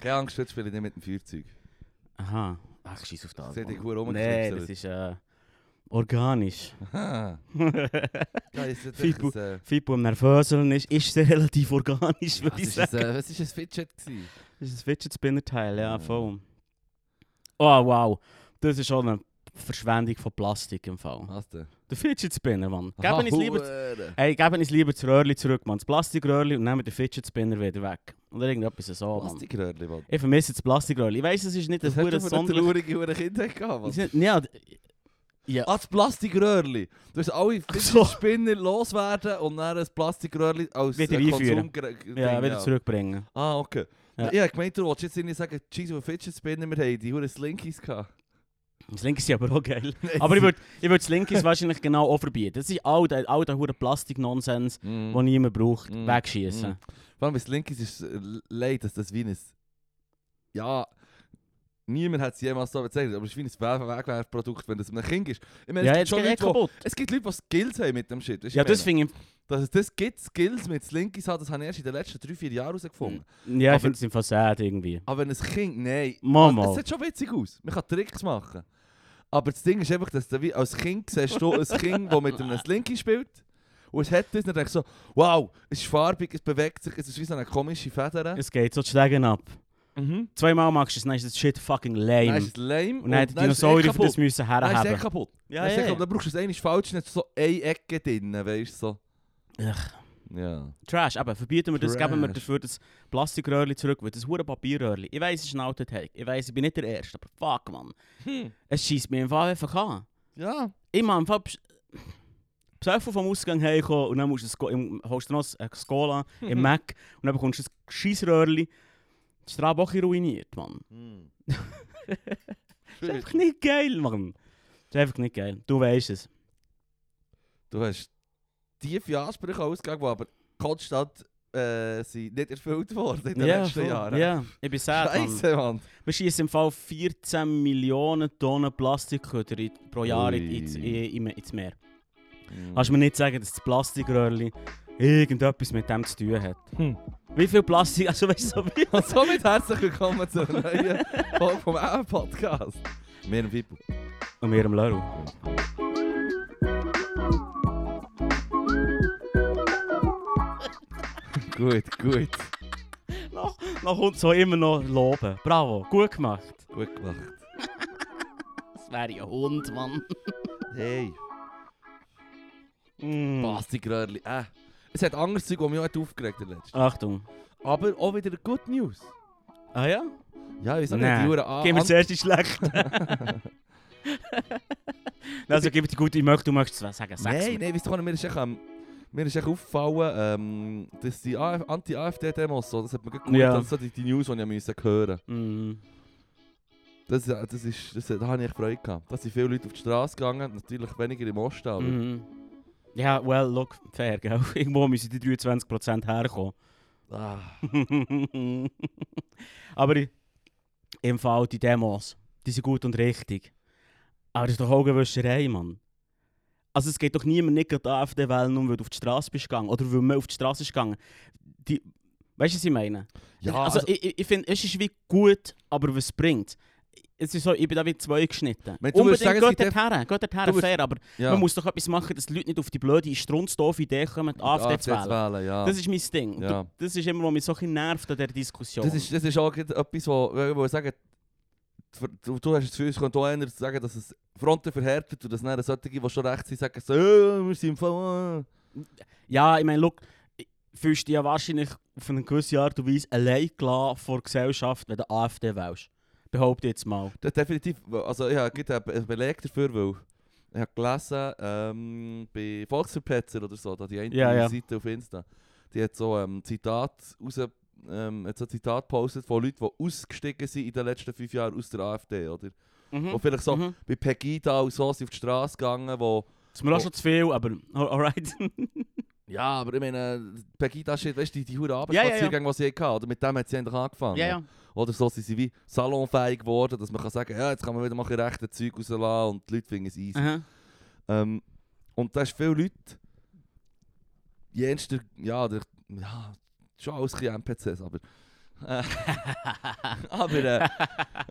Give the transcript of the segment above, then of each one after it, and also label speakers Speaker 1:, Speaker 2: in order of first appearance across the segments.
Speaker 1: Keine Angst, jetzt spiele ich nicht mit dem Feuerzeug.
Speaker 2: Aha. Ach, scheiß auf
Speaker 1: Das
Speaker 2: das.
Speaker 1: hätte ich
Speaker 2: Mann.
Speaker 1: gut
Speaker 2: Oh. Nee,
Speaker 1: rumgeschnipselt.
Speaker 2: das ist äh, organisch.
Speaker 1: Aha. Geil, ist das
Speaker 2: Feedback.
Speaker 1: echt ein, äh,
Speaker 2: Fippo am Nervöseln ist, ist sehr relativ organisch,
Speaker 1: ah,
Speaker 2: würde ich
Speaker 1: das
Speaker 2: sagen.
Speaker 1: ist ein- Was war ein Fidget? gewesen.
Speaker 2: Das ist ein Fidget Spinner Teil, ja,
Speaker 1: Ja.
Speaker 2: voll. Oh, wow. Das ist schon eine Verschwendung von Plastik im Fall.
Speaker 1: Was denn?
Speaker 2: Der Fidget Spinner, Mann.
Speaker 1: Aha,
Speaker 2: Geben uns lieber...
Speaker 1: Hure.
Speaker 2: Hey, geben uns lieber das Röhrli zurück, Mann. Das Plastikröhrli und nehmen den Fidget Spinner wieder weg. Oder irgendetwas so, Mann.
Speaker 1: Plastikröhrchen, Mann.
Speaker 2: Ich vermisse das Plastikröhrli. Ich weiss, es ist nicht ein
Speaker 1: Das hat
Speaker 2: verdammtes
Speaker 1: doch eine
Speaker 2: Sonderlich...
Speaker 1: traurige hure Kindheit gehabt, Mann.
Speaker 2: Es ist nicht- Ja, d- ja.
Speaker 1: Ah, das Plastikröhrchen. Du hast alle
Speaker 2: Ach so.
Speaker 1: Spinner loswerden und dann ein Plastikröhrchen als
Speaker 2: Wieder
Speaker 1: äh,
Speaker 2: einführen.
Speaker 1: Konsum-
Speaker 2: ja,
Speaker 1: Ding,
Speaker 2: wieder zurückbringen.
Speaker 1: Ah, okay.
Speaker 2: Ja.
Speaker 1: Ja. Ich hab gemeint, du wolltest jetzt irgendwie sagen, Cheese und Fidget Spinner, wir haben die hure Slinkies gehabt.
Speaker 2: Das linke ist aber auch geil. aber ich würde ich würd das linke wahrscheinlich genau auch verbieten. Das ist all der, all der hure Plastik-Nonsens,
Speaker 1: Mm.
Speaker 2: den niemand braucht,
Speaker 1: Mm.
Speaker 2: wegschießen.
Speaker 1: Mm. Vor allem bei Slinkies ist es äh, leid, dass das wie ein... Ja... Niemand hat es jemals so bezeichnet, aber es ist wie ein Weg- Wegwerfprodukt, wenn das einem Kind ist. Ich meine,
Speaker 2: Ja,
Speaker 1: es, gibt
Speaker 2: jetzt
Speaker 1: schon
Speaker 2: geht eh
Speaker 1: Leute, wo,
Speaker 2: kaputt.
Speaker 1: es gibt Leute, die Skills haben mit dem Shit. weisst du,
Speaker 2: Ja,
Speaker 1: ich
Speaker 2: dus
Speaker 1: meine?
Speaker 2: das finde ich...
Speaker 1: Dass es das gibt, Skills mit Slinkies hat, das habe ich erst in den letzten drei, vier Jahren herausgefunden.
Speaker 2: Ja,
Speaker 1: Aber-
Speaker 2: ich finde es im Fall sad irgendwie.
Speaker 1: Aber wenn ein Kind... Nein. Es
Speaker 2: Mama.
Speaker 1: sieht schon witzig aus. Man kann Tricks machen. Aber das Ding ist einfach, dass du wie als Kind siehst du ein Kind, das mit einem Slinky spielt. Und es hat das und dann denkst du so, wow, es ist farbig, es bewegt sich, es ist wie so eine komische Feder.
Speaker 2: Es geht so die Stegen ab.
Speaker 1: Mhm.
Speaker 2: Zweimal machst du es, dann ist das shit fucking
Speaker 1: Dann
Speaker 2: lame.
Speaker 1: ist es lame
Speaker 2: Und dann hätte
Speaker 1: ist es
Speaker 2: die
Speaker 1: eh
Speaker 2: Dinosaurier für
Speaker 1: kaputt.
Speaker 2: das müssen
Speaker 1: Dann ist es eh
Speaker 2: herhaben.
Speaker 1: kaputt.
Speaker 2: Ja,
Speaker 1: dann, ist es eh
Speaker 2: ja,
Speaker 1: kaputt. dann brauchst du es einmal falsch, nicht so eine Ecke drin, weißt du so.
Speaker 2: Ach.
Speaker 1: Ja.
Speaker 2: Trash, aber verbieten wir das, geben wir
Speaker 1: Trash.
Speaker 2: dafür das Plastikröhrli zurück, weil das hure Papierröhrli. Ich weiß, es ist ein alter Take. Ich weiß, ich bin nicht der Erste, aber fuck, man.
Speaker 1: Hm.
Speaker 2: Es schießt mir im Fall einfach an.
Speaker 1: Ja.
Speaker 2: Ich meine, im Fall... bes- Besoffen vom Ausgang heimkommen und dann musst du ein Sco- im, holst du noch eine Skola
Speaker 1: Mhm.
Speaker 2: im Mac und dann bekommst du ein Scheissröhrli. Das ist Rabochi ruiniert, Mann.
Speaker 1: Hm.
Speaker 2: Das ist einfach nicht geil, Mann. Das ist einfach nicht geil. Du weißt es.
Speaker 1: Du hast tiefe Ansprüche ausgegangen, die aber konstant äh, sind nicht erfüllt worden in den letzten
Speaker 2: voll.
Speaker 1: Jahren.
Speaker 2: Ja, ich bin sad, Mann.
Speaker 1: Scheiße, Mann.
Speaker 2: Wir schießen im Fall 14 Millionen Tonnen Plastikköder in- pro Jahr in-
Speaker 1: Ui.
Speaker 2: ins, in, in, ins Meer.
Speaker 1: Mhm.
Speaker 2: Kannst du mir nicht sagen, dass das Plastikröhrli irgendetwas mit dem zu tun hat?
Speaker 1: Hm.
Speaker 2: Wie viel Plastik, also weißt du, so wie...
Speaker 1: Und somit herzlich willkommen zur neuen Folge vom Auen Podcast. Mehr im People.
Speaker 2: Und wir am Lörl.
Speaker 1: Gut, gut.
Speaker 2: Nach, nach uns so immer noch loben. Bravo, gut gemacht.
Speaker 1: Gut gemacht.
Speaker 2: Das wäre ja Hund, Mann.
Speaker 1: Hey,
Speaker 2: Mm.
Speaker 1: Plastikröhrli. Äh. Es hat anderes Zeug, das mich auch hat aufgeregt hat. letzten.
Speaker 2: Achtung.
Speaker 1: Aber auch wieder Good News.
Speaker 2: Ah ja?
Speaker 1: Ja, wieso
Speaker 2: Nein.
Speaker 1: nicht? Die Uhren an.
Speaker 2: Gib mir zuerst die schlechte. also gib mir die gute, ich möchte, du möchtest was sagen. Sag's
Speaker 1: Nein,
Speaker 2: mir.
Speaker 1: nein, weißt du, mir ist echt, ähm, mir ist echt aufgefallen, ähm, dass die AF Anti-AfD-Demos, so, das hat mir gut
Speaker 2: Ja.
Speaker 1: getan, so die, die News, die ich müssen hören musste.
Speaker 2: Mm.
Speaker 1: Das, äh, das ist, das, da habe ich Freude gehabt. Da sind viele Leute auf die Straße gegangen, natürlich weniger im Osten, aber...
Speaker 2: Mhm. Ja, well, look, fair, gell? Irgendwo müssen die 23% herkommen.
Speaker 1: Ah.
Speaker 2: Aber i- im Fall die Demos, die sind gut und richtig. Aber das ist doch Augenwischerei, Mann. Also es geht doch niemand nicht an die AfD wählen, nur weil du auf die Straße bist gegangen oder weil man auf die Straße ist gegangen. Die, weißt du, was ich meine?
Speaker 1: Ja,
Speaker 2: also,
Speaker 1: also,
Speaker 2: ich, ich- ich finde, es ist wie gut, aber was bringt? Es ist so, ich bin da wie zwei geschnitten.
Speaker 1: Wenn du
Speaker 2: Unbedingt,
Speaker 1: würdest sagen, es
Speaker 2: geht
Speaker 1: gibt
Speaker 2: dorthin, geht dorthin,
Speaker 1: Du würdest-
Speaker 2: fair, aber
Speaker 1: ja.
Speaker 2: man muss doch etwas machen, dass die Leute nicht auf die blöde, strunzdoofe Idee kommen, die
Speaker 1: Die
Speaker 2: AfD zu wählen.
Speaker 1: wählen, ja.
Speaker 2: Das ist mein Ding. Und
Speaker 1: Ja.
Speaker 2: du- Das ist immer, was mich so ein bisschen nervt an dieser Diskussion.
Speaker 1: das, ist, das ist auch gerade etwas, wo, wo ich will sagen du, du hast das Gefühl, es könnte auch einer sagen, dass es Fronten verhärtet und dass dann solche, die schon recht sind, sagen so, «Äh, wir sind im Fall...
Speaker 2: ja, ich meine, look, ich- fühlst du dich ja wahrscheinlich auf eine gewisse Art und Weise allein gelassen vor der Gesellschaft, wenn du AfD wählst. Behaupte ich jetzt mal.
Speaker 1: Das definitiv, also ja, gibt einen Be- einen Beleg dafür, weil ich habe gelesen, ähm, bei Volksverpetzer oder so, da die eine
Speaker 2: Ja, ja.
Speaker 1: Seite auf Insta, die hat so ein ähm, Zitat raus, ähm, hat so ein Zitat gepostet von Leuten, die ausgestiegen sind in den letzten fünf Jahren aus der AfD, oder?
Speaker 2: Mhm.
Speaker 1: Und vielleicht so
Speaker 2: Mhm.
Speaker 1: bei Pegida und so sind auf die Straße gegangen, wo
Speaker 2: Das ist mir auch schon zu viel, aber all- alright.
Speaker 1: Ja, aber ich meine, Pegida-Shit, weißt du, die, die Huren
Speaker 2: Ja, ja, ja.
Speaker 1: Arbeitspaziergänge, die sie hatten, oder mit dem hat sie endlich angefangen.
Speaker 2: ja, ja.
Speaker 1: Oder so sind sie wie salonfähig geworden, dass man kann sagen ja, jetzt kann man wieder mal ein rechte Zeug rauslassen und die Leute finden es easy.
Speaker 2: Aha.
Speaker 1: Ähm, und da ist viele Leute, jenster, ja, der, ja, schon alles ein bisschen NPCs, aber Äh, aber äh,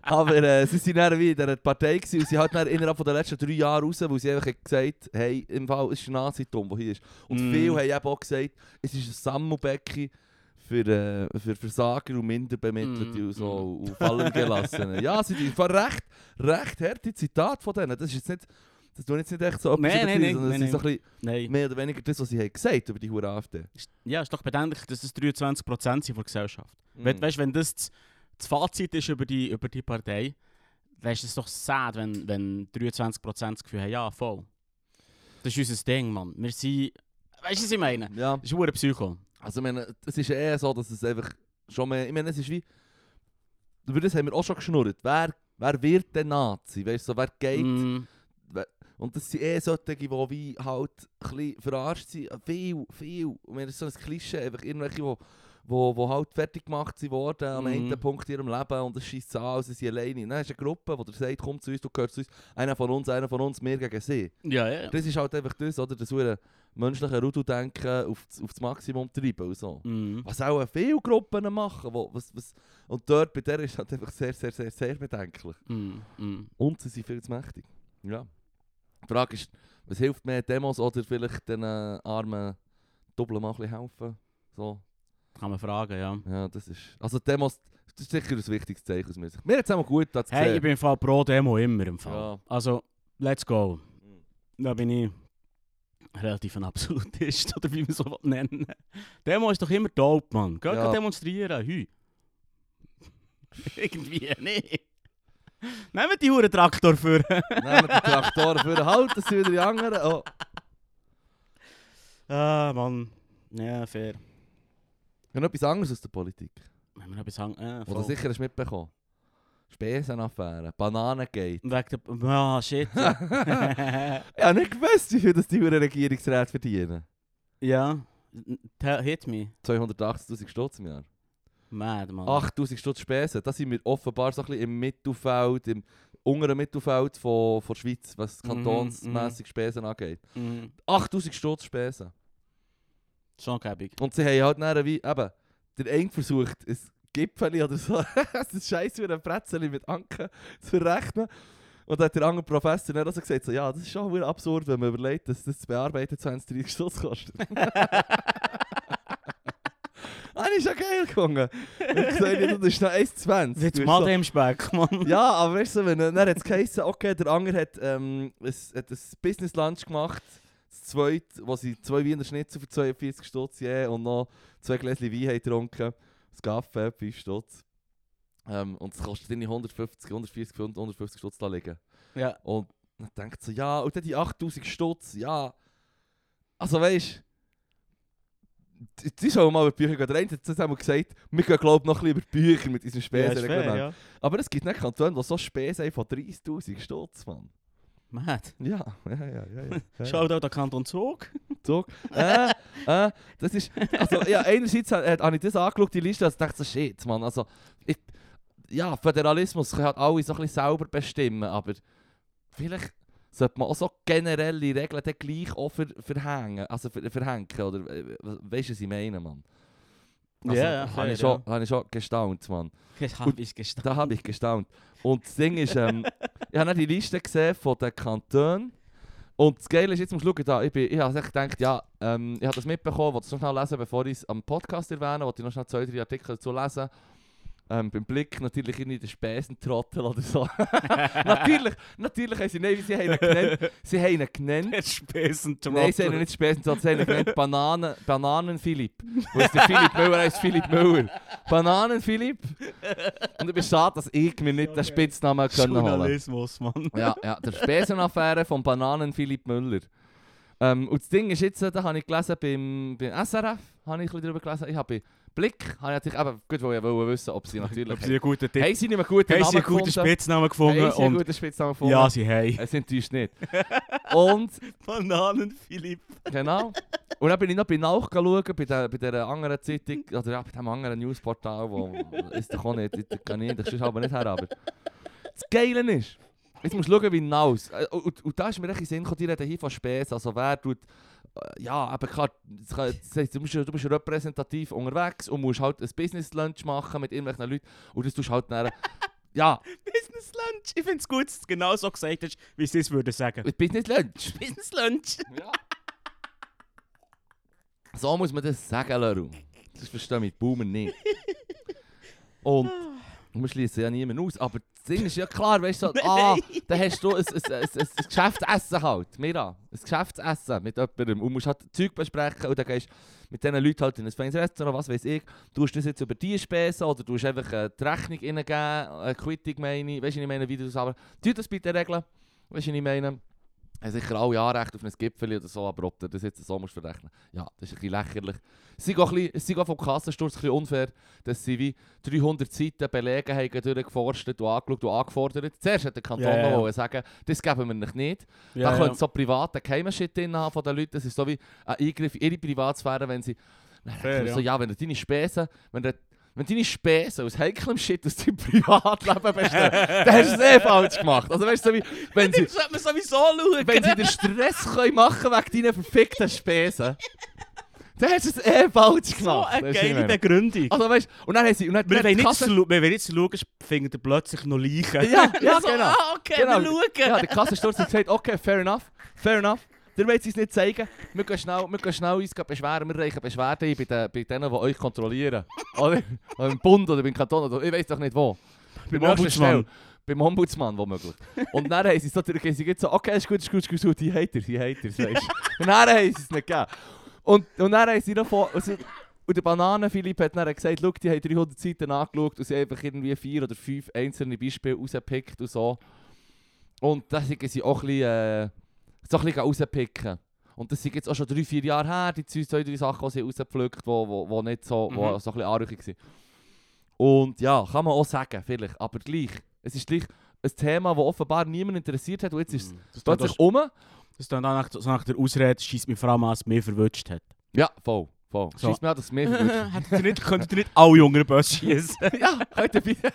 Speaker 1: aber äh, sie sind dann wieder in der Partei gewesen und sie hat dann innerhalb von den letzten drei Jahren raus, weil sie einfach hat gesagt hey, im Fall es ist ein Nazitum, der hier ist. Und
Speaker 2: Mm.
Speaker 1: viele haben eben auch gesagt, es ist ein Sammelbecken für, äh, für Versager und Minderbemittelte
Speaker 2: Mm,
Speaker 1: und so
Speaker 2: mm.
Speaker 1: und fallen gelassen. ja, sie sind voll recht, recht harte Zitate von denen. Das ist jetzt nicht, das tun jetzt nicht echt dus so
Speaker 2: Nein, nein, nein,
Speaker 1: sondern es
Speaker 2: nein,
Speaker 1: ist so ein bisschen
Speaker 2: Nein.
Speaker 1: mehr oder weniger das, was sie haben gesagt über die Hure AfD.
Speaker 2: Ja, ist doch bedenklich, dass es 23% sind von der Gesellschaft.
Speaker 1: Hm.
Speaker 2: Wenn, weißt, wenn das das- das Fazit ist über die, über die Partei, dann ist es doch sad, wenn, wenn 23% das Gefühl haben, ja, voll. Das ist unser Ding, Mann. Wir sind... Weißt du, was ich meine?
Speaker 1: Mm. Ja.
Speaker 2: Das ist ein Psycho.
Speaker 1: Also, ich meine, es ist ja eher so, dass es einfach schon mehr. Ich meine, es ist wie. Über das haben wir auch schon geschnurrt. Wer, wer wird der Nazi? Weißt du, so, wer geht.
Speaker 2: Mm,
Speaker 1: Und das sind eher solche, die wie halt ein bisschen verarscht sind. Viel, viel. Und wir ist so ein Klischee, einfach irgendwelche, die. Wo, wo halt fertig gemacht sind worden am
Speaker 2: Mhm.
Speaker 1: einen Punkt in ihrem Leben und das schießt sie an, und sie sind alleine. Dann hast du eine Gruppe, die dir sagt, komm zu uns, du gehörst zu uns. Einer von uns, einer von uns, wir gegen sie.
Speaker 2: ja, ja.
Speaker 1: Das ist halt einfach das, oder? Das hure menschliche Rudeldenken auf, auf das Maximum treiben und so.
Speaker 2: Mm.
Speaker 1: Was auch viele Gruppen machen. Wo, was, was, und dort bei der ist halt einfach sehr, sehr, sehr, sehr bedenklich.
Speaker 2: Mm, mm.
Speaker 1: Und sie sind viel zu mächtig. Ja. Die Frage ist, was hilft mehr Demos oder vielleicht den äh, armen Doppeln mal ein bisschen helfen? So.
Speaker 2: Kann man fragen, ja.
Speaker 1: Ja, das ist. Also Demos, das ist sicher ein wichtiges Zeichen aus meiner Sicht. Mir hat es auch gut das
Speaker 2: Hey, ich bin im Fall pro Demo immer im Fall.
Speaker 1: Ja.
Speaker 2: Also, let's go. Da bin ich relativ ein Absolutist, oder wie man so will nennen Demo ist doch immer dope, Mann. Geh
Speaker 1: Ja.
Speaker 2: ja. demonstrieren, hü. Irgendwie, nee. Nehmt die Huren Traktor für.
Speaker 1: Nehmen den Traktor für den Halt, das sind wieder die anderen. Oh.
Speaker 2: ah, Mann. Ja, fair.
Speaker 1: Und etwas anderes aus der Politik.
Speaker 2: Wenn wir etwas hang- äh,
Speaker 1: Oder
Speaker 2: voll.
Speaker 1: sicher hast du mitbekommen. Spesenaffäre, Bananengate.
Speaker 2: Wegen der... Ah, shit. ja.
Speaker 1: Ich habe nicht gewusst, wie viel das die Huren Regierungsräte verdienen.
Speaker 2: ja. Tell- Hit me.
Speaker 1: 280.000 Stutz im Jahr.
Speaker 2: Mad, Mann.
Speaker 1: 8.000 Stutz Spesen, da sind wir offenbar so ein bisschen im Mittelfeld, im unteren Mittelfeld von, von der Schweiz, was
Speaker 2: Mhm,
Speaker 1: kantonsmässig Spesen angeht.
Speaker 2: Mhm.
Speaker 1: 8.000 Stutz Spesen.
Speaker 2: Schon gäbig.
Speaker 1: Und sie haben halt dann wie, eben, der Eng versucht, ein Gipfeli oder so, das scheiß wie ein Bretzeli mit Anken zu rechnen. Und dann hat der andere Professor dann auch so gesagt, so, ja, das ist schon wieder absurd, wenn man überlegt, dass das zu bearbeiten 20, 30 Stutz kostet. Ah, das ist ja geil gegangen. Ich gesagt, das ist noch 1,20.
Speaker 2: Jetzt
Speaker 1: Du
Speaker 2: mal
Speaker 1: so-
Speaker 2: dem Speck, Mann.
Speaker 1: Ja, aber weißt du, wenn, äh, dann hat es geheißen, okay, der andere hat, ähm, ein, hat ein Business Lunch gemacht, das zweite, wo sie zwei Wiener Schnitzel für 42 Stutz je und noch zwei Gläschen Wein haben getrunken, das Kaffee, 5 Stutz. Ähm, und es kostet irgendwie 150, 140, 150 Stutz da liegen.
Speaker 2: Ja.
Speaker 1: Und dann denkt so, ja, und dann die 8000 Stutz, ja. Also weißt du, die sollen mal über die Bücher gehen. Der eine hat zusammen gesagt, wir gehen glaube ich noch ein bisschen über die Bücher mit unserem Spesenreglement.
Speaker 2: ja.
Speaker 1: Aber es gibt nicht Kantone, die so Spesen haben von 30'000 Stutz, Mann.
Speaker 2: Mad.
Speaker 1: Ja, ja, ja, ja. ja, ja.
Speaker 2: Shoutout an Kanton Zug.
Speaker 1: Zug. Äh, äh, das ist, also ja, einerseits ha- hat- habe ich das angeschaut, die Liste, und dachte so, shit, Mann, also, ich, ja, Föderalismus kann halt alle so ein bisschen selber bestimmen, aber vielleicht sollte man auch so generelle Regeln dann gleich auch ver verhängen, also ver verhängen, oder, äh, we- weißt du, was ich meine, Mann? Also,
Speaker 2: Ja, ja,
Speaker 1: habe ich,
Speaker 2: fair,
Speaker 1: schon- habe ich schon gestaunt, Mann.
Speaker 2: Ich
Speaker 1: Gut.
Speaker 2: habe ich gestanden.
Speaker 1: Da habe ich gestaunt. Und das Ding ist, ähm, ich habe dann die Liste gesehen von den Kantonen. Und das Geile ist, jetzt musst du schauen, da, ich, bin, ich habe echt gedacht, ja, ähm, ich habe das mitbekommen, wollte es noch schnell lesen, bevor ich es am Podcast erwähne, wollte ich noch schnell zwei, drei Artikel dazu lesen. Ähm, beim Blick natürlich in den Spesentrottel oder so. natürlich, natürlich haben sie, nein, sie haben ihn genannt. Sie haben ihn genannt.
Speaker 2: Der Spesentrottel.
Speaker 1: Nein, sie haben ihn nicht Spesentrottel, sie haben ihn genannt Bananen, Bananen-Philipp. Wo ist der Philipp Müller? Er ist Philipp Müller. Bananen-Philipp. Und ich bin schade, dass ich mir nicht den Spitznamen können holen
Speaker 2: Journalismus, Mann.
Speaker 1: Ja, ja, der Spesenaffäre von Bananen-Philipp Müller. Ähm, und das Ding ist jetzt, äh, da habe ich gelesen beim, beim SRF, habe ich ein bisschen darüber gelesen. Ich habe bei Blick, habe ich natürlich, eben, gut, weil ich wollte wissen, ob sie
Speaker 2: Ich
Speaker 1: natürlich...
Speaker 2: habe sie einen guten Tipp.
Speaker 1: Haben sie nicht mehr guten
Speaker 2: Haben
Speaker 1: Namen
Speaker 2: sie einen guten
Speaker 1: gefunden?
Speaker 2: Spitznamen gefunden
Speaker 1: Haben sie einen
Speaker 2: und
Speaker 1: guten Spitznamen gefunden?
Speaker 2: ja, sie haben.
Speaker 1: Es enttäuscht nicht. Und
Speaker 2: Bananen, Philipp.
Speaker 1: Genau. Und dann bin ich noch bei Nauch schauen, bei, der, bei dieser anderen Zeitung, oder ja, bei diesem anderen Newsportal, wo ist doch auch nicht, ich kann ich das aber nicht her, aber... Das Geile ist, jetzt musst du schauen, wie Naus... äh, Und, und da ist mir echt in den Sinn gekommen, die reden hier von Spesen, also wer tut äh, ja, aber klar, das kann, das heisst, du, musst, ja- du bist ja repräsentativ unterwegs und musst halt ein Business Lunch machen mit irgendwelchen Leuten und das tust du halt dann, ja,
Speaker 2: Business Lunch. Ich finde es gut, dass du es genau so gesagt hast, wie sie es würde sagen.
Speaker 1: ein Business Lunch.
Speaker 2: Business Lunch.
Speaker 1: Ja. So muss man das sagen, Leru. Das verstehen mit Boomer nicht. Und wir schließen ja niemanden aus, aber das Ding ist ja klar, weißt du, so, ah, dann hast du ein, ein, ein, ein ein Geschäftsessen halt, Mira, ein Geschäftsessen mit jemandem und musst halt Zeug besprechen und dann gehst mit diesen Leuten halt in ein feines Restaurant, was weiß ich, du hast das jetzt über die Spesen oder du hast einfach äh, die Rechnung reingeben, eine Quittung meine ich, weißt du, ich meine, wie du das aber, tu das bitte regeln, weißt du, ich meine, haben sicher alle Anrecht auf ein Gipfel oder so, aber ob du das jetzt so musst verrechnen, ja, das ist ein bisschen lächerlich. Es sind auch, ein bisschen, es sind auch vom Kassensturz ein bisschen unfair, dass sie wie 300 Seiten Belege haben durchgeforstet und angeschaut und angefordert. Zuerst hat der Kanton
Speaker 2: Ja, ja, ja.
Speaker 1: noch wollen sagen, das geben wir euch nicht. Da können so private geheimen Shit drin haben von den Leuten. Das ist so wie ein Eingriff in ihre Privatsphäre, wenn sie...
Speaker 2: Fair,
Speaker 1: so, ja. wenn du deine Spesen... Wenn du wenn deine Spesen aus heiklem Shit aus deinem Privatleben bestehen, dann hast du es eh falsch gemacht. Also weißt du, so wie, wenn, sie,
Speaker 2: sollte man sowieso schauen.
Speaker 1: wenn sie den Stress können machen wegen deinen verfickten Spesen, dann hast du es eh falsch
Speaker 2: so
Speaker 1: gemacht.
Speaker 2: eine
Speaker 1: Weisst du, wie ich
Speaker 2: geile
Speaker 1: meine?
Speaker 2: Begründung.
Speaker 1: Also weißt du, und dann haben sie... Und dann,
Speaker 2: wir
Speaker 1: dann
Speaker 2: wollen
Speaker 1: die
Speaker 2: nicht
Speaker 1: Kasse-
Speaker 2: schauen, wir wollen nicht schauen, findet ihr plötzlich noch Leichen.
Speaker 1: Ja, ja,
Speaker 2: so,
Speaker 1: genau.
Speaker 2: Ah, okay,
Speaker 1: Genau.
Speaker 2: wir schauen.
Speaker 1: Ja, der Kassensturz hat gesagt, okay, fair enough, fair enough. Der will es nicht zeigen. Wir gehen schnell, wir gehen schnell uns beschweren. Wir reichen Beschwerden ein bei, den, bei denen, die euch kontrollieren. oder? Oder Im Bund oder beim Kanton oder ich weiß doch nicht wo.
Speaker 2: Beim
Speaker 1: nächsten
Speaker 2: Ombudsmann.
Speaker 1: Stelle. Beim Ombudsmann, womöglich. Und dann haben sie es so zurückgegeben. Sie gehen so, okay, ist gut, ist gut, ist gut, ist gut, die Hater, die Hater, weißt du. Und dann haben sie es nicht gegeben. Und, und dann haben sie noch vor... Also, und der Bananen-Philipp hat dann gesagt, schau, die haben 300 Seiten angeschaut und sie haben einfach irgendwie vier oder fünf einzelne Beispiele rausgepickt und so. Und da sind sie auch ein bisschen, äh, so ein bisschen rauspicken. Und das sind jetzt auch schon drei, vier Jahre her, die zwei, zwei drei Sachen, die sie rausgepflückt wo, wo, wo nicht so, wo
Speaker 2: Mhm.
Speaker 1: so ein bisschen anrüchig waren. Und ja, kann man auch sagen, vielleicht. Aber gleich, es ist gleich ein Thema, das offenbar niemand interessiert hat und jetzt ist es
Speaker 2: Das tut
Speaker 1: plötzlich um.
Speaker 2: Das dann nach, so nach der Ausrede schießt mich vor allem an, dass mir verwünscht hat.
Speaker 1: Ja, voll, voll.
Speaker 2: So.
Speaker 1: Scheiss mir an, dass es mehr verwirrt.
Speaker 2: Hättet ihr nicht, könntet ihr nicht alle jungen Böse schießen?
Speaker 1: ja, könnt ihr bitte,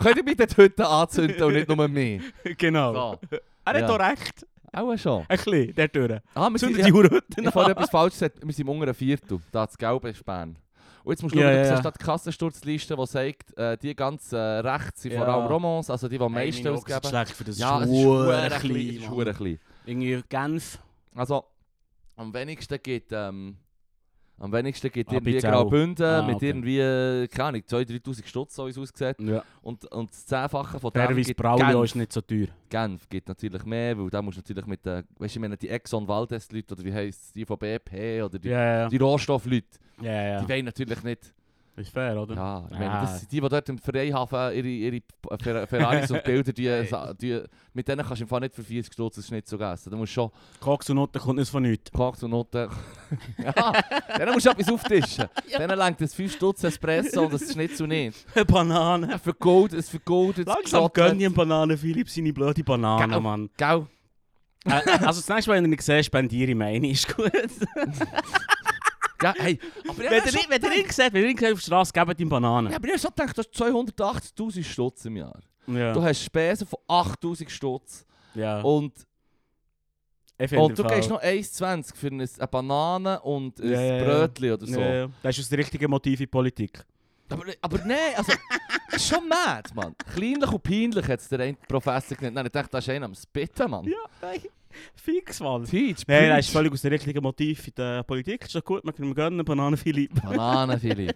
Speaker 1: könnt ihr bitte die Hütte anzünden und nicht nur mehr.
Speaker 2: genau.
Speaker 1: So,
Speaker 2: Er hat
Speaker 1: Ja.
Speaker 2: auch recht.
Speaker 1: auch schon.
Speaker 2: Ein bisschen, der Türe.
Speaker 1: Ah, wir sind,
Speaker 2: Zündet
Speaker 1: ich,
Speaker 2: die
Speaker 1: ich,
Speaker 2: Hurhütten
Speaker 1: habe vorhin
Speaker 2: an.
Speaker 1: etwas falsch gesagt. Wir sind im unteren Viertel, da das Gelbe ist Bern. Und jetzt musst du
Speaker 2: Ja,
Speaker 1: schauen,
Speaker 2: ja,
Speaker 1: du
Speaker 2: ja.
Speaker 1: siehst da die Kassensturzliste, die sagt, äh, die ganz äh, rechts sind vor
Speaker 2: Ja.
Speaker 1: allem Romans, also die, die am meisten
Speaker 2: Nein, meine Augen sind
Speaker 1: ausgeben.
Speaker 2: schlecht für das
Speaker 1: Ja,
Speaker 2: ja,
Speaker 1: es ist verdammt klein, es ist verdammt klein.
Speaker 2: Irgendwie Genf.
Speaker 1: Also, am wenigsten geht, ähm, am wenigsten geht
Speaker 2: Ah,
Speaker 1: irgendwie
Speaker 2: Pizza auch.
Speaker 1: Graubünden
Speaker 2: Ah,
Speaker 1: mit
Speaker 2: okay.
Speaker 1: irgendwie, äh, keine Ahnung, 2'000, 3'000 Stutz, so wie es aussieht.
Speaker 2: Ja.
Speaker 1: Und, und das Zehnfache von dem
Speaker 2: Fairerweise,
Speaker 1: gibt
Speaker 2: Braulio
Speaker 1: Genf.
Speaker 2: ist nicht so teuer.
Speaker 1: Genf gibt natürlich mehr, weil da musst du natürlich mit, äh, weißt du, ich meine, die Exxon Valdez-Leute oder wie heisst es, die von BP oder die,
Speaker 2: Ja, ja.
Speaker 1: die Rohstoffleute,
Speaker 2: Ja, ja.
Speaker 1: die wollen natürlich nicht,
Speaker 2: Ist fair, oder?
Speaker 1: ja, ich meine,
Speaker 2: Ah.
Speaker 1: das sind die, die dort im Freihafen ihre, ihre P- Fer Ferraris und Bilder, die,
Speaker 2: Hey.
Speaker 1: sa- die, mit denen kannst du im Fall nicht für 40 Stutz einen Schnitzel essen, da musst du schon
Speaker 2: Koks und Nutten kommt nicht von nichts.
Speaker 1: Koks und Noten. ja, dann musst du etwas auftischen.
Speaker 2: Ja.
Speaker 1: Dann langt das 5 Stutz Espresso und das Schnitzel nicht.
Speaker 2: Banane.
Speaker 1: Für Gold, es für Gold, es
Speaker 2: Langsam gönn ich ihm Banane, Philipp, seine blöde Banane,
Speaker 1: Gell.
Speaker 2: Mann.
Speaker 1: Gell?
Speaker 2: Äh,
Speaker 1: Eh,
Speaker 2: also das nächste Mal, wenn ihr ihn seht, spendiere ich meine, ist gut.
Speaker 1: Ja, hey, aber
Speaker 2: wenn ihr nicht- wenn ihr ihn seht, wenn ihr ihn seht auf der Straße, gebt ihm
Speaker 1: Ja,
Speaker 2: Bananen.
Speaker 1: aber ich hab schon gedacht, du hast 280'000 Stutz im Jahr.
Speaker 2: Ja.
Speaker 1: Du hast Spesen von 8'000 Stutz.
Speaker 2: ja.
Speaker 1: Und,
Speaker 2: ich finde
Speaker 1: und Oh. du
Speaker 2: im Fall-
Speaker 1: gehst noch 1,20 für ein- eine Banane und ein
Speaker 2: Ja, ja, ja.
Speaker 1: Brötchen oder so.
Speaker 2: Ja, ja. Das ist das richtige Motiv in Politik.
Speaker 1: Aber, aber nein, also... das ist schon mad, Mann. Kleinlich und peinlich hat es der eine Professor genannt. Nein, ich dachte, das ist einer am Spitten, Mann.
Speaker 2: Ja, nein. Fix, Mann.
Speaker 1: Teach,
Speaker 2: Nein, das
Speaker 1: preach.
Speaker 2: ist völlig aus dem richtigen Motiv in der Politik. Ist doch gut, man kann ihm gönnen, Banane, Philipp.
Speaker 1: Bananenphilipp.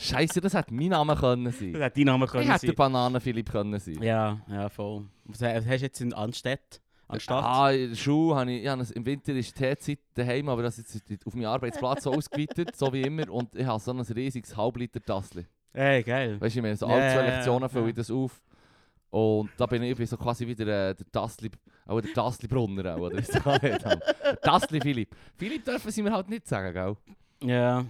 Speaker 1: Scheiße, das hätte mein Name können sein.
Speaker 2: Das hätte dein Name
Speaker 1: ich
Speaker 2: können
Speaker 1: hätte
Speaker 2: sein.
Speaker 1: Bananenphilipp können sein.
Speaker 2: Ja, ja, voll. Was he- was hast du jetzt in Anstedt? Anstatt?
Speaker 1: Ah, in der Schule habe ich, ich habe es- im Winter ist die Teezeit daheim, aber das ist jetzt auf meinem Arbeitsplatz so ausgeweitet, so wie immer. Und ich habe so ein riesiges Halbliter-Tassel.
Speaker 2: Ey, geil.
Speaker 1: Weißt du, ich meine, so
Speaker 2: Ja,
Speaker 1: alle
Speaker 2: ja,
Speaker 1: zwei
Speaker 2: ja,
Speaker 1: Lektionen fülle ich
Speaker 2: ja.
Speaker 1: das auf. Und da bin ich, ich bin so quasi wieder äh, der Tassli, auch der Tassli-Brunner, auch, oder? wie es da heißt. Der Tassli-Philipp. Philipp dürfen sie mir halt nicht sagen, gell?
Speaker 2: Ja.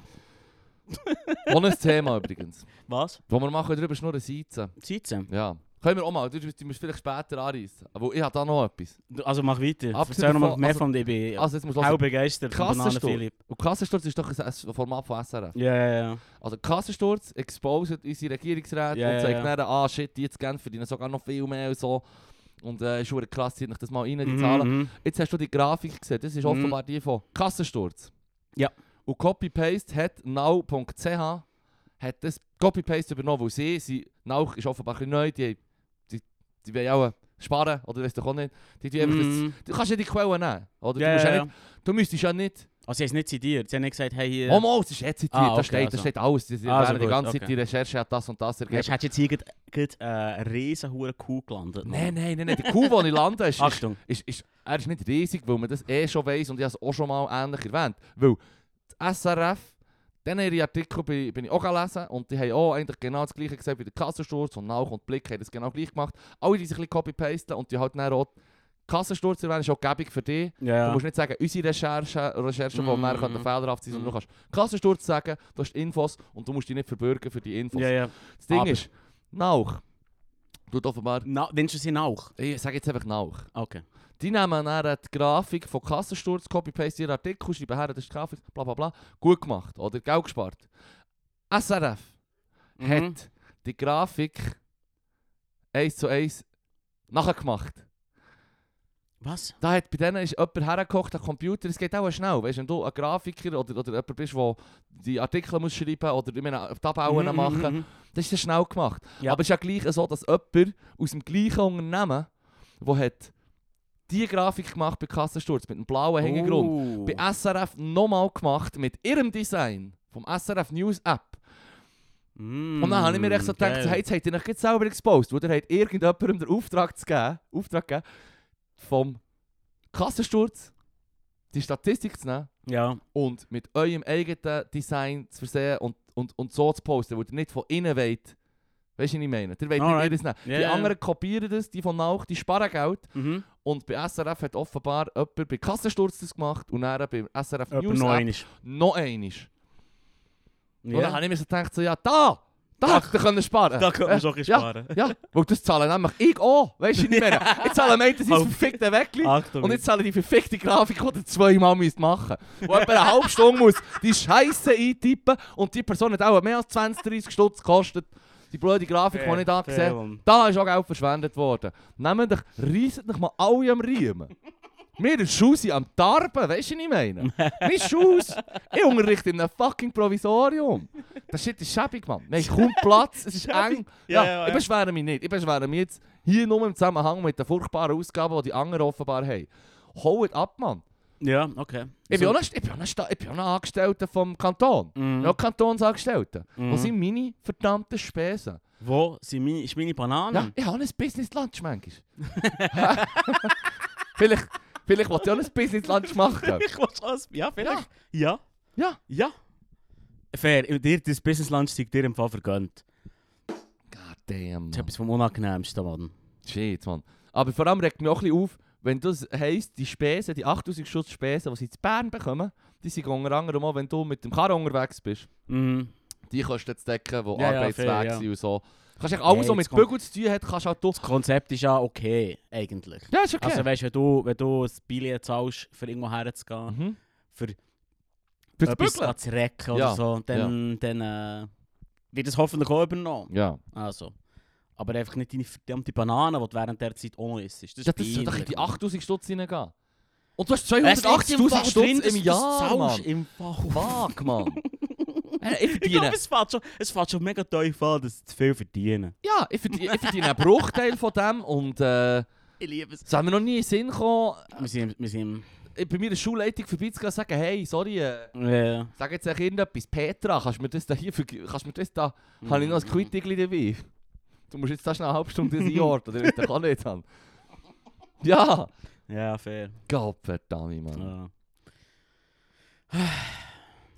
Speaker 1: Ohne ein Thema übrigens.
Speaker 2: Was?
Speaker 1: Wo wir machen, drüber schnurren Seizen.
Speaker 2: Seizen?
Speaker 1: Ja. Können wir auch mal, du, du musst vielleicht später anreißen. Aber ich habe da noch etwas.
Speaker 2: Du- Also mach weiter.
Speaker 1: Abgesehen
Speaker 2: Erzähl noch mal
Speaker 1: davon-
Speaker 2: mehr
Speaker 1: also-
Speaker 2: von dir. Ich bin
Speaker 1: Also jetzt musst du
Speaker 2: auch
Speaker 1: hören.
Speaker 2: begeistert von
Speaker 1: Krassensturz.
Speaker 2: Banane Philipp.
Speaker 1: Und Kassensturz ist doch ein S- Format von SRF.
Speaker 2: Ja, ja, ja.
Speaker 1: Also Kassensturz exposet unsere Regierungsräte
Speaker 2: Ja,
Speaker 1: und
Speaker 2: ja,
Speaker 1: zeigt
Speaker 2: ja.
Speaker 1: dann, ah shit, die jetzt Genf verdienen sogar noch viel mehr und so. Und äh, ist schon krass, zieht euch das mal rein, die Zahlen. Jetzt hast du die Grafik gesehen, das ist
Speaker 2: Mhm.
Speaker 1: offenbar die von Kassensturz.
Speaker 2: Ja.
Speaker 1: Und Copy-Paste hat now.ch hat das Copy-Paste übernommen, weil sie, sie Now ist offenbar ein bisschen neu, die, die, die wollen auch äh, sparen, oder weißt du auch nicht. Die, die einfach das, du kannst ja die Quelle nehmen, oder? Du,
Speaker 2: mhm. Ja,
Speaker 1: musst
Speaker 2: ja,
Speaker 1: ja
Speaker 2: ja.
Speaker 1: Nicht, du müsstest ja nicht...
Speaker 2: Also sie haben es nicht zitiert, sie haben nicht gesagt, hey, hier...
Speaker 1: Oh, mal, es ist jetzt zitiert,
Speaker 2: Ah, okay,
Speaker 1: da, steht,
Speaker 2: also.
Speaker 1: da steht alles. Die, die,
Speaker 2: Also
Speaker 1: werden die
Speaker 2: gut,
Speaker 1: ganze
Speaker 2: okay.
Speaker 1: Zeit die Recherche hat das und das ergeben.
Speaker 2: Weißt du, hättest jetzt hier gerade- gerade äh, eine riesen hure Kuh gelandet.
Speaker 1: Nein, nein, nein, nein, die Kuh, die ich lande, ist, ist
Speaker 2: Achtung.
Speaker 1: ist, ist, er ist nicht riesig, weil man das eh schon weiß und ich habe es auch schon mal ähnlich erwähnt. Weil das SRF, dann ihre Artikel bin, bin ich auch gelesen und die haben auch eigentlich genau das gleiche gesagt wie der Kassensturz und Nauch und Blick haben das genau gleich gemacht. Alle die sich ein bisschen copy-pasten und die halt dann auch Kassensturz erwähnen, ist auch gäbig für dich. Du
Speaker 2: Ja.
Speaker 1: musst nicht sagen, unsere Recherchen, Recherchen die
Speaker 2: Mm,
Speaker 1: nachher
Speaker 2: mm,
Speaker 1: könnten
Speaker 2: mm.
Speaker 1: fehlerhaft sein, sondern
Speaker 2: Mm.
Speaker 1: du kannst Kassensturz sagen, du hast Infos und du musst dich nicht verbürgen für die Infos.
Speaker 2: Ja, ja.
Speaker 1: Das Ding
Speaker 2: Aber-
Speaker 1: ist, Nauch tut offenbar,
Speaker 2: Na, nennst du sie auch?
Speaker 1: ich sage jetzt einfach Nauch.
Speaker 2: Okay.
Speaker 1: Die nehmen dann die Grafik von Kassensturz, Copy-Paste ihren Artikel, schreiben her, das ist die Grafik, bla bla bla. Gut gemacht, oder? Geld gespart. SRF
Speaker 2: Mhm.
Speaker 1: hat die Grafik eins zu eins nachgemacht.
Speaker 2: Was?
Speaker 1: Da hat bei denen ist jemand hergekocht, ein Computer, es geht auch schnell. Weißt du, wenn du ein Grafiker oder, oder jemand bist, der die Artikel muss schreiben oder ich meine, Tabellen
Speaker 2: Mhm,
Speaker 1: machen
Speaker 2: mhm, mhm.
Speaker 1: das ist ja schnell gemacht.
Speaker 2: Ja.
Speaker 1: Aber es ist ja gleich so, dass jemand aus dem gleichen Unternehmen, der hat die Grafik gemacht bei Kassensturz mit einem blauen Hintergrund,
Speaker 2: Oh.
Speaker 1: bei SRF nochmal gemacht mit ihrem Design vom SRF News App.
Speaker 2: Mm,
Speaker 1: Und dann habe ich mir echt so gedacht,
Speaker 2: geil.
Speaker 1: so, hey, jetzt habt ihr euch gerade selber exposed, oder habt irgendjemandem den Auftrag zu geben, Auftrag gegeben, vom Kassensturz die Statistik zu nehmen
Speaker 2: Ja.
Speaker 1: und mit eurem eigenen Design zu versehen und, und, und so zu posten, wo ihr nicht von innen wollt. Weißt du, was ich meine? Ihr wollt
Speaker 2: Alright.
Speaker 1: nicht das nehmen.
Speaker 2: Ja,
Speaker 1: die
Speaker 2: ja.
Speaker 1: anderen kopieren das, die von Nauch, die sparen Geld.
Speaker 2: Mhm.
Speaker 1: Und bei SRF hat offenbar jemand bei Kassensturz das gemacht und dann bei SRF
Speaker 2: Jemand
Speaker 1: News
Speaker 2: noch
Speaker 1: App
Speaker 2: einmal.
Speaker 1: noch einisch. Und dann
Speaker 2: Ja.
Speaker 1: habe ich mir so gedacht, so, ja, da! Da, da können wir sparen.
Speaker 2: Da könnte man schon ein bisschen
Speaker 1: ja.
Speaker 2: sparen.
Speaker 1: Ja, weil das zahlen nämlich ich auch. Weißt du, was ich meine? Ich zahle meistens
Speaker 2: Oh.
Speaker 1: sein verfickte Weckli.
Speaker 2: Achtung.
Speaker 1: Und jetzt zahle ich die verfickte Grafik, die ihr zweimal müsst machen müsst. Wo etwa eine halbe Stunde muss die Scheiße eintippen und die Person hat auch mehr als 20, 30 Stutz gekostet. Die blöde Grafik, die ich da gesehen habe. Da ist auch Geld verschwendet worden. Nehmt euch, reisset euch mal alle am Riemen. Mir ist Schusi am Tarben, weißt du, was ich meine? Mir ist Schuss. Ich unterrichte in einem fucking Provisorium. Das Shit ist schäbig, Mann. Wir haben kaum Platz, es ist
Speaker 2: Schäbig.
Speaker 1: eng.
Speaker 2: Ja,
Speaker 1: Ja,
Speaker 2: ja,
Speaker 1: ich
Speaker 2: ja.
Speaker 1: beschwere mich nicht. Ich beschwere mich jetzt hier nur im Zusammenhang mit den furchtbaren Ausgaben, die die anderen offenbar haben. Holt ab, Mann.
Speaker 2: Ja, okay.
Speaker 1: Ich bin auch noch, ich bin auch noch, sta- ich bin auch noch Angestellter vom Kanton.
Speaker 2: Mhm.
Speaker 1: Mhm. Noch Kantonsangestellter.
Speaker 2: Mhm.
Speaker 1: Wo sind meine verdammten Spesen?
Speaker 2: Wo sind meine, ist meine
Speaker 1: Ja,
Speaker 2: Banane?
Speaker 1: ich habe ein Business Lunch manchmal. vielleicht, vielleicht wollte ich auch ein Business Lunch machen.
Speaker 2: Ich will schon- Ja, vielleicht. Ja.
Speaker 1: Ja.
Speaker 2: Ja. Fair. Dir, das Business Lunch sei dir im Fall vergönnt.
Speaker 1: God damn.
Speaker 2: Das ist
Speaker 1: Mann.
Speaker 2: etwas vom Unangenehmsten, Mann.
Speaker 1: Shit, Mann. Aber vor allem regt mich auch ein bisschen auf, wenn das heisst, die Spesen, die 8000 Schuss Spesen, die sie in Bern bekommen, die sind unter anderem auch, wenn du mit dem Karren unterwegs bist.
Speaker 2: Mhm.
Speaker 1: Die Kosten zu decken, die
Speaker 2: Ja, ja,
Speaker 1: Arbeitsweg
Speaker 2: fair, ja.
Speaker 1: sind und so. Kannst eigentlich alles,
Speaker 2: Ja,
Speaker 1: was
Speaker 2: jetzt
Speaker 1: mit
Speaker 2: kommt-
Speaker 1: Bügel zu tun hat, kannst halt du...
Speaker 2: Das Konzept ist ja okay, eigentlich.
Speaker 1: Ja, ist okay.
Speaker 2: Also weißt du, wenn du, wenn du ein Billett zahlst, für irgendwo herzugehen,
Speaker 1: mhm.
Speaker 2: für
Speaker 1: Für das
Speaker 2: etwas
Speaker 1: Bügeln?
Speaker 2: an zu recken oder
Speaker 1: Ja,
Speaker 2: so, dann, dann äh, wird es hoffentlich auch übernommen.
Speaker 1: Ja.
Speaker 2: Also. Aber einfach nicht deine verdammte Banane, die du während der Zeit ohne isst. Das ist
Speaker 1: Ja, das soll doch in
Speaker 2: peinlich,
Speaker 1: die
Speaker 2: Mann.
Speaker 1: 8000 Stutz hineingehen. Und du hast
Speaker 2: Es liegt
Speaker 1: 280'000
Speaker 2: Fall
Speaker 1: Stutz
Speaker 2: drin, dass
Speaker 1: im
Speaker 2: du das
Speaker 1: Jahr,
Speaker 2: zahlst
Speaker 1: Mann.
Speaker 2: im Fall.
Speaker 1: Fuck, Mann. Hey, ich
Speaker 2: Ich glaube,
Speaker 1: verdiene.
Speaker 2: es fällt schon, es fällt schon mega teuf an, dass sie zu viel verdienen.
Speaker 1: ja, ich verdiene, ich verdiene einen Bruchteil von dem und äh,
Speaker 2: Ich liebe es.
Speaker 1: es hat mir noch nie in den Sinn gekommen,
Speaker 2: Wir sind, wir sind,
Speaker 1: äh, bei mir der Schulleitung vorbeizugehen und sagen, hey, sorry, äh,
Speaker 2: äh,
Speaker 1: sag jetzt euch irgendetwas, Petra, kannst du mir das da hier, verg- kannst du mir das da,
Speaker 2: Mhm.
Speaker 1: habe ich noch ein Quittigli dabei? Du musst jetzt da schnell eine halbe Stunde einordnen, oder? Das kann ich nicht haben. Ja,
Speaker 2: ja, fair.
Speaker 1: Gottverdammt, Mann.
Speaker 2: Ja.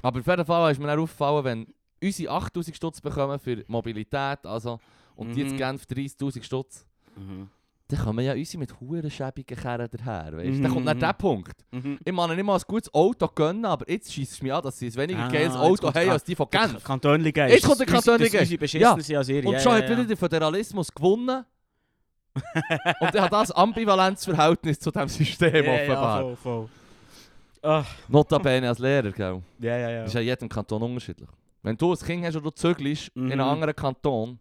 Speaker 1: Aber auf jeden Fall ist mir dann aufgefallen, wenn unsere 8000 Stutz bekommen für Mobilität, also, und die jetzt
Speaker 2: Mhm.
Speaker 1: Genf 30.000 Stutz,
Speaker 2: Mhm.
Speaker 1: dann kommen ja unsere mit huren schäbigen Kerren daher, weißt du? Dann kommt
Speaker 2: Mhm.
Speaker 1: dann der Punkt.
Speaker 2: Mhm.
Speaker 1: Ich meine nicht mal ein gutes Auto gönnen, aber jetzt schießt es mich an, dass sie ein weniger
Speaker 2: Ah,
Speaker 1: geiles
Speaker 2: jetzt
Speaker 1: Auto
Speaker 2: kommt's
Speaker 1: haben
Speaker 2: an.
Speaker 1: als die von
Speaker 2: Der
Speaker 1: Genf.
Speaker 2: Kantonliche Geist.
Speaker 1: Jetzt kommt der
Speaker 2: Dass- dass
Speaker 1: Kantonliche Geist.
Speaker 2: Unsere beschissener
Speaker 1: Ja.
Speaker 2: sind als ihr.
Speaker 1: Und
Speaker 2: ja,
Speaker 1: schon
Speaker 2: ja,
Speaker 1: hat wieder
Speaker 2: ja.
Speaker 1: der Föderalismus gewonnen. Und er hat das Ambivalenzverhältnis zu diesem System
Speaker 2: Ja,
Speaker 1: offenbar.
Speaker 2: Ja, voll, voll. Ach,
Speaker 1: Notabene als Lehrer, gell?
Speaker 2: ja, ja, ja.
Speaker 1: Das ist ja in jedem Kanton unterschiedlich. Wenn du ein Kind hast und du zügelst
Speaker 2: Mhm.
Speaker 1: in einen anderen Kanton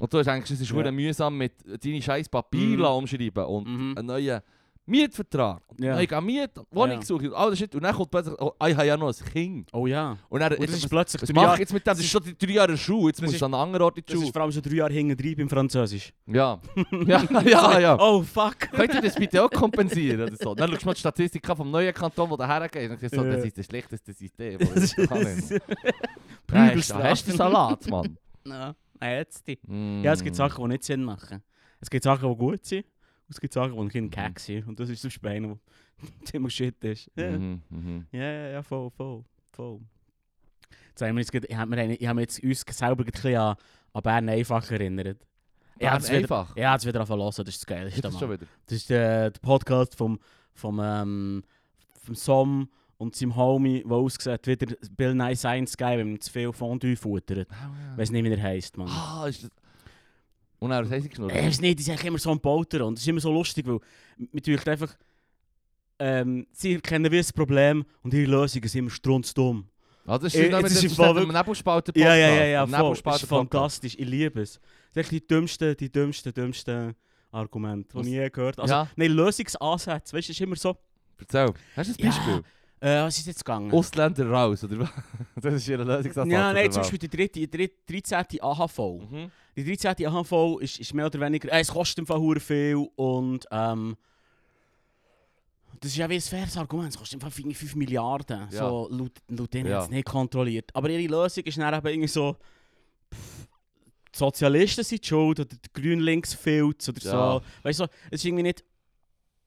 Speaker 1: Und du hast eigentlich, es ist
Speaker 2: Ja.
Speaker 1: ja. mühsam mit deinen scheiß Papier
Speaker 2: Mhm.
Speaker 1: umschreiben und
Speaker 2: Mhm.
Speaker 1: einen neuen Mietvertrag. Und
Speaker 2: Ja.
Speaker 1: ja. Neue Miet, Wohnungssuche und all das Shit. Und dann kommt plötzlich, oh, ich habe ja noch ein Kind.
Speaker 2: Oh ja.
Speaker 1: Und dann,
Speaker 2: Und das
Speaker 1: jetzt,
Speaker 2: ist plötzlich
Speaker 1: was
Speaker 2: drei
Speaker 1: mache
Speaker 2: Jahre-
Speaker 1: ich jetzt mit dem? Das ist schon die drei Jahre Schuhe, jetzt
Speaker 2: Das
Speaker 1: muss ich
Speaker 2: ist-
Speaker 1: an einen anderen Ort in die
Speaker 2: Das ist
Speaker 1: Schule.
Speaker 2: vor allem schon drei Jahre hinten drin beim Französisch.
Speaker 1: Ja. ja, ja, ja.
Speaker 2: Oh fuck.
Speaker 1: Könnt ihr das bitte auch kompensieren? Oder so? Dann schaust du mal die Statistik an vom neuen Kanton, wo du hergehst. Und dann so,
Speaker 2: Ja.
Speaker 1: das ist das schlechteste System.
Speaker 2: Das
Speaker 1: Das
Speaker 2: ist-
Speaker 1: ich
Speaker 2: das
Speaker 1: kann.
Speaker 2: ist-
Speaker 1: Nein, hast du- Hast du
Speaker 2: Prügelstrafe.
Speaker 1: Salat, Mann?
Speaker 2: Ja, nein, jetzt die.
Speaker 1: Mm.
Speaker 2: Ja, es gibt Sachen, die nicht Sinn machen. Es gibt Sachen, die gut sind. und Es gibt Sachen, die ein bisschen kack sind. Und das ist zum Beispiel einer, wo ziemlich shit ist. Ja.
Speaker 1: Mhm, mhm.
Speaker 2: Ja, ja, ja, voll, voll, voll. Jetzt haben wir jetzt, grad- ich habe mir, eine- ich habe mir jetzt uns selber ein bisschen an, an Bern einfach erinnert. Ich habe
Speaker 1: Bern
Speaker 2: es wieder,
Speaker 1: einfach.
Speaker 2: ich habe es wieder angefangen zu hören, das ist das
Speaker 1: Das
Speaker 2: Geilste.
Speaker 1: ist schon
Speaker 2: Mann.
Speaker 1: wieder.
Speaker 2: Das ist äh, der, der Podcast vom, vom, ähm, vom Som und seinem Homie, der aussieht wie der Bill Nye Science Guy, wenn man zu viel Fondue futtert. Ich weiß nicht, wie er heisst, Mann.
Speaker 1: Ah, ist Ah, das... Und dann, was heisst ich
Speaker 2: Ich weiß nicht, die sind eigentlich immer so am Polter und es ist immer so lustig, weil natürlich einfach, ähm, sie kennen wie das Problem und ihre Lösung ist immer strunzdumm.
Speaker 1: Ah, das
Speaker 2: Äh,
Speaker 1: ist
Speaker 2: jetzt ist
Speaker 1: das
Speaker 2: im
Speaker 1: ist
Speaker 2: Fall
Speaker 1: ein Nebelspalter-Podcast.
Speaker 2: Ja, ja, ja, ja,
Speaker 1: Ein
Speaker 2: voll. Das ist
Speaker 1: Nebelspalter-Podcast.
Speaker 2: fantastisch, ich liebe es. Das sind echt die dümmsten, die dümmsten, dümmsten Argumente,
Speaker 1: Was-
Speaker 2: die ich je gehört habe. Also,
Speaker 1: Ja.
Speaker 2: nein, Lösungsansätze, weißt du, es ist immer so,
Speaker 1: Erzähl. Hast du ein
Speaker 2: Ja.
Speaker 1: Beispiel?
Speaker 2: äh, was ist jetzt gegangen?
Speaker 1: Ausländer raus, oder was? Das ist ihre Lösungsansatz.
Speaker 2: ja, nein,
Speaker 1: oder
Speaker 2: zum
Speaker 1: was?
Speaker 2: Beispiel die dritte, die dritte- 13. AHV.
Speaker 1: Mhm.
Speaker 2: Die 13. AHV ist, ist mehr oder weniger. Äh, es kostet im Fall hure viel und. Ähm, das ist dus ja wie ein faires Argument. Es kostet im Fall 5 Milliarden.
Speaker 1: Ja.
Speaker 2: So, laut, laut denen
Speaker 1: Ja.
Speaker 2: hat es nicht kontrolliert. Aber ihre Lösung ist dann eben irgendwie so. pff, Die Sozialisten sind die schuld oder die Grünlinks-Filz oder
Speaker 1: Ja.
Speaker 2: so. Weißt du, es ist irgendwie nicht.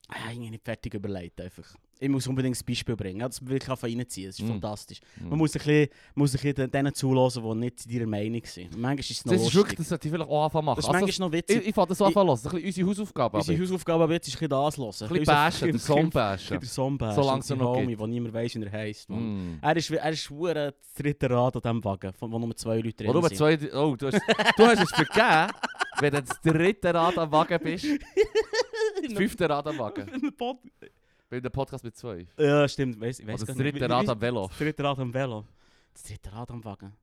Speaker 2: Ah, irgendwie nicht fertig überlegt einfach. Ich muss unbedingt ein Beispiel bringen, ja, dass man wirklich anfangen reinziehen. Das ist
Speaker 1: Mm.
Speaker 2: fantastisch. Man
Speaker 1: Mhm.
Speaker 2: muss ein bisschen, muss ein bisschen denen zulassen, die nicht deiner Meinung sind. Und manchmal ist es noch
Speaker 1: Das ist
Speaker 2: lustig.
Speaker 1: wirklich, das sollte ich vielleicht auch anfangen machen.
Speaker 2: Das ist
Speaker 1: Also,
Speaker 2: manchmal noch
Speaker 1: Ich,
Speaker 2: witzig.
Speaker 1: ich fand das so anfangen lassen. Das ist ein bisschen unsere Hausaufgabe.
Speaker 2: Unsere
Speaker 1: Abi.
Speaker 2: Hausaufgabe ab jetzt ist ein bisschen das hören.
Speaker 1: Ein bisschen bashen, den Song bashen.
Speaker 2: Der Sombashen.
Speaker 1: Solange es
Speaker 2: unser
Speaker 1: noch
Speaker 2: Homie,
Speaker 1: geht.
Speaker 2: der niemand weiss, wie er heisst. Mann.
Speaker 1: Mm.
Speaker 2: Er ist, wie- er ist hure das dritte Rad an diesem Wagen, von wo nur zwei Leute drin
Speaker 1: Warum
Speaker 2: sind.
Speaker 1: zwei, oh, du hast, du hast es vergeben, wenn du das dritte Rad am Wagen bist. Das fünfte Rad am Wagen. Bei dem Podcast mit zwei.
Speaker 2: ja, stimmt. Weiss, ich weiss
Speaker 1: Oder das
Speaker 2: gar nicht,
Speaker 1: dritte
Speaker 2: wie-
Speaker 1: Rad
Speaker 2: wie-
Speaker 1: am Velo.
Speaker 2: Das dritte Rad am Velo. Das dritte Rad am Wagen.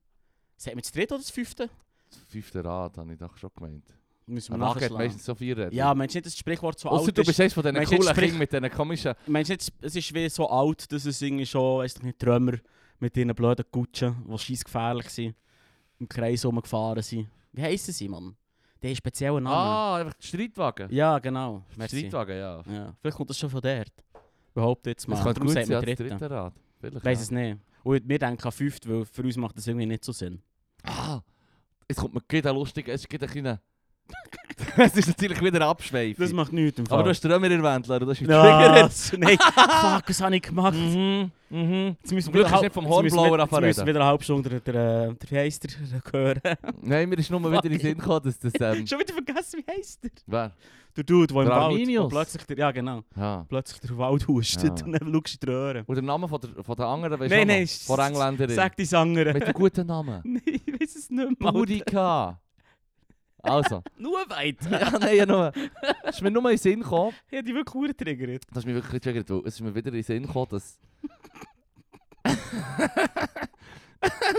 Speaker 2: Sagt man das dritte oder das fünfte?
Speaker 1: Das fünfte Rad habe ich doch schon gemeint.
Speaker 2: Müssen wir
Speaker 1: Ein Wagen hat
Speaker 2: nachschlagen.
Speaker 1: meistens so vier Räder.
Speaker 2: Ja, meinst du nicht, dass das Sprichwort so
Speaker 1: Außer
Speaker 2: alt
Speaker 1: du
Speaker 2: ist?
Speaker 1: bist eins von diesen
Speaker 2: Meinst du, jetzt
Speaker 1: coolen
Speaker 2: sprich-
Speaker 1: Kindern mit diesen komischen.
Speaker 2: Meinst du nicht, es ist wie so alt, dass es irgendwie schon, weiss doch nicht, Trümmer mit ihren blöden Kutschen, die scheiss gefährlich sind, im Kreis rumgefahren sind. Wie heissen sie, Mann? Die haben speziellen Namen.
Speaker 1: Ah, einfach die Streitwagen.
Speaker 2: Ja, genau.
Speaker 1: Die
Speaker 2: Merci.
Speaker 1: Streitwagen, ja.
Speaker 2: Ja. Vielleicht kommt das schon von dort. Behauptet jetzt mal.
Speaker 1: Das könnte
Speaker 2: Darum
Speaker 1: gut
Speaker 2: sagt
Speaker 1: sein, ja,
Speaker 2: man
Speaker 1: das
Speaker 2: Dritten.
Speaker 1: dritte Rad. Vielleicht,
Speaker 2: Ich weiss
Speaker 1: ja.
Speaker 2: es nicht. Und wir denken an fünft, weil für uns macht das irgendwie nicht so Sinn.
Speaker 1: Ah, jetzt kommt mir gerade ein lustiger, es ist gerade ein kleiner... es ist natürlich wieder ein Abschweif.
Speaker 2: Das macht nichts im Fall.
Speaker 1: Aber du hast den Römer erwähnt, Lara, das ist
Speaker 2: ja,
Speaker 1: getriggert.
Speaker 2: so- nein, fuck, was habe ich gemacht?
Speaker 1: Mhm, mhm.
Speaker 2: Jetzt müssen
Speaker 1: Zum Glück hast
Speaker 2: wieder
Speaker 1: du
Speaker 2: halb-
Speaker 1: nicht vom
Speaker 2: jetzt müssen wir-
Speaker 1: Hornblower
Speaker 2: Jetzt
Speaker 1: anfangen
Speaker 2: müssen wir
Speaker 1: reden.
Speaker 2: wieder eine halbe Stunde der, der, der Heister hören.
Speaker 1: Nein, mir ist nur wieder in den Sinn gekommen, dass das... Ähm,
Speaker 2: Schon wieder vergessen, wie heißt er?
Speaker 1: wer?
Speaker 2: Der Dude, der im
Speaker 1: Der
Speaker 2: Wald,
Speaker 1: Arminius.
Speaker 2: wo plötzlich der, ja genau,
Speaker 1: Ja.
Speaker 2: plötzlich der Wald hustet
Speaker 1: Ja.
Speaker 2: und dann schaust du in die Röhre.
Speaker 1: Und der Name von der, von der anderen, weißt
Speaker 2: Nein,
Speaker 1: du noch?
Speaker 2: nein,
Speaker 1: Von der Engländerin.
Speaker 2: Sag die Sangere.
Speaker 1: Mit einem guten Namen.
Speaker 2: Nein, ich weiß es nicht mehr.
Speaker 1: Burika. Also.
Speaker 2: Nur weit.
Speaker 1: ja, nein, ja nur. Es ist mir nur in den Sinn gekommen.
Speaker 2: Ich habe die wirklich urtriggert.
Speaker 1: Das ist mir wirklich getriggert, weil es ist mir wieder in den Sinn gekommen, dass...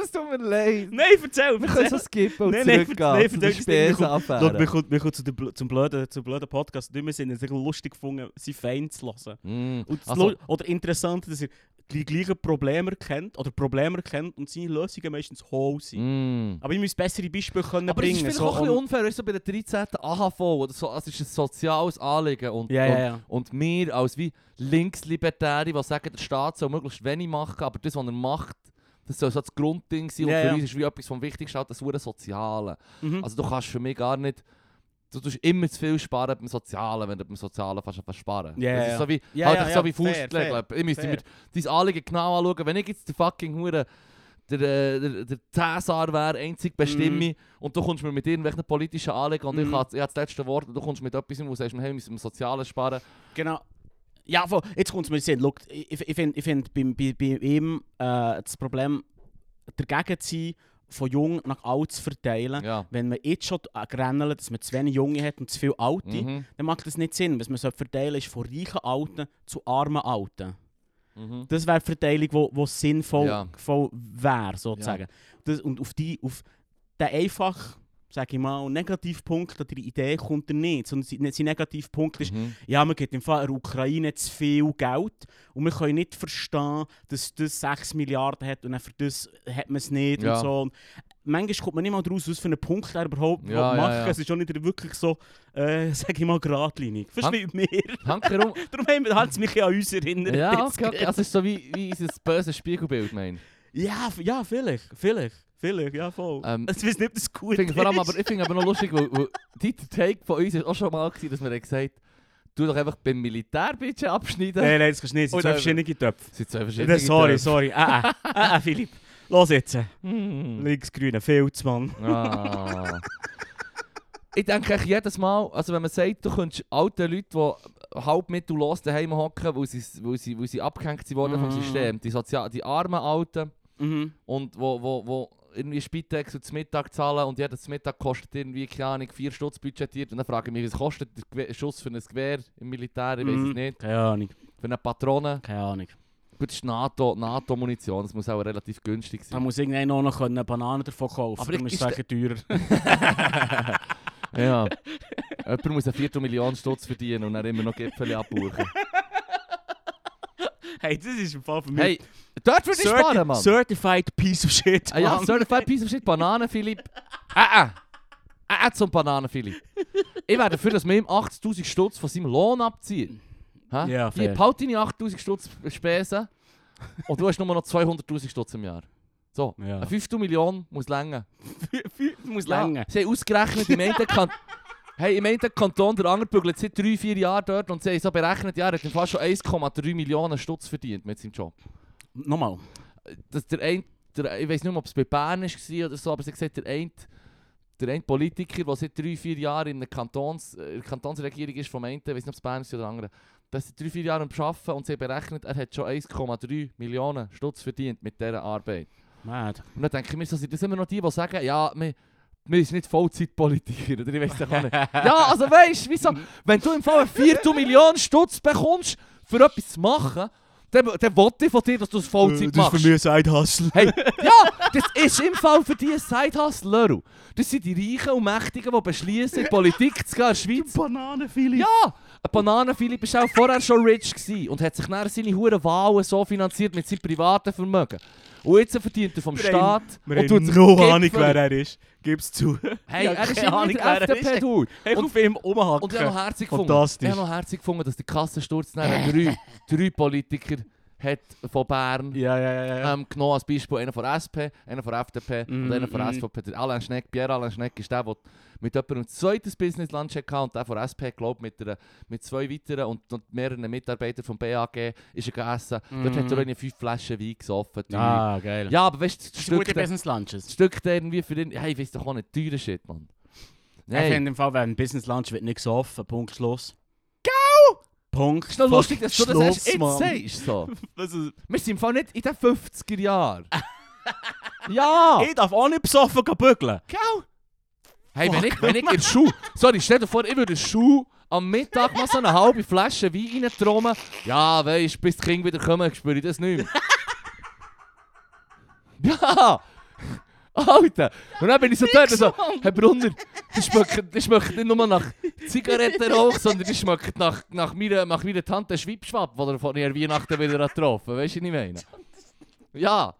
Speaker 1: es tut mir leid.
Speaker 2: Nein, erzähl,
Speaker 1: Wir können so
Speaker 2: erzähl.
Speaker 1: skippen und
Speaker 2: Nein, nein,
Speaker 1: zurückgehen.
Speaker 2: nein,
Speaker 1: zu
Speaker 2: erzähl
Speaker 1: der
Speaker 2: das Ding, wir Schau,
Speaker 1: Spesenaffäre.
Speaker 2: mir kommt, mir kommt zu dem, bl- zum, blöden, zum blöden Podcast nicht mehr Sinn. Es ist ein lustig gefunden, sie fein zu hören.
Speaker 1: Mm,
Speaker 2: Und das
Speaker 1: also,
Speaker 2: Lu- oder interessant, dass er die gleichen Probleme kennt oder Probleme kennt und seine Lösungen meistens hohl sind.
Speaker 1: mm.
Speaker 2: Aber ich muss bessere Beispiele können
Speaker 1: Aber es ist
Speaker 2: bringen.
Speaker 1: vielleicht
Speaker 2: so
Speaker 1: auch ein bisschen
Speaker 2: on-
Speaker 1: unfair, weißt du, so bei der 13. AHV oder so, also es ist ein soziales Anliegen und,
Speaker 2: Ja, ja,
Speaker 1: und,
Speaker 2: ja.
Speaker 1: und wir als wie Linkslibertäre, die sagen, der Staat soll möglichst wenig machen, aber das, was er macht, das soll so das Grundding sein
Speaker 2: Ja,
Speaker 1: und für
Speaker 2: ja.
Speaker 1: uns ist wie etwas vom Wichtigsten halt das hure Soziale.
Speaker 2: Mhm.
Speaker 1: Also du kannst für mich gar nicht, du tust immer zu viel sparen beim Sozialen, wenn du beim Sozialen fast etwas sparen.
Speaker 2: Ja,
Speaker 1: das
Speaker 2: ja,
Speaker 1: ist
Speaker 2: ja.
Speaker 1: so wie,
Speaker 2: Ja,
Speaker 1: halt
Speaker 2: ja,
Speaker 1: so
Speaker 2: ja,
Speaker 1: wie
Speaker 2: fair,
Speaker 1: Faustregel. Ich müsste
Speaker 2: fair.
Speaker 1: mir dein Anliegen genau anschauen. Wenn ich jetzt der fucking Hure der, äh, der, der Cäsar wäre, einzig bestimme und du kommst mir mit irgendwelchen politischen Anliegen und ich,
Speaker 2: Mhm.
Speaker 1: habe, ich habe das letzte Wort und du kommst mit etwas, wo du sagst, hey, wir müssen im Sozialen sparen.
Speaker 2: Genau. Ja, voll. jetzt kommt es mir in den Sinn. Schau, ich, ich finde ich find bei, bei, bei ihm äh, das Problem, dagegen zu sein, von jung nach alt zu verteilen.
Speaker 1: Ja.
Speaker 2: Wenn man jetzt schon grännelt, dass man zu wenig Junge hat und zu viele Alte,
Speaker 1: Mhm.
Speaker 2: dann macht das nicht Sinn. Was man sollte verteilen ist von reichen Alten zu armen Alten.
Speaker 1: Mhm.
Speaker 2: Das wäre die Verteilung, wo, wo sinnvoll
Speaker 1: Ja.
Speaker 2: voll wäre, sozusagen. Das, und auf die, auf den einfach sage ich mal, Negativpunkt an ihre Idee kommt er nicht. Sondern sein sein Negativpunkt ist,
Speaker 1: Mhm.
Speaker 2: ja, man gibt im Fall der Ukraine zu viel Geld und wir können nicht verstehen, dass das 6 Milliarden hat und dann für das hat man es nicht
Speaker 1: Ja.
Speaker 2: und so. Und manchmal kommt man nicht mal daraus, was für einen Punkt er überhaupt
Speaker 1: Ja,
Speaker 2: will
Speaker 1: ja,
Speaker 2: machen
Speaker 1: ja.
Speaker 2: Es ist auch nicht wirklich so, äh, sage ich mal, geradlinig. Versteht mir.
Speaker 1: Hank herum.
Speaker 2: Darum haben wir- hat es mich ja an uns erinnert.
Speaker 1: Ja,
Speaker 2: jetzt
Speaker 1: okay, okay. Also es ist so wie, wie unser böses Spiegelbild, mein.
Speaker 2: Ja, v- ja, vielleicht, vielleicht, vielleicht, ja voll.
Speaker 1: Ähm,
Speaker 2: es ist nicht das
Speaker 1: Ich
Speaker 2: Gute.
Speaker 1: finde vor allem
Speaker 2: ist.
Speaker 1: aber, ich find aber noch lustig, weil, weil die Take von uns war auch schon mal, gewesen, dass wir haben gesagt du doch einfach beim Militär bitte abschneiden.
Speaker 2: Nein, nein, das kannst du nicht. Es sind
Speaker 1: Und
Speaker 2: zwei
Speaker 1: dann-
Speaker 2: verschiedene Töpfe.
Speaker 1: Das sind zwei verschiedene
Speaker 2: Nein, sorry,
Speaker 1: Töpfe.
Speaker 2: sorry. Ah, ah, ah, ah, Philipp. Los jetzt.
Speaker 1: Hm.
Speaker 2: Linksgrüne Filz, Mann.
Speaker 1: Ah. ich denke eigentlich jedes Mal, also wenn man sagt, du könntest alten Leuten, die halb mittellos daheim hocken, weil sie, weil sie, weil sie abgehängt wurden vom
Speaker 2: Mhm.
Speaker 1: System, die, Sozial die armen Alten,
Speaker 2: Mhm.
Speaker 1: und wo, wo, wo irgendwie Spitex und zum Mittag zahlen und jeder zum Mittag kostet irgendwie, keine Ahnung, 4 Stutz budgetiert und dann frage ich mich, was kostet der Gewehr- Schuss für ein Gewehr im Militär, ich weiß
Speaker 2: Mhm.
Speaker 1: es nicht,
Speaker 2: Keine Ahnung,
Speaker 1: für eine Patrone,
Speaker 2: keine Ahnung.
Speaker 1: gut, das ist NATO, NATO-Munition, das muss auch relativ günstig
Speaker 2: Da
Speaker 1: sein.
Speaker 2: muss irgendeiner auch noch eine Banane davon kaufen.
Speaker 1: Aber
Speaker 2: Aber
Speaker 1: ich-
Speaker 2: ist es
Speaker 1: ist
Speaker 2: sicher teurer.
Speaker 1: ja. Jemand muss eine Viertelmillion Stutz verdienen und dann immer noch Gipfel abbuchen.
Speaker 2: hey, das ist im Fall für mich...
Speaker 1: hey, dort würde ich
Speaker 2: Certi-
Speaker 1: sparen, Mann!
Speaker 2: Certified piece of shit,
Speaker 1: Ah, ja,
Speaker 2: Mann.
Speaker 1: Certified Piece of Shit, Bananen, Philipp. Ah, ah. Ah, ah, zum Bananen, Philipp. Ich wäre dafür, dass man ihm 80'000 Stutz von seinem Lohn abzieht. Hä?
Speaker 2: Ja,
Speaker 1: Hier,
Speaker 2: fair.
Speaker 1: behalt deine 80'000 Stutz Spesen und du hast nur noch 200'000 Stutz im Jahr. So,
Speaker 2: Ja.
Speaker 1: eine 5 Million muss länger.
Speaker 2: muss länger.
Speaker 1: Sie haben ausgerechnet, im einen Kanton... Hey, im einen Kanton, der andere bügelt seit 3-4 Jahren dort und sie haben so berechnet, ja, er hat ihm fast schon 1,3 Millionen Stutz verdient mit seinem Job
Speaker 2: Nochmal.
Speaker 1: dass der ein, der, ich weiß nicht mehr, ob es bei Bern war oder so, aber sie hat gesagt, der ein, der ein Politiker, der seit drei, vier Jahren in der, Kantons, äh, in der Kantonsregierung ist, vom einen, ich weiß nicht, ob es Bern ist oder der andere, der ist seit drei, vier Jahren am Arbeiten und sie haben berechnet, er hat schon 1,3 Millionen Stutz verdient mit dieser Arbeit.
Speaker 2: Mad.
Speaker 1: Und dann denke ich mir, so, sind das immer noch die, die sagen, ja, wir, wir sind nicht Vollzeitpolitiker, oder ich weiß auch nicht. ja, also weißt du, wieso, wenn du im Fall eine Viertelmillion Stutz bekommst, für etwas zu machen, dann, dann will ich von dir, dass du es
Speaker 2: Äh,
Speaker 1: Vollzeit machst.
Speaker 2: mich Side-Hustle.
Speaker 1: Hey, ja, das ist im Fall für die ein Sidehustle, Leru. Das sind die Reichen und Mächtigen, die beschließen, in die Politik zu gehen in der Schweiz.
Speaker 2: Banane, Philipp.
Speaker 1: Ja, ein Bananenphilipp war auch vorher schon rich gewesen und hat sich nachher seine hohen Wahlen so finanziert mit seinem privaten Vermögen. Und jetzt verdient er vom
Speaker 2: Wir
Speaker 1: Staat
Speaker 2: Wir
Speaker 1: und tut sich
Speaker 2: no
Speaker 1: Gipfel-
Speaker 2: Ahnung, wer er ist. Gib's zu.
Speaker 1: Hey,
Speaker 2: Ja,
Speaker 1: er ist
Speaker 2: keine
Speaker 1: immer
Speaker 2: Ahnung,
Speaker 1: der
Speaker 2: wer er ist.
Speaker 1: FDP-Dude.
Speaker 2: Hey,
Speaker 1: Und-
Speaker 2: auf ihm umhacken.
Speaker 1: Und ich habe noch herzig gefunden.
Speaker 2: Fantastisch.
Speaker 1: Ich habe noch herzig gefunden, dass der Kassensturz nachher drei, drei Politiker hat von Bern
Speaker 2: Ja, ja, ja, ja.
Speaker 1: ähm, genommen als Beispiel einen von der SP, einen von der FDP und
Speaker 2: Mm,
Speaker 1: einen von der
Speaker 2: mm.
Speaker 1: SVP. Der Alain Schneck, Pierre Alain Schneck ist der, der mit jemandem ein zweites Business Luncheon hatte und der von der SP, glaube mit, einer- mit zwei weiteren und, und mehreren Mitarbeitern vom BAG ist er gegessen. Dort
Speaker 2: Mm.
Speaker 1: hat er irgendwie fünf Flaschen Wein gesoffen. teuer.
Speaker 2: ah, geil.
Speaker 1: Ähm, Ja, aber weißt du, das
Speaker 2: das sind
Speaker 1: Stück,
Speaker 2: gute
Speaker 1: der-
Speaker 2: Business
Speaker 1: das
Speaker 2: Lunches.
Speaker 1: Stück der irgendwie für den... Hey, ich weiss doch auch nicht, teurer Shit, Mann.
Speaker 2: Ich
Speaker 1: Nein.
Speaker 2: finde im Fall, wenn ein Business Lunch wird nicht gesoffen. Punkt, Schluss. Gau! Punkt,
Speaker 1: Ist noch lustig, dass du das
Speaker 2: Schluss,
Speaker 1: erst jetzt
Speaker 2: Mann.
Speaker 1: sagst. So.
Speaker 2: Also,
Speaker 1: Wir sind im Fall nicht in den 50er Jahren. ja!
Speaker 2: Ich darf auch nicht besoffen gehen bügeln.
Speaker 1: Gau! Hey, wenn ich, wenn ich in Schuh. Sorry, stell dir vor, ich würde in Schuh am Mittag mal so eine halbe Flasche Wein reintrommen. Ja, weißt bis die Kinder wieder kommen, spüre ich das nicht mehr. ja! Alter! Und dann bin ich so dort und so, Herr Brunner, das schmeckt, das schmeckt nicht nur nach Zigarettenrauch, sondern das schmeckt nach, nach, meiner, nach meiner Tante Schwibschwab, die er vor ihr Weihnachten wieder hat getroffen Weißt du, was ich meine? Ja,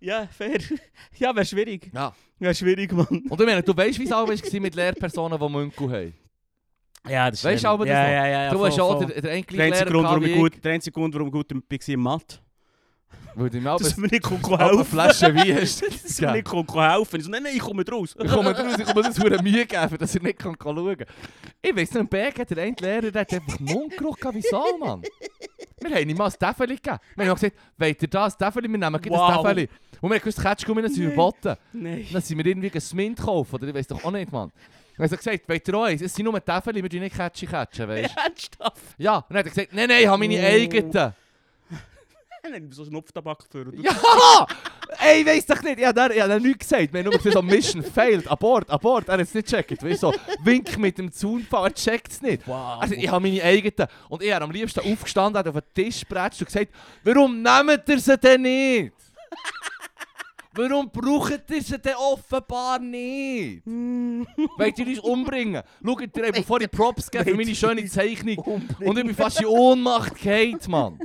Speaker 2: Ja, fair. Ja, wäre schwierig.
Speaker 1: ja.
Speaker 2: Wäre schwierig, Mann.
Speaker 1: Und ich meine, du weißt, wie es auch war mit Lehrpersonen, die Münkel haben.
Speaker 2: Ja, das ist
Speaker 1: Weißt du aber das
Speaker 2: ja,
Speaker 1: noch?
Speaker 2: ja, ja, ja,
Speaker 1: Du
Speaker 2: voll,
Speaker 1: hast auch
Speaker 2: voll.
Speaker 1: der, der eigentlich
Speaker 2: der einzige,
Speaker 1: Lehrer
Speaker 2: Grund,
Speaker 1: gehabt
Speaker 2: warum
Speaker 1: wie
Speaker 2: ich gut, der einzige Grund, warum ich gut im- war im Mathe.
Speaker 1: ich, Weil du ihm
Speaker 2: Dass
Speaker 1: abends
Speaker 2: mir nicht helfen
Speaker 1: eine
Speaker 2: konnte.
Speaker 1: Flasche Wein hast.
Speaker 2: Dass mir nicht helfen Ich so, nein, nein, ich komme raus.
Speaker 1: Ich komme raus, ich muss es für Mühe geben, dass er nicht kann schauen kann. Ich weiss nicht, im Berg hat der eine Lehrer, der hat einfach Mundgeruch gehabt wie Sau, Mann. Wir haben ihm mal ein Tafeli gegeben. Wir haben gesagt, wollt ihr das Tafeli? Wir nehmen gleich das
Speaker 2: Wow.
Speaker 1: Tafeli. Und wir haben gewusst, Ketschgummi das ist
Speaker 2: Nein.
Speaker 1: verboten.
Speaker 2: Nein.
Speaker 1: Dann sind wir irgendwie ein Smint kaufen, oder ich weiss doch auch nicht, Mann. Dann hat er gesagt, wollt ihr auch eins? Es sind nur Tafeli, wir tun nicht Ketschi ketschen, weißt du.
Speaker 2: Ernsthaft?
Speaker 1: Ja, und dann hat er gesagt, nein, nein, ich habe meine
Speaker 2: Oh.
Speaker 1: eigenen.
Speaker 2: Nein, so Schnupftabak für. Ja.
Speaker 1: Ja! Ey, weiss doch nicht, ich hab dir- ich hab dir nichts gesagt. Wir haben nur gesagt, so Mission failed, abort, abort. Er hat es nicht gecheckt. Weißt du, so, wink mit dem Zaunfall, er checkt es nicht.
Speaker 2: Wow.
Speaker 1: Also, ich habe meine eigenen. Und er am liebsten aufgestanden, hat auf den Tisch gebratscht und gesagt, warum nehmt ihr sie denn nicht? Warum braucht ihr sie denn offenbar nicht? Wollt ihr uns umbringen? Schaut ihr, bevor ich Props gebe für
Speaker 2: wollt
Speaker 1: meine
Speaker 2: ihr
Speaker 1: schöne
Speaker 2: uns
Speaker 1: Zeichnung.
Speaker 2: umbringen?
Speaker 1: Und ich bin fast in Ohnmacht gefallen, Mann.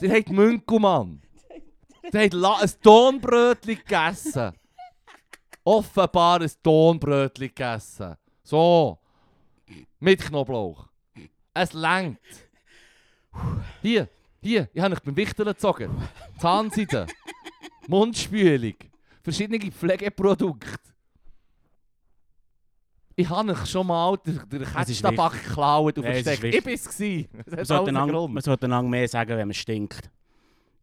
Speaker 1: Ihr habt Münko, Mann. Ihr habt la- ein Tonbrötchen gegessen. Offenbar ein Tonbrötchen gegessen. So. Mit Knoblauch. Es längt. Hier, hier, ich habe euch beim Wichteln gezogen. Zahnseide, Mundspülung, verschiedene Pflegeprodukte. Ich habe euch schon mal den, den
Speaker 2: Es ist
Speaker 1: Ketztabak geklaut und
Speaker 2: Nein, es ist
Speaker 1: versteckt. Ich bin es. gewesen.
Speaker 2: Man
Speaker 1: Das hat
Speaker 2: sollte,
Speaker 1: alles einen
Speaker 2: einander, man
Speaker 1: Grund.
Speaker 2: sollte einander mehr sagen, wenn man stinkt.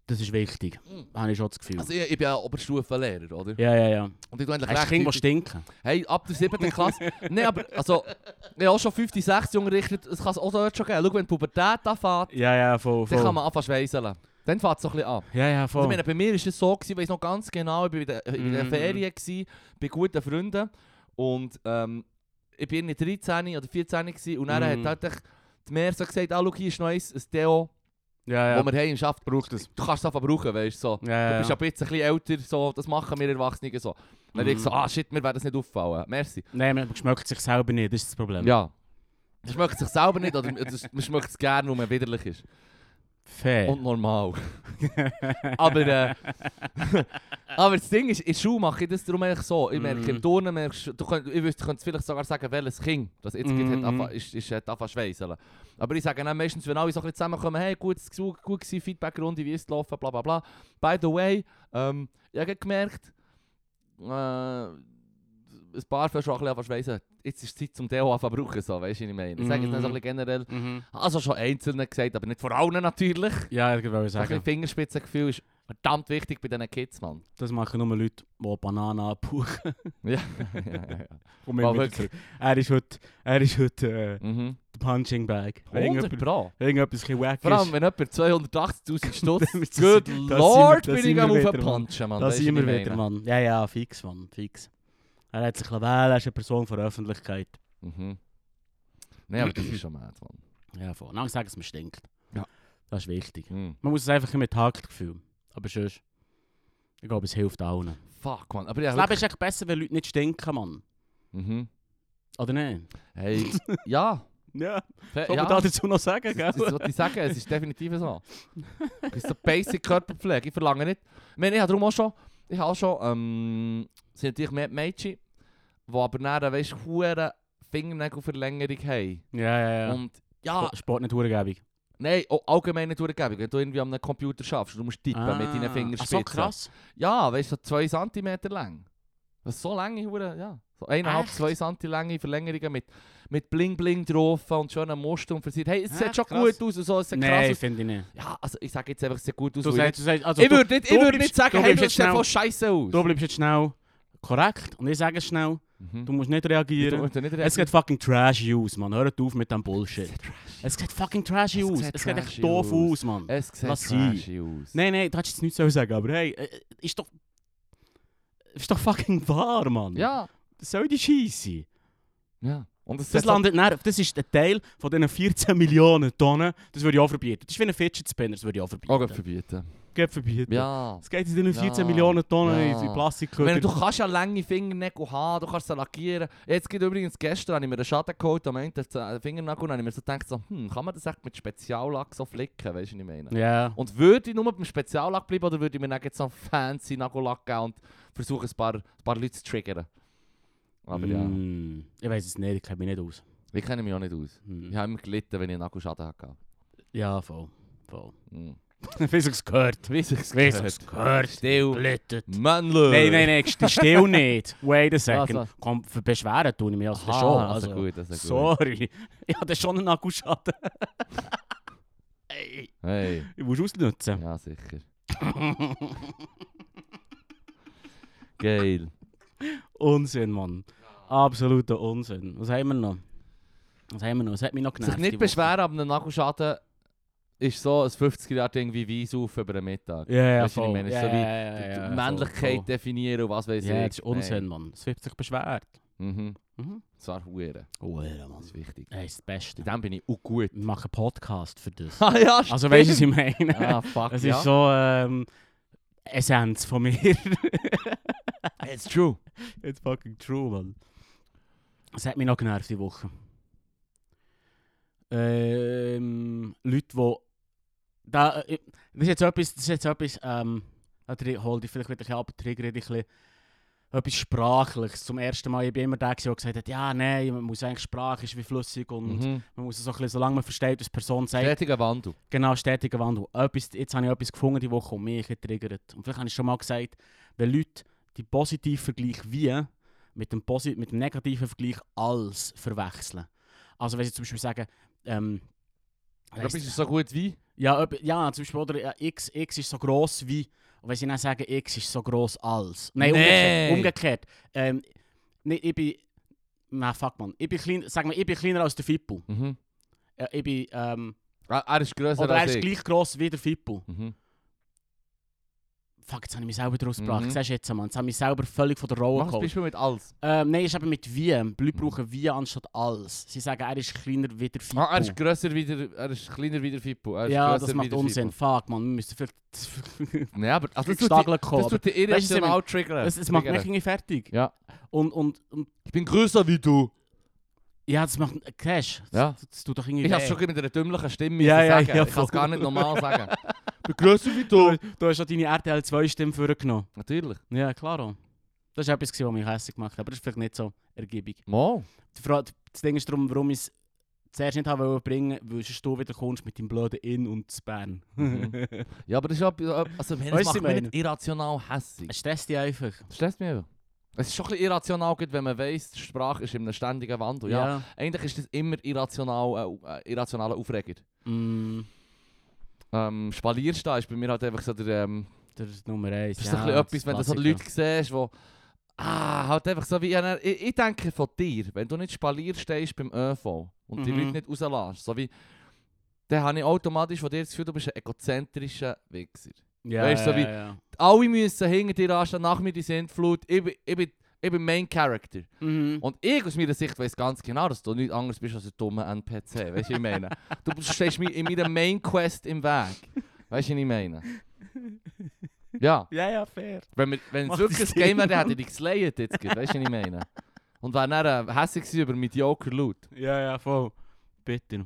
Speaker 2: Das ist wichtig. Habe ich schon das Gefühl.
Speaker 1: Mm. Also ich, ich bin ja Oberstufenlehrer, oder?
Speaker 2: ja, ja, ja.
Speaker 1: Und ich tue eigentlich
Speaker 2: Hast du
Speaker 1: recht-
Speaker 2: Kinder, die stinken?
Speaker 1: Hey, ab der 7. Klasse. Nein, aber also, ich habe auch schon 5. 6. unterrichtet. Es kann es auch dort schon geben. Schau, wenn die Pubertät anfängt,
Speaker 2: Ja, ja, voll,
Speaker 1: dann kann
Speaker 2: voll.
Speaker 1: man anfangen zu schweißeln. Dann fängt es so ein bisschen an.
Speaker 2: Ja, ja,
Speaker 1: Also, ich
Speaker 2: voll.
Speaker 1: meine, bei mir war es so, gewesen, ich weiß noch ganz genau, ich war in der, in der
Speaker 2: Mhm.
Speaker 1: Ferien, gewesen, bei guten Freunden und ähm, ich bin in 13 oder 14 gewesen, und dann
Speaker 2: Mhm.
Speaker 1: hat halt die Mehr so gesagt, ah, schau, hier ist noch eins, ein Deo,
Speaker 2: Ja, ja.
Speaker 1: das wir haben im Schaft. Braucht
Speaker 2: es.
Speaker 1: Du kannst es einfach brauchen, weißt du, so.
Speaker 2: Ja,
Speaker 1: Du
Speaker 2: ja,
Speaker 1: bist
Speaker 2: ja.
Speaker 1: ab jetzt ein bisschen älter, so, das machen wir Erwachsene so. Dann
Speaker 2: Mhm.
Speaker 1: ich so, ah shit, mir wäre das nicht auffallen. Merci.
Speaker 2: Nein, man schmeckt sich selber nicht, das ist das Problem.
Speaker 1: Ja. Man schmeckt sich selber nicht, oder das- man schmeckt es gerne, weil man widerlich ist.
Speaker 2: Fair.
Speaker 1: Und normal. aber, äh, aber das Ding ist, in der Schule mache ich das darum eigentlich so. Ich merke, im
Speaker 2: Mhm.
Speaker 1: Turnen merkst du, du könnt, ich wüsste, könntest vielleicht sogar sagen, welches Kind das jetzt gibt,
Speaker 2: Mhm.
Speaker 1: hat angefangen- ist, ist, hat angefangen zu schweißeln. Aber ich sage dann meistens, wenn alle so ein bisschen zusammenkommen, hey, gutes Gesuch, gut gewesen, Feedback-Runde, wie ist es gelaufen, bla bla bla. By the way, ähm, ich habe gemerkt, äh, ein paar fangen schon ein bisschen an zu schweissen. Jetzt ist die Zeit um zum Deo anfangen zu brauchen, so, weißt du, was ich meine. Ich sage jetzt nicht so ein bisschen generell,
Speaker 2: Mhm.
Speaker 1: also schon einzelne gesagt, aber nicht vor allen natürlich.
Speaker 2: Ja, ich wollte
Speaker 1: Ein bisschen
Speaker 2: sagen,
Speaker 1: Fingerspitzengefühl ist verdammt wichtig bei diesen Kids, Mann.
Speaker 2: das machen nur Leute, die Bananen abpuchen.
Speaker 1: Ja. ja, ja, ja.
Speaker 2: Komm immer
Speaker 1: Aber
Speaker 2: wieder
Speaker 1: wirklich.
Speaker 2: zurück. um Er ist heute, er ist heute äh,
Speaker 1: Mhm.
Speaker 2: der Punching Bag. Wenn
Speaker 1: 100
Speaker 2: irgendjemand-
Speaker 1: Pro.
Speaker 2: wenn irgendetwas ein bisschen wack
Speaker 1: Vor allem,
Speaker 2: ist,
Speaker 1: wenn jemand 280'000 Stutz...
Speaker 2: Damit sind-
Speaker 1: Good
Speaker 2: da sind wir-
Speaker 1: Lord,
Speaker 2: da
Speaker 1: bin
Speaker 2: sind
Speaker 1: ich
Speaker 2: wir
Speaker 1: am
Speaker 2: wieder,
Speaker 1: aufpunchen, Mann.
Speaker 2: da
Speaker 1: Weisst du,
Speaker 2: sind wir
Speaker 1: wie ich
Speaker 2: wieder,
Speaker 1: meine?
Speaker 2: Mann. Ja, ja, fix, Mann, fix. Er hat sich wählen, er ist eine Person von der Öffentlichkeit.
Speaker 1: Mhm. Nein, aber das ist schon mad, Mann.
Speaker 2: Ja, voll. Lang sagen, dass man stinkt.
Speaker 1: Ja.
Speaker 2: Das ist wichtig.
Speaker 1: Mhm.
Speaker 2: Man muss es einfach mit Taktgefühl. Aber sonst, ich glaube, es hilft allen.
Speaker 1: Fuck, Mann. Aber ja,
Speaker 2: Das Leben ist echt besser, wenn Leute nicht stinken, Mann.
Speaker 1: Mhm.
Speaker 2: Oder nicht?
Speaker 1: Hey, ja.
Speaker 2: Ja,
Speaker 1: Fe-
Speaker 2: soll
Speaker 1: ja.
Speaker 2: man da dazu noch sagen,
Speaker 1: Das, das
Speaker 2: gell?
Speaker 1: wollte ich sagen, es ist definitiv so. Das ist so basic Körperpflege, ich verlange nicht. Ich meine, ich habe darum auch schon, ich habe auch schon, ähm, es sind natürlich mehr die Mädchen, die aber dann, äh, weißt du, hure Fingernägelverlängerung haben.
Speaker 2: Ja, ja, ja.
Speaker 1: Und Ah. ja,
Speaker 2: Sport- Sport nicht Hurengebung.
Speaker 1: nein, auch allgemein nicht durchgeben, wenn du irgendwie an einem Computer schaffst, du musst tippen mit deinen Fingerspitzen.
Speaker 2: Ah. so krass.
Speaker 1: Ja, weißt du, so 2 cm lang. Was so lange Hure, ja. So 1,5,
Speaker 2: Echt?
Speaker 1: 2 cm lange Verlängerungen mit, mit Bling Bling drauf und schönen Muster und versiert. Hey, es sieht
Speaker 2: Echt?
Speaker 1: schon
Speaker 2: Krass.
Speaker 1: gut aus und so, es sieht krass
Speaker 2: Nein,
Speaker 1: aus.
Speaker 2: finde ich nicht.
Speaker 1: Ja, also ich sage jetzt einfach, es sieht gut aus.
Speaker 2: Du
Speaker 1: weil
Speaker 2: sagst, du sagst, also
Speaker 1: ich
Speaker 2: du,
Speaker 1: würde nicht, ich
Speaker 2: du
Speaker 1: würd
Speaker 2: bleibst-
Speaker 1: nicht sagen,
Speaker 2: du
Speaker 1: hey,
Speaker 2: bleibst
Speaker 1: das
Speaker 2: jetzt
Speaker 1: sieht
Speaker 2: schnell-
Speaker 1: voll scheiße aus.
Speaker 2: du bleibst jetzt schnell korrekt und ich sage schnell,
Speaker 1: Mhm.
Speaker 2: du musst nicht
Speaker 1: Ich tu-
Speaker 2: reagieren.
Speaker 1: ich tu nicht
Speaker 2: Es
Speaker 1: reagieren.
Speaker 2: geht fucking trashy aus, Mann. Hört auf mit dem Bullshit. Es geht fucking trashy
Speaker 1: Es
Speaker 2: aus.
Speaker 1: sieht
Speaker 2: Es geht
Speaker 1: trashy
Speaker 2: echt doof
Speaker 1: aus.
Speaker 2: aus, Mann.
Speaker 1: Es sieht
Speaker 2: Lass Ne. sein.
Speaker 1: trashy aus.
Speaker 2: Nein, nein, du hättest jetzt nichts sollen sagen, aber hey, äh, ist doch... Ist doch fucking wahr, Mann.
Speaker 1: Ja.
Speaker 2: Das soll die Scheisse.
Speaker 1: ja. Und es halt sieht
Speaker 2: Das
Speaker 1: so-
Speaker 2: landet nach, das ist der Teil von diesen 14 Millionen Tonnen, dus das würde ich auch verbieten. Das ist wie ein Fidget Spinner, das würde ich auch verbieten.
Speaker 1: Oh, Gott, verbieten.
Speaker 2: Geht verbieten.
Speaker 1: Ja.
Speaker 2: Es geht in diesen 14
Speaker 1: Ja.
Speaker 2: Millionen Tonnen
Speaker 1: Ja.
Speaker 2: in die
Speaker 1: Ich meine,
Speaker 2: Plastikkörper.
Speaker 1: du kannst ja lange Fingernägel haben, du kannst sie lackieren. Jetzt gibt übrigens gestern, habe ich mir einen Schaden geholt am Ende der Fingernägel und habe ich mir so gedacht, so, hm, kann man das echt mit Speziallack so flicken, weißt du, was ich meine?
Speaker 2: Ja.
Speaker 1: Und würde ich nur beim Speziallack bleiben oder würde ich mir dann jetzt so einen fancy Nagellack geben und versuchen, ein paar, ein paar Leute zu triggern? Aber ja.
Speaker 2: Mm, Ich weiß es nicht, ich kenne mich nicht aus.
Speaker 1: Ich kenne mich auch nicht aus.
Speaker 2: Mm.
Speaker 1: Ich habe immer gelitten, wenn ich einen Nagelschaden hatte.
Speaker 2: Ja, voll. voll.
Speaker 1: Mhm.
Speaker 2: Wie es gehört.
Speaker 1: Weiss ich's
Speaker 2: Wie es gehört.
Speaker 1: Still.
Speaker 2: Blittet.
Speaker 1: Männle.
Speaker 2: Nein, nein, nein, st- still nicht. Wait a second.
Speaker 1: Also.
Speaker 2: Komm, für Beschweren tue ich mich also
Speaker 1: Aha,
Speaker 2: schon.
Speaker 1: also
Speaker 2: Also,
Speaker 1: gut, also gut.
Speaker 2: Sorry. Ich hatte schon einen Akkuschaden. Ey,
Speaker 1: Hey.
Speaker 2: ich muss ausnutzen.
Speaker 1: Ja, sicher. Geil.
Speaker 2: Unsinn, Mann. Absoluter Unsinn. Was haben wir noch? Was haben wir noch? Was hat mich noch genervt?
Speaker 1: Sich nicht
Speaker 2: die Woche?
Speaker 1: beschweren, aber ein Nagelschaden ist so ein 50er-Jahr-Ding wie Wein auf über den Mittag.
Speaker 2: Ja, ja,
Speaker 1: Weißt du, was ich
Speaker 2: voll.
Speaker 1: meine?
Speaker 2: ja,
Speaker 1: So wie
Speaker 2: ja, ja,
Speaker 1: Die- die
Speaker 2: ja, voll,
Speaker 1: Männlichkeit eh-
Speaker 2: voll.
Speaker 1: definieren und was weiß ich.
Speaker 2: Ja, das ist Unsinn,
Speaker 1: Nein.
Speaker 2: Mann. Es wird sich beschwert.
Speaker 1: Mhm.
Speaker 2: Mhm.
Speaker 1: Das war Huren.
Speaker 2: Oh, ja, Mann.
Speaker 1: Das ist wichtig.
Speaker 2: Ey, ist das Beste.
Speaker 1: In dem bin ich auch gut.
Speaker 2: Wir machen Podcast für das.
Speaker 1: ah ja,
Speaker 2: Also weißt du, was
Speaker 1: stimmt.
Speaker 2: ich meine?
Speaker 1: Ah, fuck,
Speaker 2: es
Speaker 1: ja.
Speaker 2: ist so, ähm, Essenz von mir. Ah,
Speaker 1: It's true.
Speaker 2: It's fucking true, Mann. Das hat mich noch genervt die Woche. Ähm, Leute, die. Da, äh, das ist jetzt etwas, das ist jetzt etwas ähm, da tri- hol dich vielleicht wieder ein bisschen ab, trigger dich ein bisschen. Etwas Sprachliches. Zum ersten Mal, ich bin immer der, gewesen, der gesagt hat, ja, nein, man muss eigentlich, Sprache ist wie flüssig und
Speaker 1: Mhm.
Speaker 2: man muss es so ein bisschen, solange man versteht, was die Person sagt,
Speaker 1: Stetiger Wandel.
Speaker 2: Genau, stetiger Wandel. Etwas, jetzt habe ich etwas gefunden, die Woche, und mich getriggert. Und vielleicht habe ich schon mal gesagt, wenn Leute die positiv Vergleich wie mit dem, posi mit dem negativen Vergleich als verwechseln. Also wenn sie zum Beispiel sagen, ähm,
Speaker 1: Etwas
Speaker 2: weiss-
Speaker 1: ist so gut wie.
Speaker 2: ja, öb- ja, zum Beispiel, oder, ja, X, X ist so gross wie, und wenn sie dann sagen, X ist so gross als. Nein,
Speaker 1: Nee.
Speaker 2: umgekehrt. umgekehrt. Ähm, nee, ich bin, na fuck man, ich bin, klein, sag mal, ich bin kleiner als der Fippo.
Speaker 1: Mhm.
Speaker 2: Äh, ich bin, ähm,
Speaker 1: Er, Ah, er ist grösser
Speaker 2: oder er
Speaker 1: als
Speaker 2: ist
Speaker 1: ich.
Speaker 2: gleich gross wie der Fippo.
Speaker 1: Mhm.
Speaker 2: Fuck, jetzt habe ich mich selber draus gebracht.
Speaker 1: Mhm.
Speaker 2: Siehst du jetzt, Mann? Jetzt habe ich mich selber völlig von der
Speaker 1: Mach
Speaker 2: Rolle
Speaker 1: Mhm. ein
Speaker 2: geholt.
Speaker 1: Beispiel mit alles.
Speaker 2: Ähm, nein, ist eben mit «wie». Die Leute brauchen «wie» anstatt «als». Sie sagen, er ist kleiner wie der Fippo.
Speaker 1: Ah, er ist grösser wie der, er ist kleiner wie der Fippo. Er ist
Speaker 2: ja,
Speaker 1: grösser
Speaker 2: das
Speaker 1: wie
Speaker 2: macht
Speaker 1: der
Speaker 2: Unsinn. Fuck, man, wir müssen vielleicht
Speaker 1: Fippo. Nee, aber also, das tut die-
Speaker 2: gestagelt
Speaker 1: das
Speaker 2: kommen.
Speaker 1: tut die
Speaker 2: Weißt du, was ich
Speaker 1: irrational triggern.
Speaker 2: Es, es macht mich
Speaker 1: Triggern.
Speaker 2: irgendwie fertig.
Speaker 1: Ja.
Speaker 2: Und, und, und
Speaker 1: Ich bin grösser wie du.
Speaker 2: ja, das macht Cash. Das,
Speaker 1: Ja.
Speaker 2: das tut doch irgendwie
Speaker 1: Ich habe
Speaker 2: weh.
Speaker 1: schon mit einer dümmlichen Stimme
Speaker 2: Ja,
Speaker 1: müssen
Speaker 2: ja,
Speaker 1: sagen.
Speaker 2: ja,
Speaker 1: ich kann es
Speaker 2: voll.
Speaker 1: gar nicht normal sagen. Ich bin grösser wie du.
Speaker 2: Du hast schon deine RTL 2-Stimme vorgenommen.
Speaker 1: Natürlich.
Speaker 2: Ja, klar. Das war etwas, gewesen, was mich hässlich gemacht hat. Aber das ist vielleicht nicht so ergiebig.
Speaker 1: Mal.
Speaker 2: Die Frage, das Ding ist darum, warum ich es zuerst nicht habe wollen bringen wollte, weil sonst du wieder kommst mit deinem blöden In und zu Bern.
Speaker 1: Mhm. Ja, aber das ist ja... Also, das
Speaker 2: Weißt du,
Speaker 1: macht
Speaker 2: ich
Speaker 1: mich
Speaker 2: meine-
Speaker 1: nicht irrational hässig.
Speaker 2: Es stresst dich einfach.
Speaker 1: Das stresst mich eben. Es ist schon ein bisschen irrational, gerade wenn man weiss, die Sprache ist in einem ständigen Wandel. Ja. Eigentlich ist das immer irrational, äh, äh, irrationaler Aufreger.
Speaker 2: Mm,
Speaker 1: Ähm, Spalierstehen ist bei mir halt einfach so der... Ähm,
Speaker 2: das ist Nummer eins.
Speaker 1: das ist
Speaker 2: ja,
Speaker 1: so ein bisschen etwas, wenn du
Speaker 2: das
Speaker 1: so Leute
Speaker 2: Klassiker.
Speaker 1: siehst, die... Ah, halt einfach so wie... einer- Ich, ich denke von dir, wenn du nicht Spalier stehst beim ÖV und die
Speaker 2: Mhm.
Speaker 1: Leute nicht rauslässt, so wie... Dann habe ich automatisch von dir das Gefühl, du bist ein egozentrischer Wichser.
Speaker 2: Ja,
Speaker 1: Weißt du,
Speaker 2: ja,
Speaker 1: so wie-
Speaker 2: ja.
Speaker 1: Alle müssen hinter dir anstehen, nach mir die Sintflut. Ich, bin- ich, bin- ich bin Main Character.
Speaker 2: Mhm.
Speaker 1: Und ich aus meiner Sicht weiß ganz genau, dass du nichts anderes bist als ein dummer NPC. Weißt du, was ich meine? Du stehst mir in meiner Main Quest im Weg. Weißt du, was ich meine? Ja,
Speaker 2: ja, ja, fair.
Speaker 1: wenn, wir, wenn es
Speaker 2: Macht
Speaker 1: wirklich ein
Speaker 2: Sinn,
Speaker 1: Game wäre, dann
Speaker 2: Mann.
Speaker 1: hätte ich dich geslayed jetzt. gerade. Weißt du, was ich meine? Und wäre dann äh, hässlich gewesen über mediocre Loot.
Speaker 2: Ja, ja, voll. Bitte.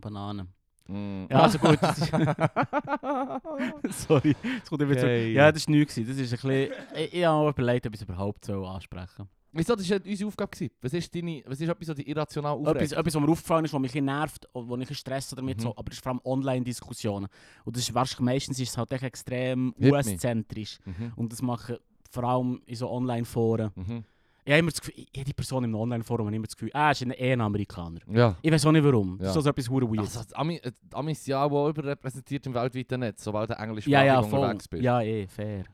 Speaker 2: Bananen.
Speaker 1: Mm.
Speaker 2: Ja, also gut. das ist- Sorry. Es kommt immer zu.
Speaker 1: Okay.
Speaker 2: Ja, das war nichts. gewesen. Das ist ein bisschen... Ich, ich habe mir überlegt, ob ich es überhaupt so ansprechen
Speaker 1: Wieso, das war ja unsere Aufgabe. Gewesen. Was ist deine, was ist etwas, was dich irrational
Speaker 2: Etwas,
Speaker 1: aufregt?
Speaker 2: etwas, was mir aufgefallen ist, was mich ein bisschen nervt, und wo ich ein bisschen Stress damit
Speaker 1: Mhm.
Speaker 2: so, aber das ist vor allem Online-Diskussionen. Und das ist wahrscheinlich meistens ist es halt echt extrem
Speaker 1: Hit me.
Speaker 2: US-zentrisch.
Speaker 1: Mhm.
Speaker 2: Und das machen vor allem in so Online-Foren.
Speaker 1: Mhm.
Speaker 2: Ich habe immer das Gefühl, ich habe die Person im Online-Forum habe ich immer das Gefühl, ah, ist ein eh ein Amerikaner.
Speaker 1: Ja.
Speaker 2: Ich weiß auch nicht warum. Das
Speaker 1: Ja.
Speaker 2: ist so so etwas hure weird.
Speaker 1: Also, die Ami, äh, die Amis sind ja auch überrepräsentiert im weltweiten Netz, sobald du englischsprachig
Speaker 2: ja, ja, voll.
Speaker 1: unterwegs bist.
Speaker 2: Ja, eh, fair.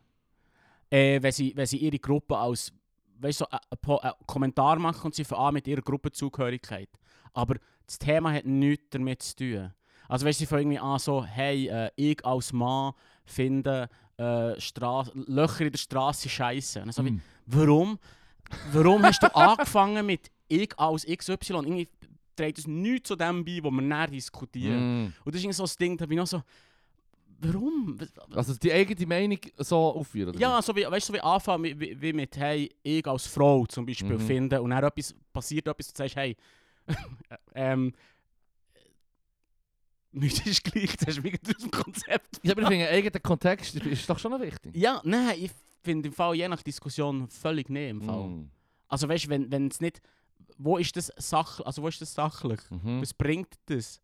Speaker 2: Äh, wenn, sie, wenn sie ihre Gruppe als, weißt du, so, äh, äh, po- äh, Kommentar machen und sie fangen an mit ihrer Gruppenzugehörigkeit. Aber das Thema hat nichts damit zu tun. Also weißt du, sie fangen irgendwie an so, hey, äh, ich als Mann finde äh, Stra- Löcher in der Straße scheiße. Und dann so wie,
Speaker 1: Mm.
Speaker 2: Warum? Warum hast du angefangen mit ich als XY? Irgendwie trägt es nichts zu dem bei, wo wir näher
Speaker 1: Mm.
Speaker 2: diskutieren. Und das ist irgendwie so das Ding, da bin ich noch so, warum? Was- was-
Speaker 1: Also die eigene Meinung so aufführen? oder
Speaker 2: Ja, so wie, weißt du, so wie anfangen mit- wie, wie mit, hey, ich als Frau zum Beispiel
Speaker 1: Mhm.
Speaker 2: finde und dann etwas, passiert etwas und du sagst, hey, ähm, nichts ist gleich, das ist wieder aus dem Konzept.
Speaker 1: wie? Ja, aber ich finde, eigenen Kontext ist- ist doch schon noch wichtig.
Speaker 2: Ja, nein, ich finde im Fall je nach Diskussion völlig nicht im Fall.
Speaker 1: Mm.
Speaker 2: Also weißt du, wenn, wenn es nicht, wo ist das sach, also wo ist das sachlich?
Speaker 1: Mhm.
Speaker 2: Was bringt das?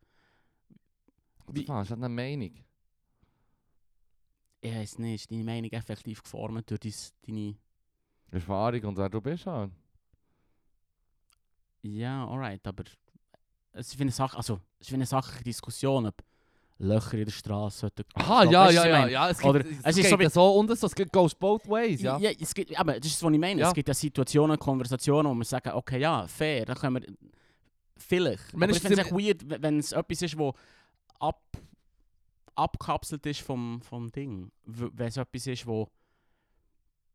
Speaker 1: Wie? Das ist eine Meinung.
Speaker 2: Ich weiß nicht, ist deine Meinung effektiv geformt durch dies, deine...
Speaker 1: Erfahrung und wer du bist halt.
Speaker 2: Ja, alright, aber es ist wie eine Sache, also es ist wie eine sachliche Diskussion, ob Löcher in der Straße sollten
Speaker 1: Aha,
Speaker 2: Weißt
Speaker 1: ja,
Speaker 2: du, was
Speaker 1: ja,
Speaker 2: ich
Speaker 1: ja,
Speaker 2: meine?
Speaker 1: ja. Es,
Speaker 2: Oder-
Speaker 1: gibt, es,
Speaker 2: es ist
Speaker 1: geht
Speaker 2: so wie-
Speaker 1: ja so und so, es geht goes both ways, ja.
Speaker 2: Ja, es gibt, aber das ist, was ich meine.
Speaker 1: Ja.
Speaker 2: Es gibt ja Situationen, Konversationen, wo wir sagen, okay, ja, fair, dann können wir vielleicht.
Speaker 1: meine,
Speaker 2: Aber
Speaker 1: es
Speaker 2: ich finde es
Speaker 1: ist
Speaker 2: echt weird, we- wenn es etwas ist, wo ab, abkapselt ist vom, vom Ding. W- Wenn es etwas ist, wo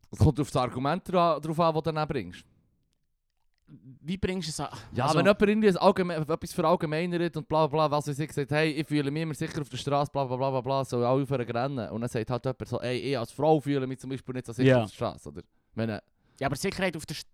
Speaker 1: Es kommt auf das Argument dra- drauf an, das du dann bringst.
Speaker 2: wie bringst du es an?
Speaker 1: Ja,
Speaker 2: Also-
Speaker 1: wenn jemand irgendwie ein allgemein, etwas verallgemeinert und bla bla bla, was weiß ich, sagt, hey, ich fühle mich immer sicher auf der Straße, bla bla bla bla bla, soll alle aufhören zu rennen. Und dann sagt halt jemand so, hey, ich als Frau fühle mich zum Beispiel nicht so sicher
Speaker 2: Ja.
Speaker 1: auf der Straße, oder? Ich meine,
Speaker 2: Ja, aber Sicherheit auf der St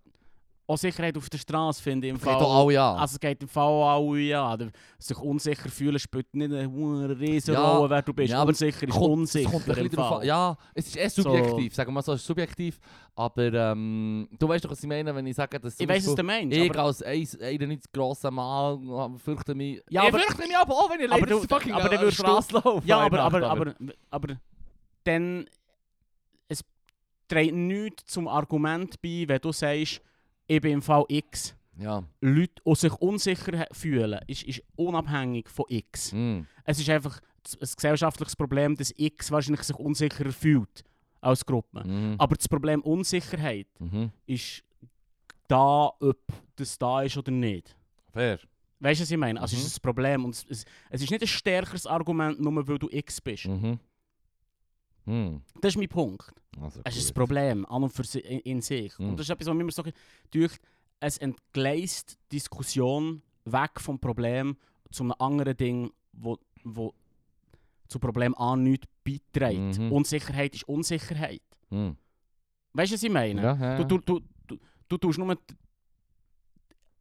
Speaker 2: auch Sicherheit auf der Straße finde ich im
Speaker 1: das geht
Speaker 2: Fall.
Speaker 1: doch alle an.
Speaker 2: Also es geht im Fall auch alle ja. Der- Sich unsicher fühlen spielt nicht eine hohe riesen
Speaker 1: Ja,
Speaker 2: Rolle, wer du bist.
Speaker 1: ja, aber
Speaker 2: unsicher ist
Speaker 1: kommt-
Speaker 2: unsicher.
Speaker 1: Es kommt ein
Speaker 2: im
Speaker 1: bisschen drauf
Speaker 2: Fall.
Speaker 1: an. Ja, es ist eher subjektiv, sagen wir mal so, es ist subjektiv. Aber ähm, du weißt doch, was ich meine, wenn ich sage, dass zum
Speaker 2: Ich weiß, was
Speaker 1: Beispiel
Speaker 2: du meinst.
Speaker 1: ich
Speaker 2: aber-
Speaker 1: als 1 91 grosser Mann fürchte mich...
Speaker 2: Ja, aber-
Speaker 1: ich fürchte mich aber auch, wenn ich
Speaker 2: Aber
Speaker 1: leider
Speaker 2: du-
Speaker 1: auf der fucking
Speaker 2: aber dann
Speaker 1: äh,
Speaker 2: würdest du-
Speaker 1: Straße laufe.
Speaker 2: eh, Ja, aber, aber, aber, aber dann. Es trägt nichts zum Argument bei, wenn du sagst, ich bin im Fall X.
Speaker 1: Ja.
Speaker 2: Leute, die sich unsicher he- fühlen, ist, ist unabhängig von X.
Speaker 1: Mm.
Speaker 2: Es ist einfach z- ein gesellschaftliches Problem, dass X wahrscheinlich sich unsicherer fühlt als Gruppe.
Speaker 1: Mm.
Speaker 2: Aber das Problem Unsicherheit
Speaker 1: Mhm.
Speaker 2: ist da, ob das da ist oder nicht.
Speaker 1: Fair.
Speaker 2: Weißt du, was ich meine? Also es
Speaker 1: Mhm.
Speaker 2: ist ein Problem und es, es, es ist nicht ein stärkeres Argument, nur weil du X bist.
Speaker 1: Mhm. Mm.
Speaker 2: Das ist mein Punkt.
Speaker 1: Also
Speaker 2: Es ist ein
Speaker 1: gut.
Speaker 2: Problem an und für si in, in sich.
Speaker 1: Mhm.
Speaker 2: Und das ist etwas, was mir immer so durch es entgleist die Diskussion weg vom Problem zu einem anderen Ding, wo, wo zu Problem A nichts beiträgt.
Speaker 1: Mhm.
Speaker 2: Unsicherheit ist Unsicherheit.
Speaker 1: Mm.
Speaker 2: Weißt du, was ich meine?
Speaker 1: Ja, ja,
Speaker 2: Du, du, du, du, du tust nur die-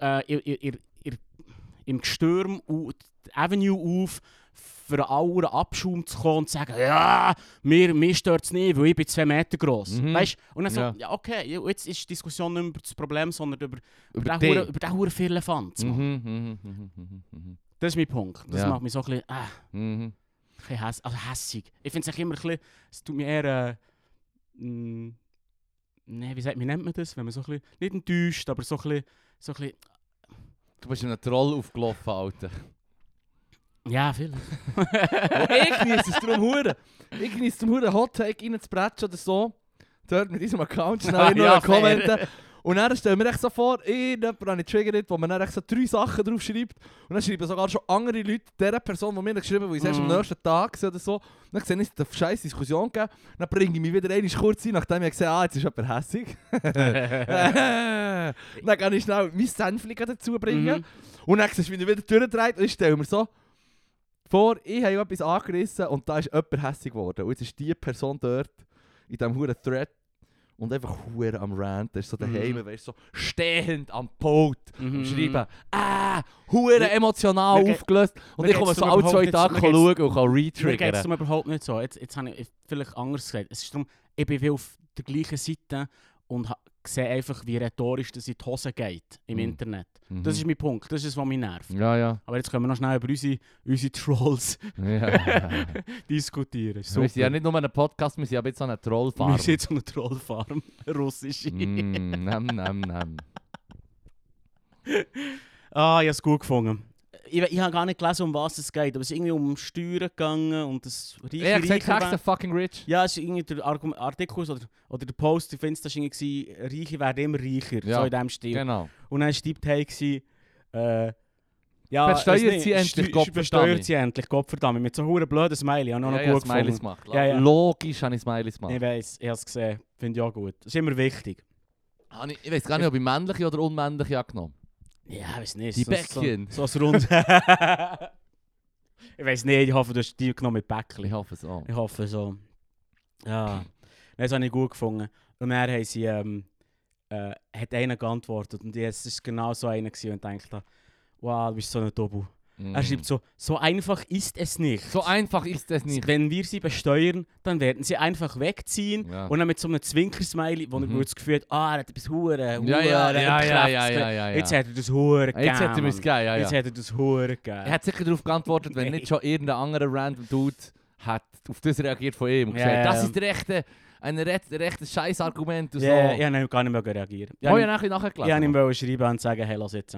Speaker 2: äh, ihr, ihr, ihr, ihr, im Gestürm au- die Avenue auf, für einen anderen Abschaum zu kommen und zu sagen, ja, mir, mir stört es nicht, weil ich bin zwei Meter gross.
Speaker 1: Mhm.
Speaker 2: Weißt du? Und dann so,
Speaker 1: Ja.
Speaker 2: ja. okay, ja, jetzt ist die Diskussion nicht über das Problem, sondern über,
Speaker 1: Über dich.
Speaker 2: über den Huren- über den Huren viel Elefanz. Mann.
Speaker 1: Mhm, mhm, mhm, mhm, mhm,
Speaker 2: Das ist mein Punkt. Das
Speaker 1: Ja.
Speaker 2: macht mich so ein bisschen, äh, ein
Speaker 1: mhm.
Speaker 2: bisschen häss also hässig. Ich finde es immer ein bisschen, es tut mir eher, äh, mh, nee, wie, sagt, wie nennt man das, wenn man so ein bisschen, nicht enttäuscht, aber so ein bisschen, so ein bisschen
Speaker 1: Du bist in einen Troll aufgelaufen, Alter.
Speaker 2: Ja, vielleicht.
Speaker 1: Und ich genieße es drum hure. Ich genieße drum hure Hot Take rein zu bretschen oder so. Dort mit diesem Account schnell in
Speaker 2: Ah, Ja,
Speaker 1: ja,
Speaker 2: fair.
Speaker 1: Kommenten. Und dann stelle ich mir echt so vor, irgendjemand habe ich triggert, wo man dann echt so drei Sachen drauf schreibt. Und dann schreiben sogar schon andere Leute der Person, die mir dann geschrieben hat, die ich erst am
Speaker 2: Mhm.
Speaker 1: nächsten Tag sehe oder so. Und dann sehe ich, es hat eine scheisse Diskussion gegeben. Und dann bringe ich mich wieder einmal kurz ein, nachdem ich gesehen habe, ah, jetzt ist jemand hässig.
Speaker 2: Äh.
Speaker 1: dann kann ich schnell mein Senfli dazu bringen.
Speaker 2: Mhm.
Speaker 1: Und dann siehst du, wie er wieder durchdreht und ich stelle mir so vor, ich habe etwas angerissen und da ist jemand hässig geworden. Und jetzt ist die Person dort in diesem huren Thread und einfach hure am Rant. Der ist so daheim,
Speaker 2: Mhm.
Speaker 1: weißt du, so stehend am Pult
Speaker 2: Mhm.
Speaker 1: am Schreiben. Ah, hure emotional
Speaker 2: mir geht-
Speaker 1: aufgelöst. Und
Speaker 2: mir
Speaker 1: ich komme
Speaker 2: geht's
Speaker 1: so
Speaker 2: darum
Speaker 1: alle zwei
Speaker 2: überhaupt nicht-
Speaker 1: Tage
Speaker 2: mir
Speaker 1: schauen
Speaker 2: geht's-
Speaker 1: und kann
Speaker 2: Mir geht es
Speaker 1: retriggern.
Speaker 2: überhaupt nicht so. Jetzt, jetzt habe ich vielleicht anders gesagt. Es ist darum, ich bin wie auf der gleichen Seite und ha- sehe einfach, wie rhetorisch das in die Hose geht im
Speaker 1: Mhm.
Speaker 2: Internet. Das ist mein Punkt. Das ist es, was mich nervt.
Speaker 1: Ja, ja.
Speaker 2: Aber jetzt können wir noch schnell über unsere, unsere Trolls
Speaker 1: ja.
Speaker 2: diskutieren.
Speaker 1: wir sind ja
Speaker 2: Super.
Speaker 1: nicht nur ein Podcast, wir sind aber jetzt so eine Trollfarm.
Speaker 2: Wir sind jetzt so eine Trollfarm. Eine Russische.
Speaker 1: Mm, nam, nam, nam.
Speaker 2: Ah, ich habe es gut gefunden. Ich, ich habe gar nicht gelesen, um was es geht. Aber es ist irgendwie um Steuern gegangen und das reiche,
Speaker 1: Ich hab gesagt,
Speaker 2: reiche-
Speaker 1: tax the fucking rich.
Speaker 2: Ja, es ist irgendwie der Argum- Artikel oder, oder der Post, ich finde es irgendwie, gewesen, Reiche werden immer reicher,
Speaker 1: Ja,
Speaker 2: so in diesem Stil.
Speaker 1: Genau.
Speaker 2: Und dann war die Tipp, hey, äh, ja,
Speaker 1: Versteuert
Speaker 2: weiss nicht,
Speaker 1: sie endlich,
Speaker 2: Steu-
Speaker 1: Gottverdammt.
Speaker 2: Versteuert sie endlich, Gottverdammt. Mit so einem blöden Smiley, habe ich auch noch
Speaker 1: ja, ja,
Speaker 2: gut
Speaker 1: Smileys
Speaker 2: gefunden.
Speaker 1: gemacht.
Speaker 2: Ja, ja.
Speaker 1: Logisch habe ich Smileys gemacht.
Speaker 2: Ich weiss, ich habe es gesehen, finde ich auch gut. Das ist immer wichtig.
Speaker 1: Habe ich, ich weiß gar nicht, ob ich männliche oder unmännliche angenommen
Speaker 2: Ja, ich weiss nicht.
Speaker 1: Die
Speaker 2: so- so-
Speaker 1: Bäckchen.
Speaker 2: So, so ein Rund. ich weiss nicht, ich hoffe, du hast die genommen mit Bäckchen.
Speaker 1: habe. Ich hoffe es auch.
Speaker 2: Ich hoffe so. Ja. Das habe ich gut gefunden. Und dann haben sie, ähm, äh, hat einer geantwortet. Und jetzt ist genau so einer gewesen, und ich dachte, wow, du bist so ein Dobu.
Speaker 1: Mhm.
Speaker 2: Er schreibt so, so einfach ist es nicht.
Speaker 1: so einfach ist das nicht.
Speaker 2: Wenn wir sie besteuern, dann werden sie einfach wegziehen.
Speaker 1: Ja.
Speaker 2: Und dann mit so einem Zwinkersmiley, wo
Speaker 1: Mhm.
Speaker 2: er wo das Gefühl hat, ah, er hat etwas Huren,
Speaker 1: Ja, ja,
Speaker 2: Huren,
Speaker 1: ja, ja, ja,
Speaker 2: Krebs-
Speaker 1: ja, ja, ja.
Speaker 2: Jetzt hat er das Huren gegeben.
Speaker 1: Jetzt hätte er mir es
Speaker 2: Mann.
Speaker 1: gegeben, ja, ja.
Speaker 2: Jetzt hat er das Huren gegeben.
Speaker 1: Er hat sicher darauf geantwortet, wenn
Speaker 2: Nein.
Speaker 1: nicht schon irgendein anderer random Dude hat auf das reagiert von ihm und
Speaker 2: Ja,
Speaker 1: gesagt,
Speaker 2: ja.
Speaker 1: das ist der rechte, ein recht, rechtes Scheißargument und so.
Speaker 2: Ja, nou, ich habe gar nicht mehr reagieren. Ich
Speaker 1: Ja, oh,
Speaker 2: habe nicht-
Speaker 1: ja, nachher nachgelesen.
Speaker 2: Ja, ich wollte schreiben und sagen, hey, lass jetzt.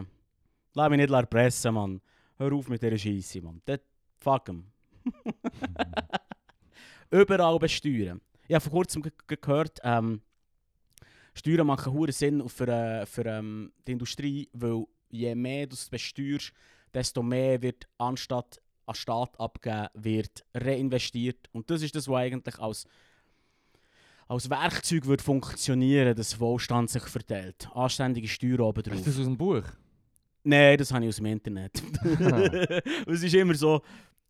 Speaker 2: Lass mich nicht lassen pressen, Mann. Hör auf mit dieser Scheisse, Mann. Das, fuck 'em. Überall besteuern. Ich habe vor kurzem ge- ge- gehört, ähm, Steuern machen hohen Sinn für, äh, für ähm, die Industrie, weil je mehr du es besteuerst, desto mehr wird anstatt an den Staat abgegeben, wird reinvestiert. Und das ist das, was eigentlich als, als Werkzeug würde funktionieren, dass Wohlstand sich verteilt. Anständige Steuern oben
Speaker 1: Ist
Speaker 2: drauf.
Speaker 1: das aus dem Buch?
Speaker 2: Nein, das habe ich aus dem Internet. Und es ist immer so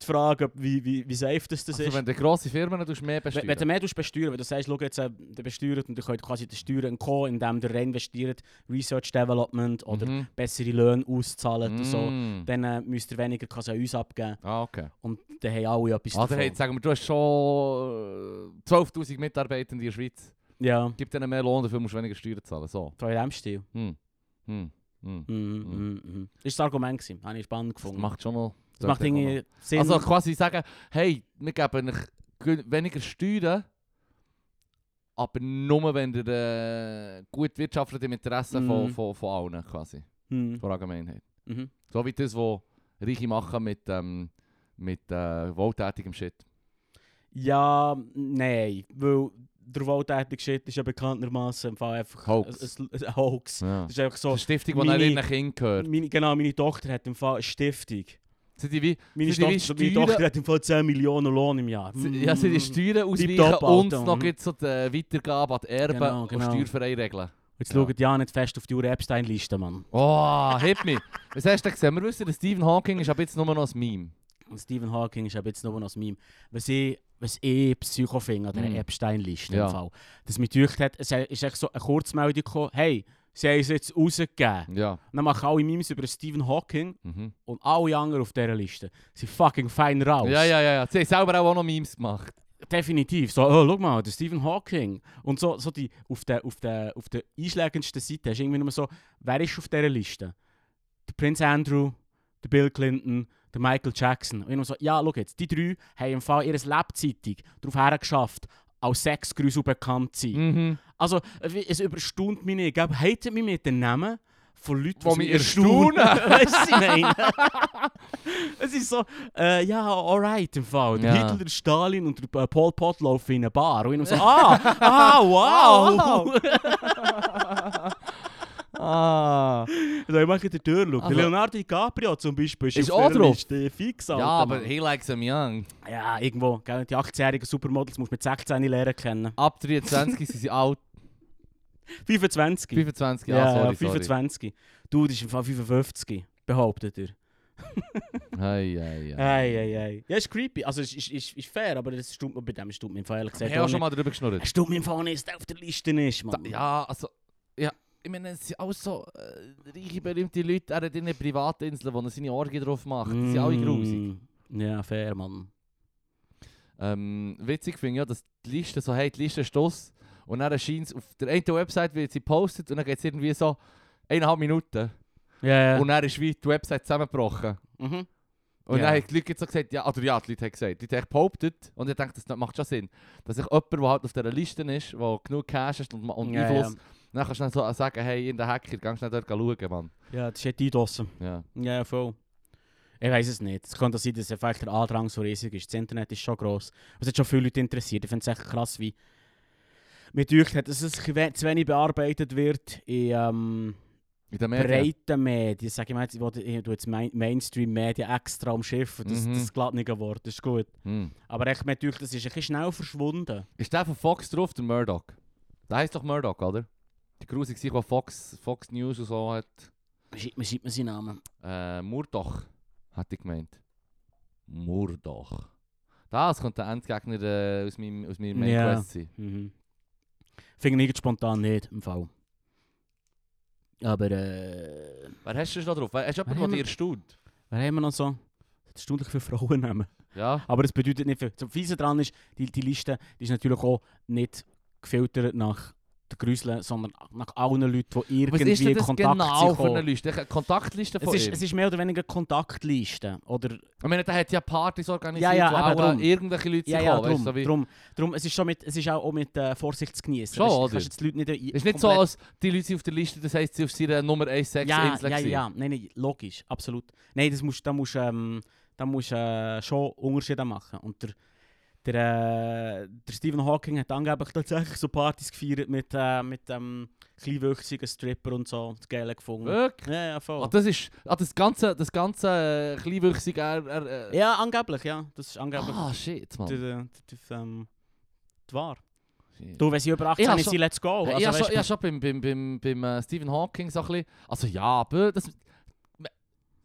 Speaker 2: die Frage, ob- wie, wie, wie safe das, das
Speaker 1: Also
Speaker 2: ist.
Speaker 1: wenn du grosse Firmen tust, mehr
Speaker 2: Wenn,
Speaker 1: besteuern.
Speaker 2: wenn du mehr tust besteuern, wenn du sagst, schau jetzt, äh, der besteuert und ihr könnt quasi den Steuern entkommen, indem ihr reinvestiert, Research Development oder
Speaker 1: Mhm.
Speaker 2: bessere Löhne auszahlen und so,
Speaker 1: Mm.
Speaker 2: dann äh, müsst ihr weniger quasi an uns abgeben
Speaker 1: Ah, okay.
Speaker 2: und dann haben alle etwas
Speaker 1: Also
Speaker 2: davon.
Speaker 1: hey, sagen wir, du hast schon äh, 12'000 Mitarbeitende in der Schweiz.
Speaker 2: Ja,
Speaker 1: Gib denen mehr Lohn, dafür musst du weniger Steuern zahlen. So.
Speaker 2: so in dem Stil.
Speaker 1: Hm. Hm. Hm.
Speaker 2: Mhm, mhm, mhm. Das war das Argument, gewesen. habe ich spannend
Speaker 1: Das
Speaker 2: gefunden.
Speaker 1: macht schon noch...
Speaker 2: das macht irgendwie Sinn.
Speaker 1: Also quasi sagen, hey, wir geben euch gön- weniger Steuern, aber nur wenn ihr äh, gut wirtschaftet im Interesse von,
Speaker 2: Mhm.
Speaker 1: von, von allen quasi,
Speaker 2: Mhm,
Speaker 1: von der Allgemeinheit.
Speaker 2: mhm.
Speaker 1: So wie das, was Reiche machen mit, ähm, mit äh, wohltätigem Shit.
Speaker 2: Ja, nein, weil der wohltätige Shit ist ja bekanntermaßen im Fall einfach
Speaker 1: Hoax.
Speaker 2: Ein, ein, ein Hoax.
Speaker 1: Ja.
Speaker 2: Das ist einfach so.
Speaker 1: Das ist eine Stiftung, die
Speaker 2: meine-
Speaker 1: dann ihren Kind gehört.
Speaker 2: Meine, genau, meine Tochter hat im Fall eine Stiftung.
Speaker 1: Sind die wie,
Speaker 2: Meine,
Speaker 1: Sind die
Speaker 2: Tochter,
Speaker 1: wie
Speaker 2: meine
Speaker 1: Steuern-
Speaker 2: Tochter hat im Fall 10 Millionen Lohn im Jahr.
Speaker 1: sie- ja, sie die Steuern
Speaker 2: Tipptopp,
Speaker 1: ausweichen
Speaker 2: Alter,
Speaker 1: und noch
Speaker 2: mhm.
Speaker 1: gibt's so die Weitergabe an die Erben
Speaker 2: Genau,
Speaker 1: und
Speaker 2: genau.
Speaker 1: steuerfrei regeln.
Speaker 2: Jetzt
Speaker 1: Ja.
Speaker 2: schaut ja nicht fest auf die Uhr Epstein-Liste, Mann.
Speaker 1: Oh, hit me. Was hast du gesehen? Wir wissen, dass Stephen Hawking ist ab jetzt nur noch ein Meme.
Speaker 2: Und Stephen Hawking ist eben jetzt nur noch ein Meme. Was ich, was ich Psycho finde an dieser
Speaker 1: Mhm.
Speaker 2: Epstein-Liste
Speaker 1: Ja.
Speaker 2: im Fall, dass mich gedacht hat, es ist echt so eine Kurzmeldung gekommen, hey, sie haben es jetzt rausgegeben.
Speaker 1: Ja.
Speaker 2: Und dann machen alle Memes über Stephen Hawking
Speaker 1: Mhm.
Speaker 2: und alle anderen auf dieser Liste. Sie fucking fein raus.
Speaker 1: Ja, ja, ja, ja. Sie haben selber auch noch Memes gemacht.
Speaker 2: Definitiv. So, oh, schau mal, der Stephen Hawking. Und so, so die, auf der auf der, auf der einschlägendsten Seite hast du irgendwie nur so, wer ist auf dieser Liste? Der Prinz Andrew, der Bill Clinton, der Michael Jackson. Und ich nur so, ja, schau jetzt, die drei haben im Fall ihres Lebzeitig darauf hergeschafft, als Sexgrüße bekannt zu sein.
Speaker 1: Mhm.
Speaker 2: Also, wie- es überstaunt mich nicht. Gell? Hatet mich mit den Namen von Leuten,
Speaker 1: Wo
Speaker 2: die
Speaker 1: mich
Speaker 2: mich
Speaker 1: erstaunen.
Speaker 2: erstaunen. weißt du, was ich meine? es ist so, äh, ja, alright im Fall. Der
Speaker 1: Ja.
Speaker 2: Hitler, Stalin und der, äh, Pol Pot laufen in eine Bar. Und ich so, ah, ah,
Speaker 1: Ah,
Speaker 2: wow.
Speaker 1: Ah.
Speaker 2: da ich mache den Tür, schau.
Speaker 1: Also-
Speaker 2: Der Leonardo DiCaprio zum Beispiel ist,
Speaker 1: Ist
Speaker 2: auf
Speaker 1: auch
Speaker 2: der
Speaker 1: drauf.
Speaker 2: Liste. äh, Fix,
Speaker 1: Ja,
Speaker 2: Alter,
Speaker 1: aber
Speaker 2: Mann.
Speaker 1: he likes them young.
Speaker 2: Ja, irgendwo. Gell? Die 18-jährigen Supermodels musst du mit 16 lernen kennen.
Speaker 1: Ab 23 sind sie alt.
Speaker 2: 25.
Speaker 1: 25, ja,
Speaker 2: ja,
Speaker 1: sorry,
Speaker 2: 25. Du, das ist im Fall 55, behauptet er.
Speaker 1: sorry. Ei, ei, ei.
Speaker 2: Ei, ei, ei. Ja, ist creepy. Also, es ist, ist, ist fair, aber das stimmt mir bei dem stimmt mir im Fall ehrlich
Speaker 1: Wir
Speaker 2: gesagt
Speaker 1: haben
Speaker 2: auch
Speaker 1: auch schon
Speaker 2: nicht.
Speaker 1: mal drüber geschnurrt.
Speaker 2: Es stimmt mir im Fall nicht, dass der auf der Liste ist,
Speaker 1: Da-
Speaker 2: Mann.
Speaker 1: Ja, also... Ja, ich meine, es sind auch so äh, reiche, berühmte Leute. Er hat in einer Privatinseln, wo er seine Orgie drauf macht. Die sind alle
Speaker 2: Mm.
Speaker 1: grusig.
Speaker 2: Ja, fair, Mann.
Speaker 1: Ähm, witzig finde ich ja, dass die Liste so, hey, die Liste ist das. Und dann erscheint es auf der einen Website, wird sie gepostet und dann geht es irgendwie so eineinhalb Minuten.
Speaker 2: Ja,
Speaker 1: Und dann ist wie die Website zusammengebrochen.
Speaker 2: Mhm.
Speaker 1: Und
Speaker 2: Ja.
Speaker 1: dann haben die Leute so gesagt, ja, oder ja, die Leute haben gesagt, die Leute haben behauptet, und ich denke, das macht schon Sinn, dass sich jemand, der halt auf dieser Liste ist, der genug Cash hat und, und
Speaker 2: ja,
Speaker 1: Einfluss, dann kannst du dann so sagen, hey, in der Hacker, geh schnell dort schauen, Mann.
Speaker 2: Ja. ja, das ist eindossen.
Speaker 1: Ja.
Speaker 2: Ja, ja, voll. Ich weiß es nicht. Es könnte sein, dass einfach der Andrang so riesig ist. Das Internet ist schon gross. Es hat schon viele Leute interessiert. Ich finde es echt krass, wie mit euch hat, dass es zu wenig bearbeitet wird in. Ähm,
Speaker 1: In den Medien.
Speaker 2: breiten Medien, sag ich mal, jetzt, wo die- ich tu jetzt Main Mainstream-Medien extra umschiffen, das,
Speaker 1: Mhm.
Speaker 2: das glattnige Wort, das ist gut.
Speaker 1: Hm.
Speaker 2: Aber echt, mir dünkt, das ist ein bisschen schnell verschwunden.
Speaker 1: Ist der von Fox drauf, der Murdoch? Der heisst doch Murdoch, oder? Die grusig sich, was Fox, Fox News und so hat.
Speaker 2: Man sieht, man sieht man seinen Namen.
Speaker 1: Äh, Murdoch, hätte ich gemeint. Murdoch. Das könnte der Endgegner äh, aus meinem, aus meinem Main
Speaker 2: Ja.
Speaker 1: Quest sein.
Speaker 2: Mhm. Finde ich jetzt spontan nicht, im Fall. Aber, äh,
Speaker 1: Wer hast du schon drauf? Wer- Hast du
Speaker 2: Wer
Speaker 1: jemanden, der
Speaker 2: haben
Speaker 1: dir staunt?
Speaker 2: wer haben wir noch so? Stunde für Frauen nehmen.
Speaker 1: Ja.
Speaker 2: Aber das bedeutet nicht viel. Das Fiese dran ist, die, die Liste die ist natürlich auch nicht gefiltert nach den Grüseln, sondern nach allen Leuten, die
Speaker 1: Was ist
Speaker 2: irgendwie
Speaker 1: denn
Speaker 2: in
Speaker 1: das
Speaker 2: Kontakt
Speaker 1: genau
Speaker 2: sind
Speaker 1: für
Speaker 2: gekommen.
Speaker 1: eine Liste? Eine Kontaktliste
Speaker 2: Es
Speaker 1: von
Speaker 2: ist,
Speaker 1: ihm?
Speaker 2: es ist mehr oder weniger Kontaktliste. Oder,
Speaker 1: Ich meine, der hat ja Partys organisiert,
Speaker 2: Ja, ja,
Speaker 1: wo
Speaker 2: eben
Speaker 1: auch
Speaker 2: drum.
Speaker 1: äh, irgendwelche Leute
Speaker 2: ja,
Speaker 1: sind
Speaker 2: ja,
Speaker 1: gekommen,
Speaker 2: drum,
Speaker 1: weißt du, so wie-
Speaker 2: drum, drum. Es ist, schon mit, es ist auch, auch mit äh, Vorsicht zu genießen.
Speaker 1: Schon,
Speaker 2: Weißt du,
Speaker 1: oder?
Speaker 2: kannst jetzt die Leute nicht ein-
Speaker 1: Es ist nicht so, als die Leute sind auf der Liste, das heisst, sie sind auf ihrer Nummer 1 Sex
Speaker 2: ja,
Speaker 1: Insel
Speaker 2: ja, ja,
Speaker 1: gewesen.
Speaker 2: ja. Nein, nein, logisch, absolut. Nein, das musst, da musst, ähm, da musst äh, schon Unterschiede machen. Und der, der, äh, der Stephen Hawking hat angeblich tatsächlich so Partys gefeiert mit, äh, mit ähm, kleinwüchsigen Stripper und so. Das Geile gefunden.
Speaker 1: Wirklich?
Speaker 2: Ja, Hm. ja, voll.
Speaker 1: Ah, das ist... Ah, das ganze... Das ganze... Äh, Kleinwüchsige... Er, er, äh,
Speaker 2: ja, Ah, angeblich, ja. Das ist angeblich.
Speaker 1: ah, shit, Mann.
Speaker 2: Die, die, die, die, ähm, die Wahr. Du, wenn sie über 18
Speaker 1: Ich hab
Speaker 2: sind,
Speaker 1: schon-
Speaker 2: sie let's go.
Speaker 1: Hey,
Speaker 2: Also,
Speaker 1: ich habe
Speaker 2: weißt
Speaker 1: schon, ich hab schon beim, beim, beim, beim äh, Stephen Hawking so ein bisschen, also ja, bö, das,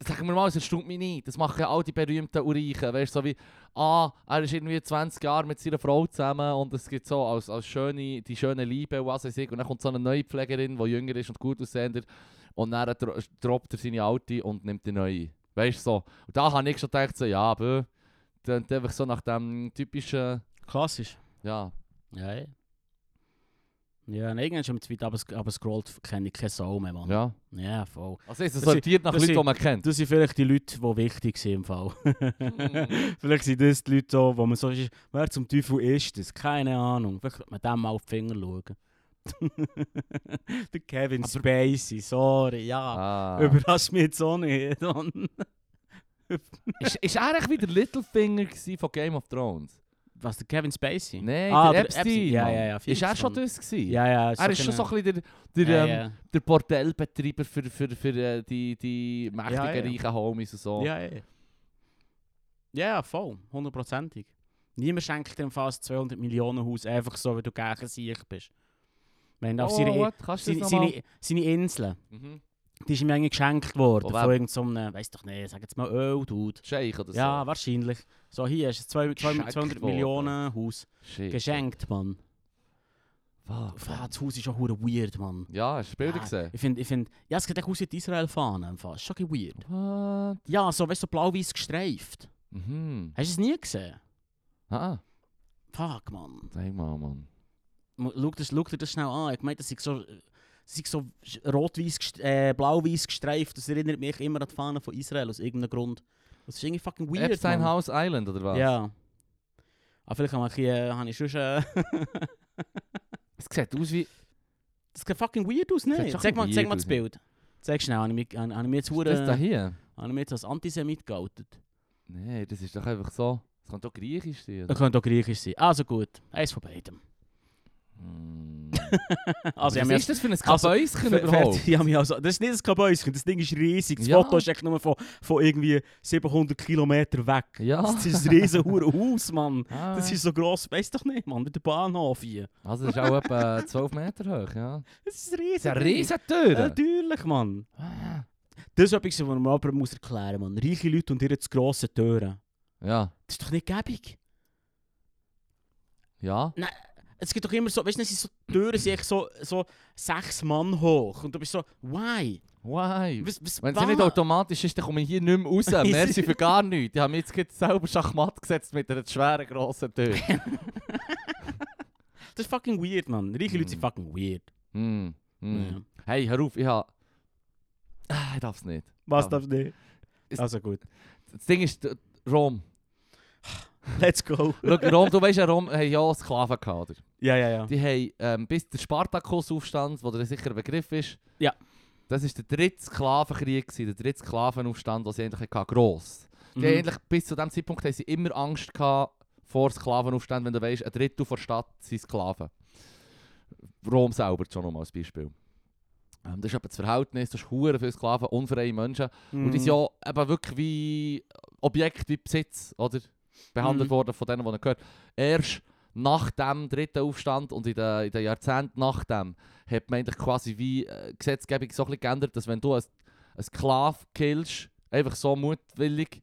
Speaker 1: sagen wir mal, das erstaunt mich nicht. Das machen ja all die berühmten und Reichen, weißt du, so wie, ah, er ist irgendwie 20 Jahre mit seiner Frau zusammen und es gibt so als, als schöne, die schöne Liebe und was weiß ich, und dann kommt so eine neue Pflegerin, die jünger ist und gut aussehender und dann dro droppt er seine alte und nimmt die neue. Weißt du, so. Und da habe ich schon gedacht, so, ja, bö, dann einfach so nach dem typischen,
Speaker 2: du, klassisch.
Speaker 1: ja,
Speaker 2: Ja, ja. Ja, und irgendwann schon zweit, aber, es- aber scrollt kenne ich keine Sau mehr, Mann. Ja,
Speaker 1: ja.
Speaker 2: voll.
Speaker 1: Also ist es
Speaker 2: Ah. Das sind-
Speaker 1: sortiert nach
Speaker 2: das
Speaker 1: Leuten, die
Speaker 2: sind-
Speaker 1: man kennt.
Speaker 2: Das sind vielleicht die Leute, die wichtig sind im Fall. vielleicht sind das die Leute, so, wo man so ist, wer zum Teufel ist das? Keine Ahnung. Vielleicht sollte man dem mal auf die Finger schauen. Der Kevin Spacey, sorry, ja.
Speaker 1: Ah.
Speaker 2: Überrascht mich jetzt auch nicht. Mann.
Speaker 1: Ist, ist er eigentlich wie der Littlefinger gewesen von Game of Thrones?
Speaker 2: Was, der Kevin Spacey?
Speaker 1: Nein, der
Speaker 2: Ah, der
Speaker 1: Epstein.
Speaker 2: Epstein, ja,
Speaker 1: Mann.
Speaker 2: ja, ja,
Speaker 1: Ist er
Speaker 2: Philips,
Speaker 1: schon
Speaker 2: Mann.
Speaker 1: das gewesen?
Speaker 2: Ja, ja.
Speaker 1: Ah, Er ist schon so
Speaker 2: genau.
Speaker 1: ein bisschen der, der,
Speaker 2: ja,
Speaker 1: ähm,
Speaker 2: ja.
Speaker 1: der Bordellbetreiber für, für, für äh, die, die mächtigen,
Speaker 2: Ja, ja.
Speaker 1: reichen Homies und so.
Speaker 2: Ja, ja. Ja, voll. Hundertprozentig. Niemand schenkt dir fast 200 Millionen Haus einfach so, weil du gegen sich bist. Wenn auf seine,
Speaker 1: what? Kannst du
Speaker 2: seine,
Speaker 1: das nochmal?
Speaker 2: seine, seine Insel,
Speaker 1: Mhm.
Speaker 2: die ist ihm eigentlich geschenkt worden
Speaker 1: Von wem?
Speaker 2: von irgendeinem, so weiß doch nicht, sag jetzt mal Öl-Dude.
Speaker 1: Scheich oder so?
Speaker 2: Ja, wahrscheinlich. So, hier ist es zwei- zwei-
Speaker 1: Geschenkt
Speaker 2: 200
Speaker 1: worden.
Speaker 2: Millionen Haus.
Speaker 1: Shit.
Speaker 2: Geschenkt, Mann.
Speaker 1: Fuck.
Speaker 2: Pff, Das Haus ist auch hure weird, Mann.
Speaker 1: Ja, hast du Bilder
Speaker 2: Ja,
Speaker 1: gesehen?
Speaker 2: Ich finde, ich find, ja, es sieht echt aus wie die Israel-Fahne. Schon ein bisschen weird.
Speaker 1: What?
Speaker 2: Ja, so, weißt du, so blau-weiß gestreift.
Speaker 1: Mhm.
Speaker 2: Hast du es nie gesehen?
Speaker 1: Ah,
Speaker 2: Fuck, Mann.
Speaker 1: sag mal, Mann.
Speaker 2: Mo- Schau, das, schau dir das schnell an. Ich meine, das ist so, das ist so sch- rot-weiß, gest- äh, blau-weiß gestreift. Das erinnert mich immer an die Fahne von Israel aus irgendeinem Grund. Das ist irgendwie fucking weird.
Speaker 1: Epstein
Speaker 2: Mann.
Speaker 1: House Island oder was?
Speaker 2: Ja. Aber vielleicht habe ich, äh, habe ich schon. Äh,
Speaker 1: Es sieht aus wie...
Speaker 2: das sieht fucking weird aus,
Speaker 1: Das
Speaker 2: ne?
Speaker 1: sieht schon
Speaker 2: Zeig mal,
Speaker 1: weird
Speaker 2: zeig mal das
Speaker 1: aus,
Speaker 2: Bild. Zeig schnell, habe ich mich, habe, habe ich mich jetzt,
Speaker 1: Ist das da
Speaker 2: hure-
Speaker 1: hier?
Speaker 2: habe ich mich jetzt als Antisemit geoutet.
Speaker 1: Nein, das ist doch einfach so... Das könnte doch griechisch sein.
Speaker 2: Das
Speaker 1: oder?
Speaker 2: könnte auch griechisch sein. Also gut, eins von beidem.
Speaker 1: Hm. was
Speaker 2: Also, ich habe mich
Speaker 1: ist das für ein
Speaker 2: also,
Speaker 1: Kabäuschen
Speaker 2: Ver-
Speaker 1: überhaupt?
Speaker 2: fertig, Ja, mich also, das ist nicht ein Kabäuschen, das Ding ist riesig. Das
Speaker 1: Ja.
Speaker 2: Foto ist echt nur von, von irgendwie 700 Kilometer weg.
Speaker 1: Ja.
Speaker 2: Das ist ein riesen hure Haus, Mann.
Speaker 1: Ah,
Speaker 2: Das ist so gross, weißt doch nicht, Mann, wie der Bahnhof hier.
Speaker 1: also das ist auch etwa 12 eh, Meter hoch, ja. Eh,
Speaker 2: Das ist riesig.
Speaker 1: Das ist eine riesige Tür.
Speaker 2: Natürlich, Mann.
Speaker 1: Ah.
Speaker 2: Das ist etwas, was man aber muss erklären muss, Mann. Reiche Leute und ihre zu grossen Türen.
Speaker 1: Ja,
Speaker 2: Das ist doch nicht gäbig.
Speaker 1: ja.
Speaker 2: Es gibt doch immer so, weißt du, es sind so Türen, sind echt so, so sechs Mann hoch. Und du bist so, why?
Speaker 1: Why?
Speaker 2: Was, was,
Speaker 1: Wenn es
Speaker 2: wa-
Speaker 1: nicht automatisch ist, dann komme ich hier nicht mehr raus. Merci für gar nichts. Ich habe mich jetzt gerade selber Schachmatt gesetzt mit einer schweren, grossen Tür.
Speaker 2: Das ist fucking weird, Mann. Reiche Leute
Speaker 1: Mm.
Speaker 2: sind fucking weird.
Speaker 1: Hm, hm.
Speaker 2: Ja.
Speaker 1: Hey, hör auf, ich habe... Ah, ich darf es nicht.
Speaker 2: Was
Speaker 1: darf
Speaker 2: darfst du nicht?
Speaker 1: Ist-
Speaker 2: Also gut.
Speaker 1: Das Ding ist, äh, Rom.
Speaker 2: Let's go.
Speaker 1: Schau, Rom, du weißt ja, Rom haben ja Sklaven gehabt, oder?
Speaker 2: Ja, ja, ja.
Speaker 1: Die haben, ähm, bis der Spartakusaufstand, wo der sicher ein Begriff ist,
Speaker 2: Ja.
Speaker 1: das war der dritte Sklavenkrieg, gewesen, der dritte Sklavenaufstand, den sie eigentlich hatten, gross. Die
Speaker 2: Mhm.
Speaker 1: haben eigentlich, bis zu diesem Zeitpunkt haben sie immer Angst gehabt vor Sklavenaufständen, wenn du weißt, ein Drittel der Stadt sind Sklaven. Rom selber schon nochmal als Beispiel. Ähm, das ist eben das Verhältnis, das ist hure viele Sklaven, unfreie Menschen.
Speaker 2: Mhm.
Speaker 1: Und die sind ja eben wirklich wie Objekt, wie Besitz, oder? Behandelt
Speaker 2: Mhm.
Speaker 1: worden von denen, die gehört. Erst nach dem dritten Aufstand und in den, in den Jahrzehnten nach dem hat man eigentlich quasi wie äh, Gesetzgebung so ein bisschen geändert, dass wenn du einen einen Sklave killst, einfach so mutwillig,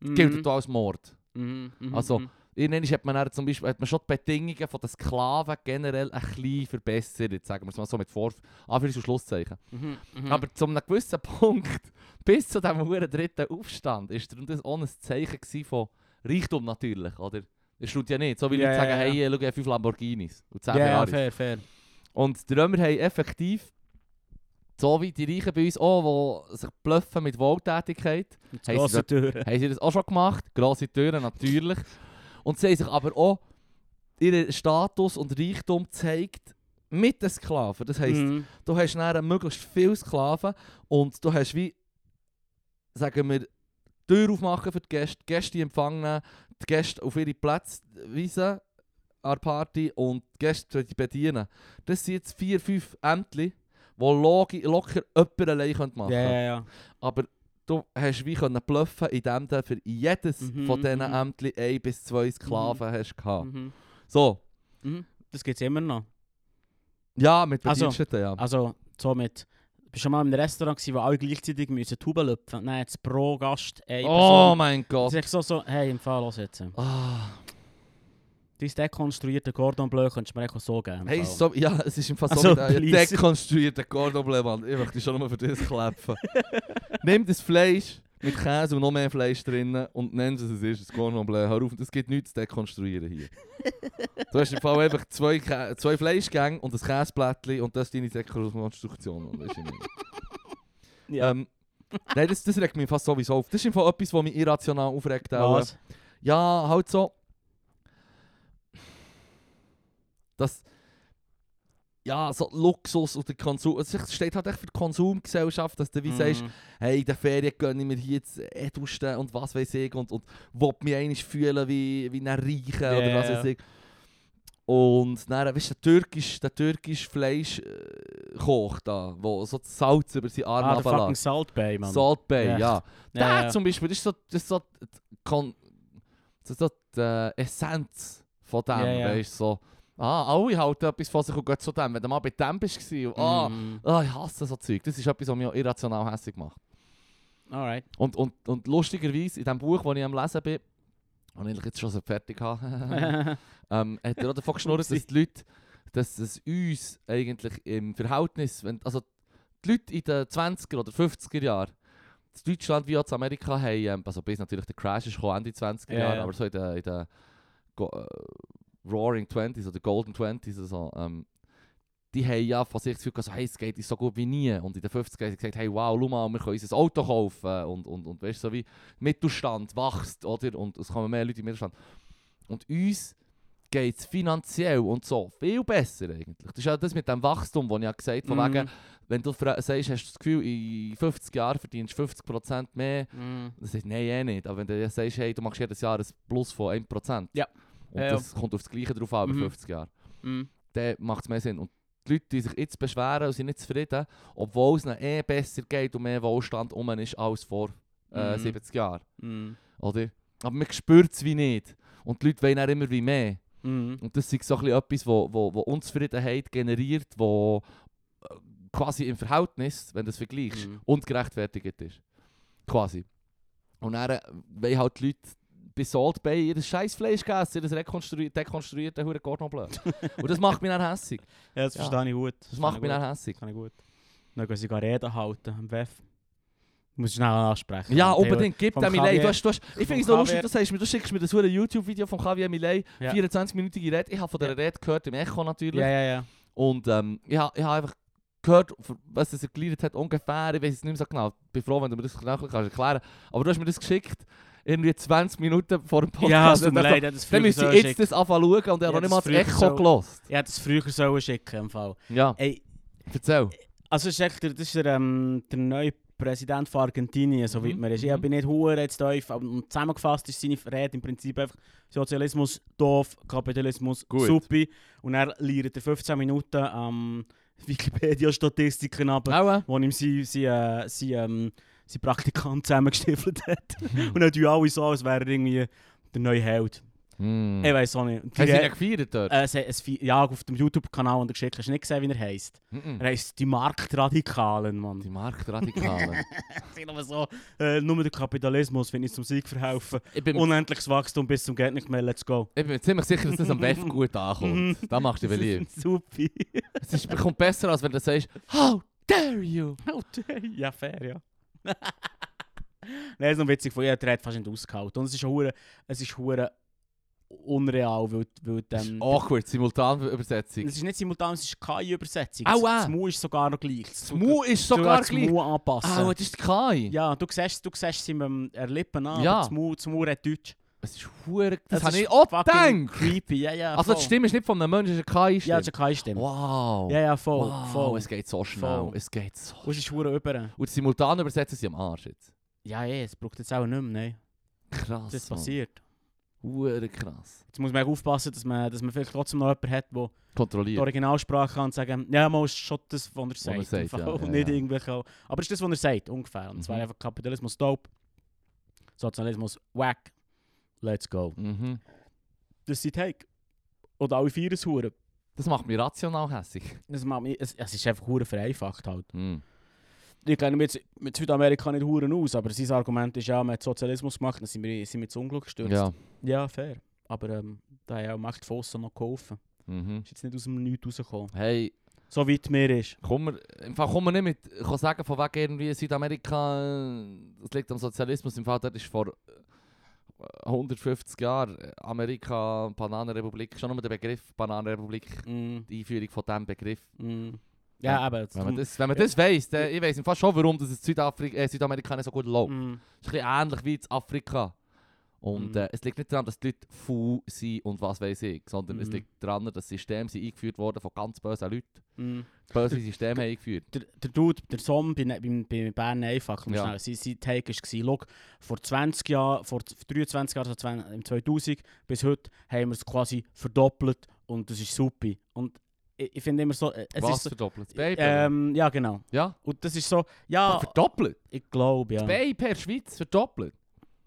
Speaker 2: Mhm.
Speaker 1: gilt du als Mord.
Speaker 2: Mhm, mhm,
Speaker 1: Also,
Speaker 2: mhm.
Speaker 1: Irgendwann hat man dann zum Beispiel hat man schon die Bedingungen von den Sklaven generell ein bisschen verbessert, jetzt sagen wir es mal so mit Vorf Anführungs- und Schlusszeichen.
Speaker 2: Mhm, mhm.
Speaker 1: Aber zu einem gewissen Punkt, bis zu diesem huren dritten Aufstand, ist darum das auch ein Zeichen gewesen von Reichtum natürlich, oder? Das stimmt ja nicht. So wie
Speaker 2: Ja,
Speaker 1: Leute
Speaker 2: ja,
Speaker 1: sagen,
Speaker 2: ja.
Speaker 1: hey, äh, schau, ich habe fünf Lamborghinis und zehn
Speaker 2: ja, ja,
Speaker 1: Ferraris.
Speaker 2: fair, fair.
Speaker 1: Und die Römer haben effektiv, so wie die Reichen bei uns auch, die sich bluffen mit Wohltätigkeit,
Speaker 2: Mit
Speaker 1: Hey,
Speaker 2: grossen
Speaker 1: sie-
Speaker 2: Türen.
Speaker 1: haben sie das auch schon gemacht. Grosse Türen natürlich. Und sie haben sich aber auch ihren Status und Reichtum gezeigt mit den Sklaven. Das heisst,
Speaker 2: Mhm.
Speaker 1: du hast dann möglichst viele Sklaven und du hast wie, sagen wir, die Tür aufmachen für die Gäste, die Gäste empfangen, die Gäste auf ihre Plätze weisen an der Party und die Gäste die bedienen. Das sind jetzt vier, fünf Ämter, die logi- locker jemand allein machen könnte.
Speaker 2: Ja, ja, ja.
Speaker 1: Aber du hast wie können bluffen, indem du für jedes
Speaker 2: Mhm,
Speaker 1: von diesen
Speaker 2: mhm.
Speaker 1: Ämtern ein bis zwei Sklaven hast gehabt.
Speaker 2: Mhm.
Speaker 1: So.
Speaker 2: Mhm. Das gibt es immer noch.
Speaker 1: Ja, mit
Speaker 2: Also-
Speaker 1: Bediensteten, ja.
Speaker 2: Also, somit. Ich war schon mal in einem Restaurant, gewesen, wo alle gleichzeitig müssen Tuben löpfen. Nein, jetzt pro Gast
Speaker 1: oh
Speaker 2: eine Person. Also
Speaker 1: mein
Speaker 2: Das
Speaker 1: Gott.
Speaker 2: ist echt so, so, hey, im Fall, los jetzt.
Speaker 1: Ah.
Speaker 2: Dein dekonstruierte Cordon Bleu könntest du mir echt so geben. im
Speaker 1: Hey,
Speaker 2: Fall.
Speaker 1: so, ja, es ist im Fall
Speaker 2: Also,
Speaker 1: so mit einem
Speaker 2: please.
Speaker 1: dekonstruierten Cordoblemann. Ich möchte schon nochmal für das kläpfen. Nimm das Fleisch mit Käse und noch mehr Fleisch drinnen und nenn es, was es ist, ein Cordon Bleu. Hör auf, es gibt nichts zu dekonstruieren hier. du hast im Fall einfach zwei, Kä zwei Fleischgänge und ein Käseblättchen und das ist deine Dekonstruktion. Und das ist nicht.
Speaker 2: ja.
Speaker 1: ähm, nein, das, das regt mich fast sowieso auf. Das ist im Fall etwas, was mich irrational aufregt. auch.
Speaker 2: was?
Speaker 1: Ja, halt so. Das. Ja, so Luxus oder Konsum. Es ist- steht halt echt für die Konsumgesellschaft, dass du wie sagst,
Speaker 2: Mhm.
Speaker 1: hey, in der Ferien gönne ich mir hier jetzt Edelsten und was weiß ich und, und will mich einmal fühlen wie, wie ein Reicher oder was
Speaker 2: Ja.
Speaker 1: weiß ich. Und dann, weißt du, der türkisch, der türkisch Fleisch äh, kocht da, wo so das Salz über seinen Arm
Speaker 2: Ah, der fucking
Speaker 1: ablässt.
Speaker 2: Salt Bay, Mann.
Speaker 1: Salt Bay,
Speaker 2: Echt.
Speaker 1: ja.
Speaker 2: Ja,
Speaker 1: Der
Speaker 2: ja.
Speaker 1: zum Beispiel, das ist so, das ist so, die, Kon das ist so die äh, Essenz von dem,
Speaker 2: Ja, ja.
Speaker 1: weißt du, so. Ah, alle halten etwas von sich und gehen zu dem, wenn du mal bei dem bist gewesen, und, ah,
Speaker 2: Mhm.
Speaker 1: ah, ich hasse so Zeug. Das ist etwas, was mich auch irrational hässlich macht. Ah.
Speaker 2: Alright.
Speaker 1: Und, und, und lustigerweise, in dem Buch, das ich am Lesen bin, und ich jetzt schon so fertig habe, ähm, hat er auch davon geschnurrt, dass die Leute, dass es uns eigentlich im Verhältnis, wenn, also die Leute in den 20er oder 50er Jahren, in Deutschland wie auch in Amerika, haben, ähm, also bis natürlich der Crash ist gekommen, Ende 20er
Speaker 2: Ja,
Speaker 1: Jahre,
Speaker 2: ja.
Speaker 1: aber so in den, in den Go äh, Roaring 20s oder Golden 20s oder so, ähm, die haben ja von sich das Gefühl gehabt, so, hey, es geht uns so gut wie nie. Und in den 50er haben sie gesagt, hey, wow, schau mal, wir können uns ein Auto kaufen. Und, und, und weißt du, so wie Mittelstand wächst, oder? Und es kommen mehr Leute im Mittelstand. Und uns geht es finanziell und so viel besser eigentlich. Das ist ja das mit dem Wachstum, das ich ja gesagt habe, von
Speaker 2: Mhm.
Speaker 1: wegen, wenn du fra- sagst, hast du das Gefühl, in 50 Jahren verdienst du 50% mehr,
Speaker 2: Mhm.
Speaker 1: das ist nein, eh nicht. Aber wenn du ja sagst, hey, du machst jedes Jahr ein Plus von 1%.
Speaker 2: Ja.
Speaker 1: Und
Speaker 2: Ja, ja.
Speaker 1: das kommt auf das Gleiche drauf an, bei
Speaker 2: Mhm.
Speaker 1: 50 Jahren.
Speaker 2: Mhm.
Speaker 1: Dann macht es mehr Sinn. Und die Leute, die sich jetzt beschweren und sind nicht zufrieden, obwohl es ihnen eh besser geht und mehr Wohlstand um ist als vor äh,
Speaker 2: Mhm.
Speaker 1: 70 Jahren.
Speaker 2: Mhm.
Speaker 1: Oder? Aber man spürt es wie nicht. Und die Leute wollen auch immer wie mehr.
Speaker 2: Mhm.
Speaker 1: Und das ist so ein bisschen etwas, wo, wo, wo Unzufriedenheit generiert, wo äh, quasi im Verhältnis, wenn du es vergleichst,
Speaker 2: Mhm.
Speaker 1: ungerechtfertigt ist. Quasi. Und dann äh, wollen halt die Leute bei Salt Bay ihr scheiß Fleisch gegessen, ihr rekonstruiert, dekonstruierte Hure Cordon Bleu. Und das macht mich dann hässig.
Speaker 2: Ja, das
Speaker 1: Ja.
Speaker 2: verstehe ich gut.
Speaker 1: Das macht mich
Speaker 2: gut.
Speaker 1: dann hässig.
Speaker 2: Das kann ich gut. Dann können sie gar reden halten am WEF. Muss ich schnell ansprechen.
Speaker 1: Ja,
Speaker 2: Taylor.
Speaker 1: unbedingt, gib
Speaker 2: vom
Speaker 1: dem Miley.
Speaker 2: Javier-
Speaker 1: Du hast, du hast, ich finde es
Speaker 2: vom
Speaker 1: noch lustig,
Speaker 2: Javier-
Speaker 1: du, sagst mir, du schickst mir das hure YouTube-Video von Javier Milei,
Speaker 2: Ja.
Speaker 1: 24-minütige Rede. Ich habe von der Rede gehört, im Echo natürlich.
Speaker 2: Ja, ja, ja.
Speaker 1: Und ähm, ich habe ich hab einfach gehört, für was es erklärt hat, ungefähr, ich weiß es nicht mehr so genau. Ich bin froh, wenn du mir das genau kannst erklären Aber du hast mir das geschickt, irgendwie 20 Minuten vor dem Podcast.
Speaker 2: Ja, es tut
Speaker 1: Und
Speaker 2: mir
Speaker 1: dann
Speaker 2: leid, ich hätte es
Speaker 1: Dann
Speaker 2: früher
Speaker 1: müsste
Speaker 2: sollen
Speaker 1: ich jetzt
Speaker 2: schicken.
Speaker 1: das anfangen zu schauen und ich
Speaker 2: Ja,
Speaker 1: habe noch nicht
Speaker 2: das
Speaker 1: mal das
Speaker 2: früher
Speaker 1: Echo
Speaker 2: so-
Speaker 1: gelost.
Speaker 2: Ich hätte es früher sollen schicken im Fall.
Speaker 1: Ja,
Speaker 2: Ey,
Speaker 1: erzähl.
Speaker 2: also ist echt der, das ist der, ähm, der neue Präsident von Argentinien, so wie
Speaker 1: Mhm.
Speaker 2: man ist.
Speaker 1: Mhm.
Speaker 2: Ich bin nicht hure jetzt tief, aber und zusammengefasst ist seine Rede im Prinzip einfach Sozialismus doof, Kapitalismus
Speaker 1: Gut.
Speaker 2: super. Und er liert er 15 Minuten am Wikipedia-Statistiken ab.
Speaker 1: Aua.
Speaker 2: wo ihm sie, sie, äh, sie, ähm, sie Praktikant zusammengestiefelt hat.
Speaker 1: Mhm.
Speaker 2: Und dann tun alle so, als wäre er irgendwie der neue Held.
Speaker 1: Hm.
Speaker 2: Ich weiß auch nicht. Und die
Speaker 1: Haben sie ihn
Speaker 2: Re-
Speaker 1: gefeiert dort?
Speaker 2: äh, es, es, ja, auf dem YouTube-Kanal und geschickt. Hast du nicht gesehen, wie er heisst?
Speaker 1: Mhm.
Speaker 2: Er heisst die Marktradikalen,
Speaker 1: Die
Speaker 2: Mann.
Speaker 1: Marktradikalen.
Speaker 2: Das sind aber so, äh, nur der Kapitalismus, wenn ich zum Sieg verhelfen.
Speaker 1: ich, bin, mir-
Speaker 2: Unendliches Wachstum bis zum Geld nicht mehr, let's go.
Speaker 1: ich bin mir ziemlich sicher, dass das am besten gut
Speaker 2: Mhm.
Speaker 1: ankommt. da machst du dich beliebt.
Speaker 2: Super.
Speaker 1: Es ist, kommt besser, als wenn du sagst, How dare you!
Speaker 2: How dare you? Ja, fair, ja. Nein, es ist noch witzig, von ihr hat fast nicht ausgehalten. Und es ist hure, es ist hure unreal, weil, weil
Speaker 1: Das ist
Speaker 2: ähm,
Speaker 1: awkward, Simultanübersetzung.
Speaker 2: es ist nicht simultan, es ist keine Übersetzung.
Speaker 1: Aua.
Speaker 2: Das Mu ist sogar noch gleich.
Speaker 1: Das Mu ist sogar gleich.
Speaker 2: Mu anpassen.
Speaker 1: Ah, das ist die Kai.
Speaker 2: ja, du siehst, du siehst sie mit dem er Lippen an,
Speaker 1: Ja.
Speaker 2: aber das Mu, das Mu redet Deutsch.
Speaker 1: Es ist hure. Das,
Speaker 2: Es
Speaker 1: habe
Speaker 2: ist
Speaker 1: ich auch
Speaker 2: fucking
Speaker 1: gedacht.
Speaker 2: creepy, ja, ja,
Speaker 1: Also die
Speaker 2: voll.
Speaker 1: Stimme ist nicht von einem Menschen, es ist eine Kai-Stimme.
Speaker 2: Ja, das ist keine Stimme.
Speaker 1: wow.
Speaker 2: Ja, ja, voll,
Speaker 1: wow.
Speaker 2: voll.
Speaker 1: Es geht so schnell.
Speaker 2: Voll.
Speaker 1: Es geht so.
Speaker 2: Und es ist hure über.
Speaker 1: Und simultan übersetzen sie am Arsch jetzt.
Speaker 2: Ja, ja, es braucht jetzt auch nicht mehr, nein.
Speaker 1: Krass.
Speaker 2: Das ist
Speaker 1: Mann.
Speaker 2: passiert.
Speaker 1: Hure krass.
Speaker 2: Jetzt muss man echt aufpassen, dass man, dass man vielleicht trotzdem noch jemanden hat, der die
Speaker 1: Kontrolliert.
Speaker 2: Originalsprache kann und sagen ja, man ist schon das, was er
Speaker 1: er
Speaker 2: sagt.
Speaker 1: sagt,
Speaker 2: im Fall.
Speaker 1: ja, ja,
Speaker 2: und nicht
Speaker 1: ja.
Speaker 2: irgendwelche. Aber es ist das, was er sagt, ungefähr. Und zwar
Speaker 1: Mhm.
Speaker 2: einfach Kapitalismus dope, Sozialismus whack, let's go.
Speaker 1: Mhm.
Speaker 2: Das ist sein Take. Und alle vier Huren.
Speaker 1: Das macht mich rational hässig.
Speaker 2: Das macht mich, es, es ist einfach hure vereinfacht halt.
Speaker 1: Hm.
Speaker 2: Ich kenne mich jetzt mit Südamerika nicht hure aus, aber sein Argument ist ja, man hat Sozialismus gemacht, dann sind wir, sind wir ins Unglück gestürzt.
Speaker 1: Ja.
Speaker 2: Ja, fair. Aber ähm, da haben ja auch Macht Fosso noch geholfen.
Speaker 1: Mhm.
Speaker 2: Ist jetzt nicht aus dem Nichts rausgekommen.
Speaker 1: Hey,
Speaker 2: So weit mir ist.
Speaker 1: komm mir, im Fall komm mir nicht mit, ich kann sagen, von wegen irgendwie Südamerika, äh, das liegt am Sozialismus, im Fall dort ist vor äh, 150 Jahren äh, Amerika, Bananenrepublik, schon nur der Begriff Bananenrepublik,
Speaker 2: Mm,
Speaker 1: die Einführung von diesem Begriff.
Speaker 2: mm. Ja, aber jetzt.
Speaker 1: Wenn man das, wenn man das weiss, dann, ich weiss im Fall schon, warum das in Südafrika, äh, Südamerika nicht so gut läuft.
Speaker 2: Mm.
Speaker 1: Es ist ein bisschen ähnlich wie in Afrika. Und
Speaker 2: Mhm.
Speaker 1: äh, es liegt nicht daran, dass die Leute faul sind und was weiß ich, sondern es
Speaker 2: Mhm.
Speaker 1: liegt daran, dass Systeme sind eingeführt wurden von ganz bösen Leuten.
Speaker 2: Mm.
Speaker 1: Böse Systeme haben eingeführt.
Speaker 2: Der, der Dude, der Zombie ne- beim, beim Bern einfach,
Speaker 1: Ja.
Speaker 2: ja. sein, sein Take war, «Schau, vor 20 Jahren, vor 23 Jahren, also 20 im 2000 bis heute, haben wir es quasi verdoppelt und das ist super. Und ich, ich finde immer so, äh, es
Speaker 1: was
Speaker 2: ist so,
Speaker 1: verdoppelt? Das Baby?
Speaker 2: ähm, Ja, genau.
Speaker 1: ja?
Speaker 2: Und das ist so, ja,
Speaker 1: Verdoppelt?
Speaker 2: ich glaube, Ah.
Speaker 1: Das
Speaker 2: ja.
Speaker 1: Baby per Schweiz verdoppelt?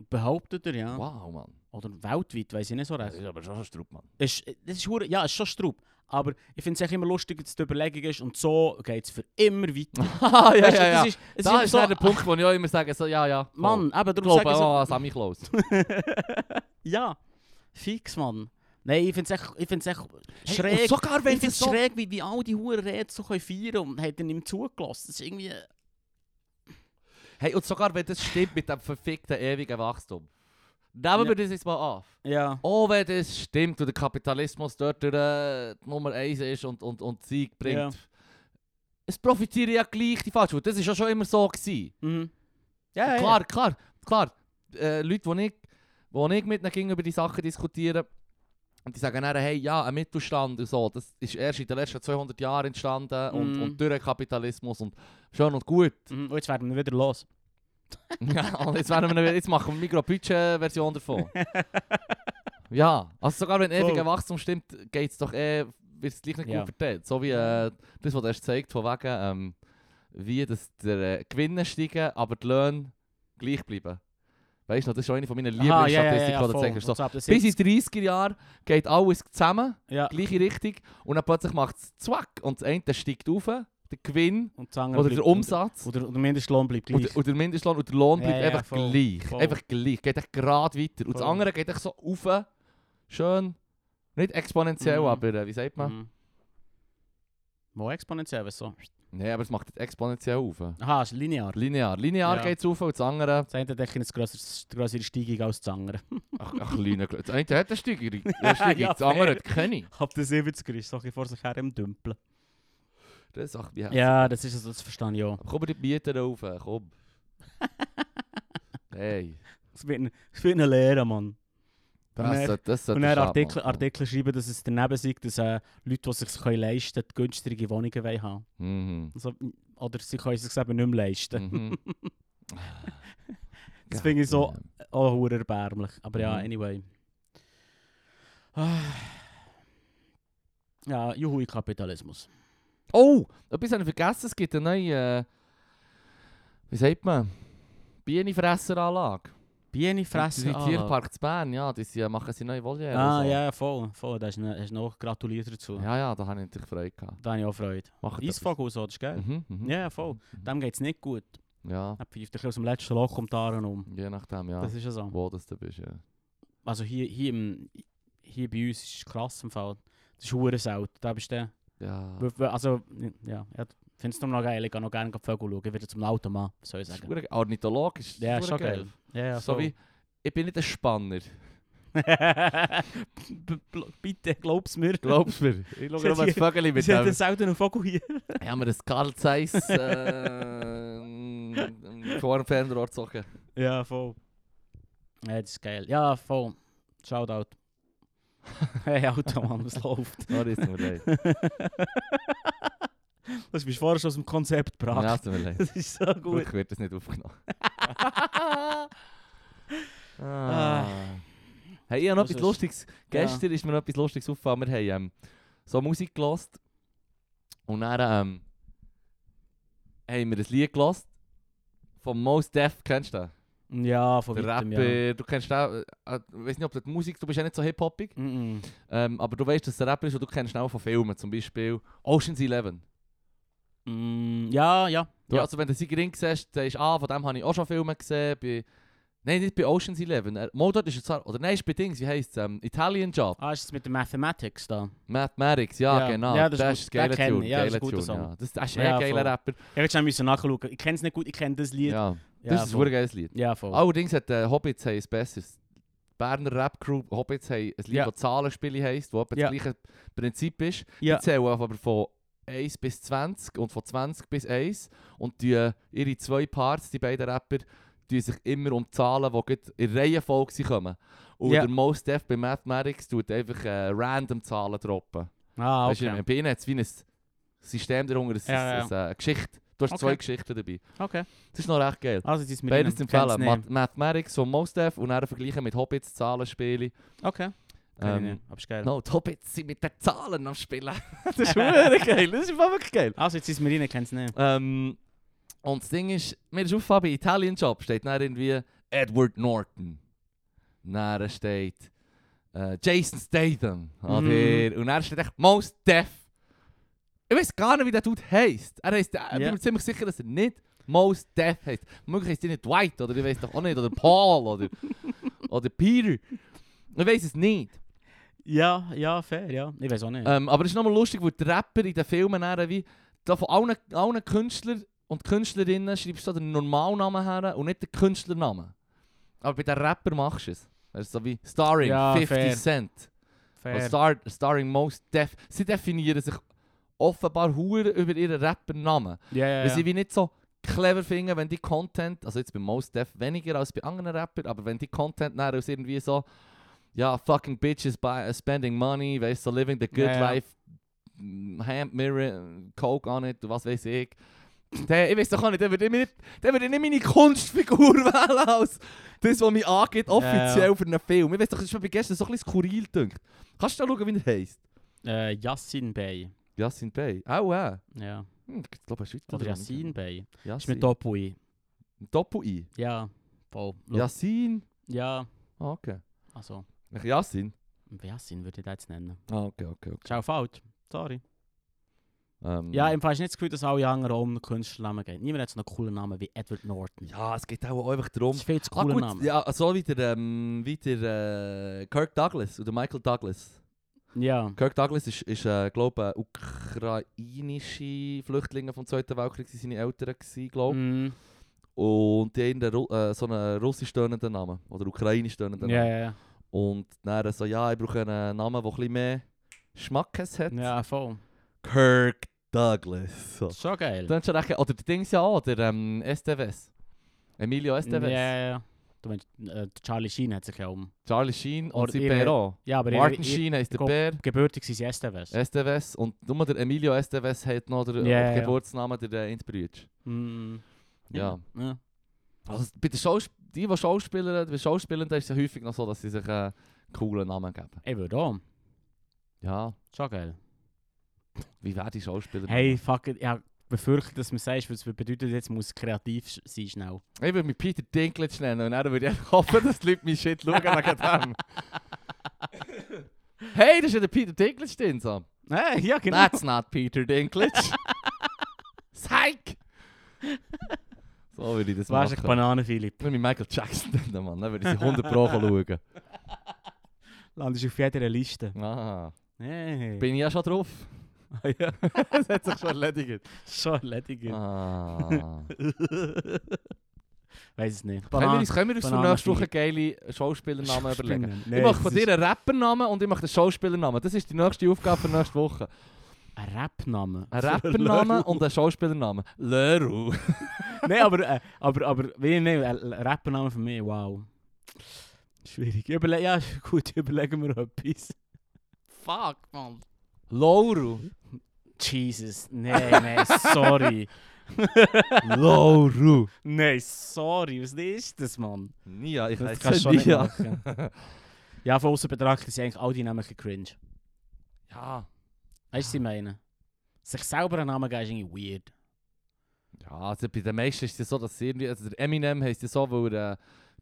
Speaker 2: Behauptet er, ja.
Speaker 1: Wow, Mann.
Speaker 2: Oder weltweit, weiß ich nicht so
Speaker 1: Das
Speaker 2: recht.
Speaker 1: ist aber schon ein Strupp, Mann.
Speaker 2: Es ist, das ist hure- ja, es ist schon Straub. Aber ich finde es echt immer lustig, dass es die Überlegung ist und so geht es für immer weiter.
Speaker 1: ja,
Speaker 2: Weißt du,
Speaker 1: ja, ja.
Speaker 2: Das ist, es
Speaker 1: das
Speaker 2: ist
Speaker 1: ist
Speaker 2: so,
Speaker 1: dann der Punkt, wo ich auch immer sage, so, ja, ja. voll.
Speaker 2: Mann, eben,
Speaker 1: ich
Speaker 2: darum
Speaker 1: glaube
Speaker 2: sage ich
Speaker 1: auch
Speaker 2: so,
Speaker 1: an Sammy Klaus.
Speaker 2: ja, fix, Mann. Nein, ich finde es echt, ich find's echt
Speaker 1: Hey,
Speaker 2: schräg.
Speaker 1: und sogar
Speaker 2: ich
Speaker 1: wenn
Speaker 2: finde
Speaker 1: es
Speaker 2: es
Speaker 1: so...
Speaker 2: schräg, wie, wie all die Huren Reden so können feiern und hat er ihm zugelassen. Das ist irgendwie...
Speaker 1: Hey, und sogar wenn das stimmt mit dem verfickten ewigen Wachstum. Nehmen wir
Speaker 2: Ja.
Speaker 1: das jetzt mal an.
Speaker 2: Ja.
Speaker 1: Auch wenn das stimmt und der Kapitalismus dort durch, äh, die Nummer 1 ist und, und, und Sieg bringt.
Speaker 2: Ja.
Speaker 1: Es profitieren ja gleich die Falschwut. Das war ja schon immer so. Gewesen.
Speaker 2: Mhm. Ja,
Speaker 1: Klar, klar, klar. Äh, Leute, die ich, wo ich mit ihnen ging über die Sachen diskutieren, und die sagen dann, hey, ja, ein Mittelstand und so, das ist erst in den letzten 200 Jahren entstanden und,
Speaker 2: Mhm.
Speaker 1: und durch den Kapitalismus und schön und gut.
Speaker 2: Ja. Mhm. Und jetzt werden wir wieder los.
Speaker 1: Ja, und jetzt, werden wir, jetzt machen wir eine Mikrobudget-Version davon. ja, also sogar wenn
Speaker 2: Voll.
Speaker 1: ewiger Wachstum stimmt, geht es doch eh, wird es gleich nicht
Speaker 2: Ja.
Speaker 1: gut verteilt. So wie äh, das, was du hast gezeigt, von wegen, ähm, wie das der äh, Gewinne steigen, aber die Löhne gleich bleiben. Weißt du, noch, das ist schon eine von meiner
Speaker 2: Aha, ja, ja,
Speaker 1: Lieblingsstatistiken,
Speaker 2: ja, ja,
Speaker 1: die du
Speaker 2: voll.
Speaker 1: gezeigt hast. So,
Speaker 2: Und so ab der
Speaker 1: bis
Speaker 2: 70.
Speaker 1: in 30er Jahren geht alles zusammen,
Speaker 2: Ja.
Speaker 1: gleiche Richtung, und dann plötzlich macht es zwack und das eine steigt auf, der Gewinn
Speaker 2: Und die andere
Speaker 1: oder der
Speaker 2: bleibt-
Speaker 1: Umsatz.
Speaker 2: Oder, oder der Mindestlohn bleibt
Speaker 1: Und,
Speaker 2: gleich.
Speaker 1: der- und der Mindestlohn und der Lohn
Speaker 2: Ja,
Speaker 1: bleibt
Speaker 2: ja,
Speaker 1: einfach
Speaker 2: voll,
Speaker 1: gleich.
Speaker 2: voll.
Speaker 1: Einfach gleich. Geht echt gerade weiter. Und das
Speaker 2: Voll.
Speaker 1: andere geht echt so rauf. Schön. Nicht exponentiell,
Speaker 2: Mhm.
Speaker 1: aber äh, wie sagt man?
Speaker 2: Mhm. Wo exponentiell, was so?
Speaker 1: Nein, aber es macht jetzt exponentiell rauf.
Speaker 2: Aha, ist linear.
Speaker 1: Linear. Linear
Speaker 2: Ja.
Speaker 1: geht es rauf und das andere...
Speaker 2: Das eine hat eigentlich eine grössere, grössere Steigung als das andere.
Speaker 1: Ach, ach kleiner Gl- Das eine hat eine Steigerung. Eine Steigerung.
Speaker 2: Ja,
Speaker 1: das andere
Speaker 2: fair.
Speaker 1: hat keine.
Speaker 2: Ab der 70er ist es vor sich her im Dümpeln.
Speaker 1: Das ist auch wie hässlich.
Speaker 2: Ja, das ist es, das verstehe ich auch.
Speaker 1: Aber Komm, die Mieten rauf. Komm. hey.
Speaker 2: Es wird, ein- es wird eine Lehre, Mann. Und
Speaker 1: Das
Speaker 2: er-
Speaker 1: sollte das sollte
Speaker 2: Und dann
Speaker 1: der Staat
Speaker 2: Artikel,
Speaker 1: machen.
Speaker 2: Artikel schreiben, dass es daneben sei, dass äh, Leute, die sich können leisten können, günstigere Wohnungen wollen haben
Speaker 1: Mhm.
Speaker 2: also, Oder sie können es sich eben nicht mehr leisten.
Speaker 1: Mhm.
Speaker 2: Das finde ich so
Speaker 1: Goddamn.
Speaker 2: auch hure erbärmlich. Aber ja,
Speaker 1: Mhm.
Speaker 2: anyway. Ah. Ja, juhui Kapitalismus.
Speaker 1: Oh, etwas habe ich vergessen. Es gibt eine neue, äh, wie sagt man, Bienenfresseranlage.
Speaker 2: Biene fressen.
Speaker 1: Im Tierpark zu Bern, ja, die sie, machen sie neue Voliere.
Speaker 2: Ah,
Speaker 1: und so.
Speaker 2: ja, voll. voll. Da hast du hast du noch gratuliert dazu.
Speaker 1: dus Ja, ja, da habe ich natürlich Freude gehabt.
Speaker 2: Da habe ich auch Freude.
Speaker 1: Machen
Speaker 2: Eisvogel so, das ist geil.
Speaker 1: Mhm, mhm.
Speaker 2: dus, Ja, voll.
Speaker 1: Mhm.
Speaker 2: Dem geht es nicht gut.
Speaker 1: Ja,
Speaker 2: Er pfeift dich aus dem letzten Loch um die Aaren um.
Speaker 1: je nachdem, ja.
Speaker 2: Das ist ja so.
Speaker 1: Wo das du bist, ja.
Speaker 2: dus Also hier, hier, im, hier bei uns ist es krass im Fall. Das ist hure selten. Da bist du
Speaker 1: Ja.
Speaker 2: dann- Also, ja, ich finde es noch geil. Ich gehe noch gerne die Vögel schauen. Ich werde zum Auto machen, soll ich
Speaker 1: Das ist
Speaker 2: sagen.
Speaker 1: verdammt- Ornitholog ist
Speaker 2: Ja, ist schon
Speaker 1: verdammt
Speaker 2: geil. Ja, ja,
Speaker 1: So
Speaker 2: voll.
Speaker 1: wie, ich bin nicht ein Spanner.
Speaker 2: B- bl- Bitte, glaub's mir.
Speaker 1: Glaubst du mir? Ich schaue
Speaker 2: Sie hat
Speaker 1: nur ein
Speaker 2: hier-
Speaker 1: Vögel mit
Speaker 2: Sie hat einen
Speaker 1: dem.
Speaker 2: seltenen Vogel hier.
Speaker 1: Ich habe mir ein Carl Zeiss äh, vor dem Fernrohr gezogen.
Speaker 2: Ja, voll. Ja, das ist geil. Ja, voll. Shoutout. Hey, Auto, Mann, was läuft?
Speaker 1: Oh, das ist mir leid.
Speaker 2: Das bist vorher schon aus dem Konzept gebracht.
Speaker 1: Ja, es tut mir leid.
Speaker 2: Das ist so gut.
Speaker 1: Ich werde das nicht aufgenommen.
Speaker 2: Ah.
Speaker 1: Hey, ich habe noch
Speaker 2: Was
Speaker 1: etwas
Speaker 2: ist-
Speaker 1: Lustiges. Gestern ist mir noch etwas Lustiges aufgefallen. Wir haben ähm, so Musik gelost und dann ähm, haben wir ein Lied gelost von Most Def. Kennst du das?
Speaker 2: Ja, von
Speaker 1: Der
Speaker 2: weitem,
Speaker 1: Rapper,
Speaker 2: ja.
Speaker 1: du kennst auch, äh, äh, ich weiß nicht, ob du die Musik, du bist ja nicht so hip-hoppig,
Speaker 2: Mm -mm.
Speaker 1: ähm, aber du weißt, dass der Rapper ist und du kennst ihn auch von Filmen, zum Beispiel Ocean's Eleven.
Speaker 2: Mm, ja, ja.
Speaker 1: Du,
Speaker 2: ja.
Speaker 1: Also wenn du sie gering siehst, sagst du, ah, von dem habe ich auch schon Filme gesehen, bei, nein, nicht bei Ocean's Eleven, er, mal dort ist er zwar, oder nein, ist bei Dings, wie heisst es, ähm, Italian Job,
Speaker 2: Ah, ist es mit den Mathematics da?
Speaker 1: Mathematics, ja,
Speaker 2: Ja.
Speaker 1: genau,
Speaker 2: Ja, das
Speaker 1: das,
Speaker 2: ist
Speaker 1: ist
Speaker 2: gut.
Speaker 1: ein
Speaker 2: Den
Speaker 1: geiler
Speaker 2: kenn
Speaker 1: Tune,
Speaker 2: ich. Ja, das ist
Speaker 1: geiler
Speaker 2: ein
Speaker 1: Tune,
Speaker 2: guter Song.
Speaker 1: ja. Das, das ist
Speaker 2: Ja,
Speaker 1: ein geiler
Speaker 2: voll.
Speaker 1: Rapper,
Speaker 2: Ja, jetzt müssen nachschauen. Ich kenne es nicht gut, ich kenne das Lied.
Speaker 1: ja,
Speaker 2: Ja,
Speaker 1: das ist ein
Speaker 2: voll.
Speaker 1: super geiles Lied.
Speaker 2: Ja, voll.
Speaker 1: Allerdings hat äh, Hobbits haben ein besseres. Die Berner Rap Crew Hobbits haben ein Lied,
Speaker 2: Ja.
Speaker 1: das Zahlenspiele heisst, wo etwa
Speaker 2: Ja.
Speaker 1: das gleiche Prinzip ist.
Speaker 2: Ja.
Speaker 1: Die zählen aber von 1 bis 20 und von 20 bis 1 und die, äh, ihre zwei Parts, die beiden Rapper, die sich immer um Zahlen, die gerade in Reihenfolge sind, kommen. Und
Speaker 2: Ja.
Speaker 1: der Most Def bei Mathematics tut einfach äh, random Zahlen droppen.
Speaker 2: Ah,
Speaker 1: Weisst du,
Speaker 2: okay.
Speaker 1: bei ihnen hat es wie ein System darunter, ein,
Speaker 2: Ja, ja.
Speaker 1: ein, ein, eine Geschichte. Du hast
Speaker 2: Okay.
Speaker 1: zwei Geschichten dabei.
Speaker 2: okay.
Speaker 1: Das ist noch recht geil.
Speaker 2: Also, jetzt ist mit
Speaker 1: Beides zu
Speaker 2: ihnen. Kenn's
Speaker 1: empfehlen.
Speaker 2: nicht.
Speaker 1: Math Mathematics von Mostef und dann vergleichen mit Hobbits Zahlenspiele.
Speaker 2: Okay.
Speaker 1: Ähm,
Speaker 2: Kenn ich nicht, aber ist geil.
Speaker 1: No, die Hobbits sind mit den Zahlen am Spielen. das ist wirklich geil. Das ist einfach wirklich geil.
Speaker 2: Also, jetzt ist mit ihnen, kennst du nicht.
Speaker 1: Ähm, und das Ding ist, mir ist aufgefallen, bei Italian Job steht dann irgendwie Edward Norton. Dann steht äh, Jason Statham. an
Speaker 2: Mhm.
Speaker 1: dir. Und dann steht echt Most Def. Ich weiß gar nicht, wie der Dude heisst. Er heisst, ich bin
Speaker 2: Ja.
Speaker 1: mir ziemlich sicher, dass er nicht Most Def heisst. Möglich heisst er nicht Dwight oder ich weiß doch auch nicht. Oder Paul oder, oder Peter. Ich weiß es nicht.
Speaker 2: Ja, ja, fair, ja. Ich weiß auch nicht.
Speaker 1: Ähm, aber es ist nochmal lustig, weil die Rapper in den Filmen dann wie da von allen, allen Künstlern und Künstlerinnen schreibst du da den Normalnamen her und nicht den Künstlernamen. Aber bei den Rapper machst du es. Das ist so wie Starring
Speaker 2: Ja,
Speaker 1: 50
Speaker 2: fair.
Speaker 1: Cent. Oder
Speaker 2: fair.
Speaker 1: Star, starring Most Def. Sie definieren sich offenbar hure über ihren Rappernamen.
Speaker 2: Ja, ja,
Speaker 1: Weil sie
Speaker 2: ja.
Speaker 1: wie nicht so clever finden, wenn die Content, also jetzt bei Most Def weniger als bei anderen Rappern, aber wenn die Content nachher aus irgendwie so, ja, fucking bitches buy, äh, spending money, weißt du, so living the good
Speaker 2: Ja, ja.
Speaker 1: life, mm, hand mirror, coke on it, was weiß ich. Der, ich weiß doch auch nicht, der würde mir nicht, der würde nicht meine Kunstfigur wählen als das, was mich angeht, offiziell für einen Film. Ich weiß doch, das ist mir bei gestern so ein bisschen skurril gedacht. Kannst du da schauen, wie er heisst?
Speaker 2: Äh, Yassin Bey.
Speaker 1: Yassin Bey. Auch, äh.
Speaker 2: Ja.
Speaker 1: Hm, ich glaube, ein Schweizer.
Speaker 2: Oder
Speaker 1: Name.
Speaker 2: Yassin Bey. Ist
Speaker 1: Yassin.
Speaker 2: mit Doppel-I.
Speaker 1: Doppel-I.
Speaker 2: Ja. Voll. Schau.
Speaker 1: Yassin.
Speaker 2: Ja.
Speaker 1: Ah, okay.
Speaker 2: Also,
Speaker 1: Ach, Yassin?
Speaker 2: Yassin würde ich das jetzt nennen.
Speaker 1: Ah, okay, okay, okay.
Speaker 2: Ist auch falsch. Sorry.
Speaker 1: Ähm,
Speaker 2: Ja, im Fall ist nicht das Gefühl, dass alle anderen um einen Künstlernamen gehen. Niemand hat so einen coolen Namen wie Edward Norton.
Speaker 1: ja, es geht auch einfach darum.
Speaker 2: Das ist viel zu
Speaker 1: Ah,
Speaker 2: cooler
Speaker 1: gut,
Speaker 2: Name.
Speaker 1: ja, so wie der, ähm, wie der äh, Kirk Douglas oder Michael Douglas.
Speaker 2: Ja.
Speaker 1: Kirk Douglas ist, ist äh, glaube ich, ukrainische Flüchtlinge vom Zweiten Weltkrieg, sie seine Eltern, glaube ich.
Speaker 2: Mm.
Speaker 1: Und die haben einen Ru- äh, so einen russisch tönenden Namen oder ukrainisch tönenden
Speaker 2: Ja,
Speaker 1: Namen.
Speaker 2: ja, ja.
Speaker 1: Und dann so, ja, ich brauche einen eh, Namen, der ein bisschen mehr Schmackes hat.
Speaker 2: Ja, voll.
Speaker 1: Kirk Douglas. So.
Speaker 2: Das ist schon geil.
Speaker 1: Das ist schon recht. geil. Oder die Dings ja auch, der ähm, Esteves. Emilio
Speaker 2: Ja,
Speaker 1: Esteves.
Speaker 2: ja, ja. Du meinst, äh, Charlie Sheen hat sich ja um.
Speaker 1: Charlie Sheen und
Speaker 2: Oder
Speaker 1: sein
Speaker 2: ihre-
Speaker 1: Bär auch.
Speaker 2: Ja, aber
Speaker 1: Martin
Speaker 2: ihre- ihre-
Speaker 1: Sheen heisst der
Speaker 2: Gott.
Speaker 1: Bär.
Speaker 2: gebürtig sind sie Esteves.
Speaker 1: Esteves. Und nur der Emilio Esteves hat noch den
Speaker 2: Ja, ja.
Speaker 1: Geburtsnamen der äh, Inbrütsch.
Speaker 2: Mm.
Speaker 1: Ja.
Speaker 2: ja.
Speaker 1: Also bei den Schaus die, die Schauspieler, bei Schauspielern da ist es ja häufig noch so, dass sie sich äh, einen coolen Namen geben.
Speaker 2: Ich würde auch.
Speaker 1: Ja,
Speaker 2: Schon geil.
Speaker 1: wie wäre die Schauspieler?
Speaker 2: Hey, fuck it. Ich hab befürchtet, dass man sagt, was bedeutet jetzt, muss kreativ sch- sein schnell.
Speaker 1: Ich würde mich Peter Dinklage nennen und dann würde ich einfach hoffen, dass die Leute mich shit schauen wegen dem. Hey, das ist ja der Peter Dinklage drin, so.
Speaker 2: Hey, ja, genau.
Speaker 1: That's not Peter Dinklage. Psych! So würde ich das
Speaker 2: das war echt
Speaker 1: machen.
Speaker 2: Banane, Philipp.
Speaker 1: Wenn ich Michael Jackson nennen, Mann, dann würde ich sie 100 Pro schauen.
Speaker 2: Landest auf jeder Liste.
Speaker 1: Aha.
Speaker 2: Hey.
Speaker 1: Bin ich ja schon drauf.
Speaker 2: Ah. ja.
Speaker 1: das hat sich schon erledigt.
Speaker 2: schon erledigt.
Speaker 1: Ah.
Speaker 2: Weiß es nicht.
Speaker 1: können, wir uns, können wir uns für
Speaker 2: Banane-
Speaker 1: nächste Woche geile Schauspielernamen überlegen? ich
Speaker 2: Nee,
Speaker 1: mache von dir einen Rappernamen und ich mache den Schauspielernamen. Das ist die nächste Aufgabe für nächste Woche.
Speaker 2: Ein Rap-Name.
Speaker 1: Ein Rappernamen und ein Schauspielernamen. Leru.
Speaker 2: Nein, aber, äh, aber, aber wie, nein, ein Rappername für mich, wow. Schwierig. Überle ja, ist gut, überlegen wir etwas. Fuck, man.
Speaker 1: Lauru.
Speaker 2: Jesus, nein, nein, sorry.
Speaker 1: Lauru.
Speaker 2: nein, sorry, was ist das, Mann?
Speaker 1: Nia, ich
Speaker 2: Das
Speaker 1: weiß
Speaker 2: kannst du schon
Speaker 1: nicht.
Speaker 2: nicht
Speaker 1: Nia.
Speaker 2: machen. ja, von außen betrachtet sind eigentlich all die Namen ein bisschen cringe.
Speaker 1: Ja.
Speaker 2: Weißt du, was ich meine? Sich selber einen Namen geben ist irgendwie weird.
Speaker 1: Ja, also bei den meisten ist es ja so, dass sie irgendwie, also der Eminem heisst ja so, weil er äh,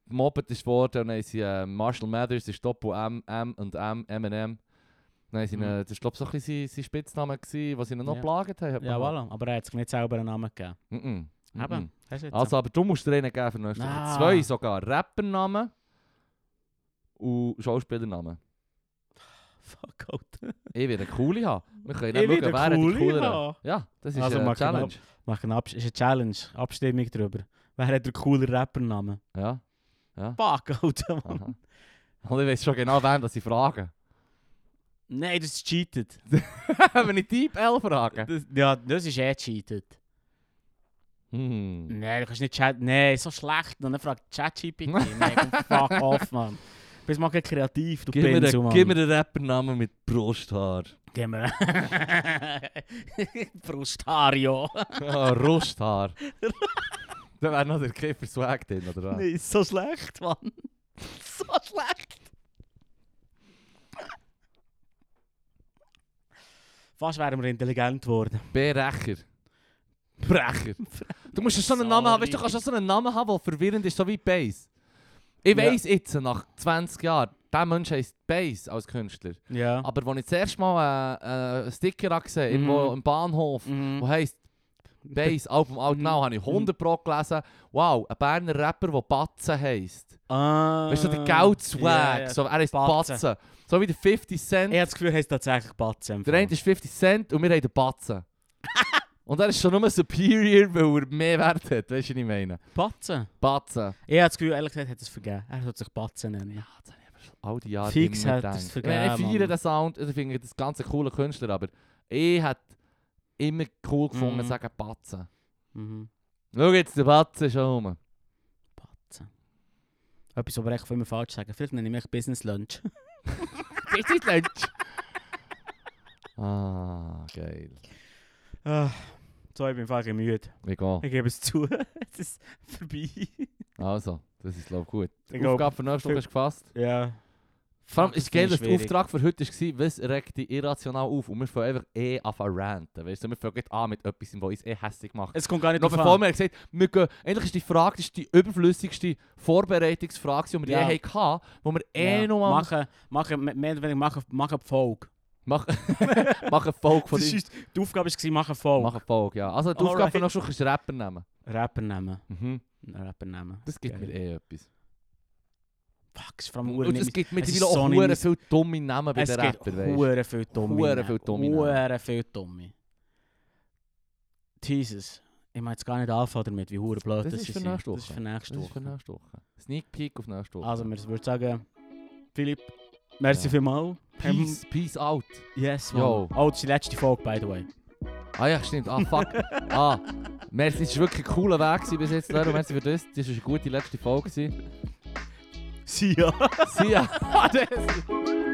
Speaker 1: gemobbt ist worden und dann haben sie äh, Marshall Mathers ist Doppel M, M und M, Eminem. Dann haben sie,
Speaker 2: Mhm.
Speaker 1: ihn, äh, das ist glaube ich so ein bisschen sein, sein Spitzname gewesen, was sie ihn noch
Speaker 2: Ja.
Speaker 1: plagt haben.
Speaker 2: Ja, voilà. Aber er hat sich nicht selber einen Namen gegeben.
Speaker 1: Mhm. Mhm.
Speaker 2: Eben. Hast du jetzt
Speaker 1: Also, aber du musst dir einen geben für nächstes Jahr.
Speaker 2: Ah.
Speaker 1: Zwei sogar. Rappernamen und Schauspielernamen.
Speaker 2: Fuck, Alter.
Speaker 1: Ich werde eine coole haben. Wir können
Speaker 2: Ich
Speaker 1: dann schauen,
Speaker 2: werde
Speaker 1: wer
Speaker 2: eine
Speaker 1: die
Speaker 2: coole
Speaker 1: cooleren
Speaker 2: haben.
Speaker 1: Ja, das ist
Speaker 2: Also
Speaker 1: eine
Speaker 2: mach ich
Speaker 1: Challenge.
Speaker 2: Mach eine Abs ist eine Challenge. Abstimmung drüber. Wer hat den coolen Rappernamen?
Speaker 1: Ja.
Speaker 2: Fuck, Alter, Mann.
Speaker 1: Aha. Und ich weiß schon genau, wem das ich frage.
Speaker 2: Nein, das ist cheated.
Speaker 1: Wenn ich Typ L frage.
Speaker 2: Das, ja, das ist eh cheated.
Speaker 1: Hm.
Speaker 2: Nein, du kannst nicht chat. Nein, so schlecht. Und dann fragt ChatGPT. Nein, komm, fuck off, Mann. Bist mal kein kreativ, du
Speaker 1: Gib mir,
Speaker 2: Pinsel,
Speaker 1: einen,
Speaker 2: Mann.
Speaker 1: gib mir einen Rappernamen mit Brusthaar.
Speaker 2: Gib mir. Frustario.
Speaker 1: Ja, Rusthaar. da wäre noch der Käfer Swag drin, oder was?
Speaker 2: Nein, ist so schlecht, Mann. So schlecht. Fast wären wir intelligent geworden.
Speaker 1: Brecher. Brecher. Du musst ja schon einen
Speaker 2: Sorry.
Speaker 1: Namen haben, weißt du, du kannst ja schon einen Namen haben, der verwirrend ist, so wie Bass. Ich
Speaker 2: Ja.
Speaker 1: weiss jetzt, nach 20 Jahren, der Mensch heisst Bass als Künstler.
Speaker 2: Ja.
Speaker 1: Aber als ich das erste Mal äh, äh, einen Sticker habe gesehen irgendwo
Speaker 2: Hm. Mhm.
Speaker 1: im Bahnhof,
Speaker 2: Mhm.
Speaker 1: wo heisst Bass, Album Out
Speaker 2: Mhm.
Speaker 1: Now, habe ich 100 Pro gelesen. Wow, ein Berner Rapper, der Batzen heisst.
Speaker 2: Ah.
Speaker 1: Weißt du, der Geld-Swag,
Speaker 2: Ja, ja.
Speaker 1: so, er heisst
Speaker 2: Batzen.
Speaker 1: Batzen. So wie der 50 Cent.
Speaker 2: Ich habe das Gefühl, er heisst tatsächlich Batzen.
Speaker 1: Der eine ist 50 Cent und wir haben den Batzen. und er ist schon nur superior, weil er mehr Wert hat. Weißt du, was ich meine?
Speaker 2: Batzen?
Speaker 1: Batzen.
Speaker 2: Ich habe das Gefühl, ehrlich gesagt, hat es vergeben. Er sollte sich Batzen nennen.
Speaker 1: All die Jahre
Speaker 2: Fix
Speaker 1: immer
Speaker 2: hat er's
Speaker 1: gedacht. Ich meine, ich
Speaker 2: vergeben,
Speaker 1: feiere
Speaker 2: Mann.
Speaker 1: den Sound, also ich finde das ganze coole Künstler, aber ich hat immer cool gefunden,
Speaker 2: Mhm.
Speaker 1: sagen Batzen.
Speaker 2: Mhm.
Speaker 1: Schau jetzt, der Batzen ist schon rum.
Speaker 2: Batzen. Etwas, was wir echt von immer falsch sagen. Vielleicht nenne ich mich Business Lunch.
Speaker 1: Richtig Lunch. ah, geil.
Speaker 2: Ah, so, ich bin fucking müde.
Speaker 1: Wir gehen.
Speaker 2: Ich gebe es zu. es ist vorbei.
Speaker 1: Also, das ist, glaube ich, gut. Die
Speaker 2: Ich glaub,
Speaker 1: Aufgabe für nächste Woche ist gefasst.
Speaker 2: Ja.
Speaker 1: Vor allem
Speaker 2: Fuck, das
Speaker 1: ist geil,
Speaker 2: finde
Speaker 1: dass
Speaker 2: ich
Speaker 1: der
Speaker 2: schwierig.
Speaker 1: Auftrag für heute war, was regt dich irrational auf? Und wir fangen einfach eh an zu ranten. Weißt du, wir fangen gleich an mit etwas, was uns eh hässlich macht.
Speaker 2: Es kommt gar nicht
Speaker 1: Noch
Speaker 2: drauf
Speaker 1: bevor
Speaker 2: an.
Speaker 1: wir gesagt haben, wir gehen, eigentlich ist die Frage das ist die überflüssigste Vorbereitungsfrage, die wir
Speaker 2: Ja.
Speaker 1: je hatten, wo wir eh
Speaker 2: ja.
Speaker 1: noch am
Speaker 2: machen, machen, mehr oder weniger machen, machen eine Folge.
Speaker 1: Mach, mach eine Folge von
Speaker 2: Das
Speaker 1: dir.
Speaker 2: ist, die Aufgabe war, machen eine Folge.
Speaker 1: Mach eine Folge, ja. Also die Aufgabe
Speaker 2: Alright.
Speaker 1: für noch schon ist Rapper nehmen.
Speaker 2: Rapper nehmen.
Speaker 1: Mhm.
Speaker 2: Rapper nehmen.
Speaker 1: Das gibt
Speaker 2: Geil.
Speaker 1: mir eh etwas.
Speaker 2: Fuck, es ist vor allem
Speaker 1: Und
Speaker 2: verdammt
Speaker 1: es
Speaker 2: nicht
Speaker 1: gibt
Speaker 2: es ist
Speaker 1: mittlerweile auch
Speaker 2: so
Speaker 1: hure
Speaker 2: nicht
Speaker 1: viele dumme Namen bei
Speaker 2: Es
Speaker 1: den
Speaker 2: gibt
Speaker 1: Rappern, weißt du.
Speaker 2: hure viel Tommy.
Speaker 1: Hure
Speaker 2: Namen.
Speaker 1: viel Tommy
Speaker 2: Hure viel Tommy. Jesus. Ich meine jetzt gar nicht anfangen damit, wie hure blöd
Speaker 1: Das
Speaker 2: das,
Speaker 1: ist für
Speaker 2: sind.
Speaker 1: nächste
Speaker 2: Das ist
Speaker 1: Woche.
Speaker 2: für nächste
Speaker 1: Das ist für
Speaker 2: Woche.
Speaker 1: nächste Woche. Ah, Sneak Peek auf nächste Woche.
Speaker 2: Also, wir würden sagen, Philipp, merci
Speaker 1: Ja.
Speaker 2: vielmals. Ähm,
Speaker 1: Peace, peace out.
Speaker 2: Yes,
Speaker 1: Yo.
Speaker 2: Mann. Oh, das ist die letzte Folge, by the way.
Speaker 1: Ah ja, stimmt. Ah, fuck. ah, merci, es war wirklich ein cooler Weg gewesen bis jetzt. Darum merci für das. Das war eine gute letzte Folge. gewesen.
Speaker 2: See ya.
Speaker 1: See ya. Adios.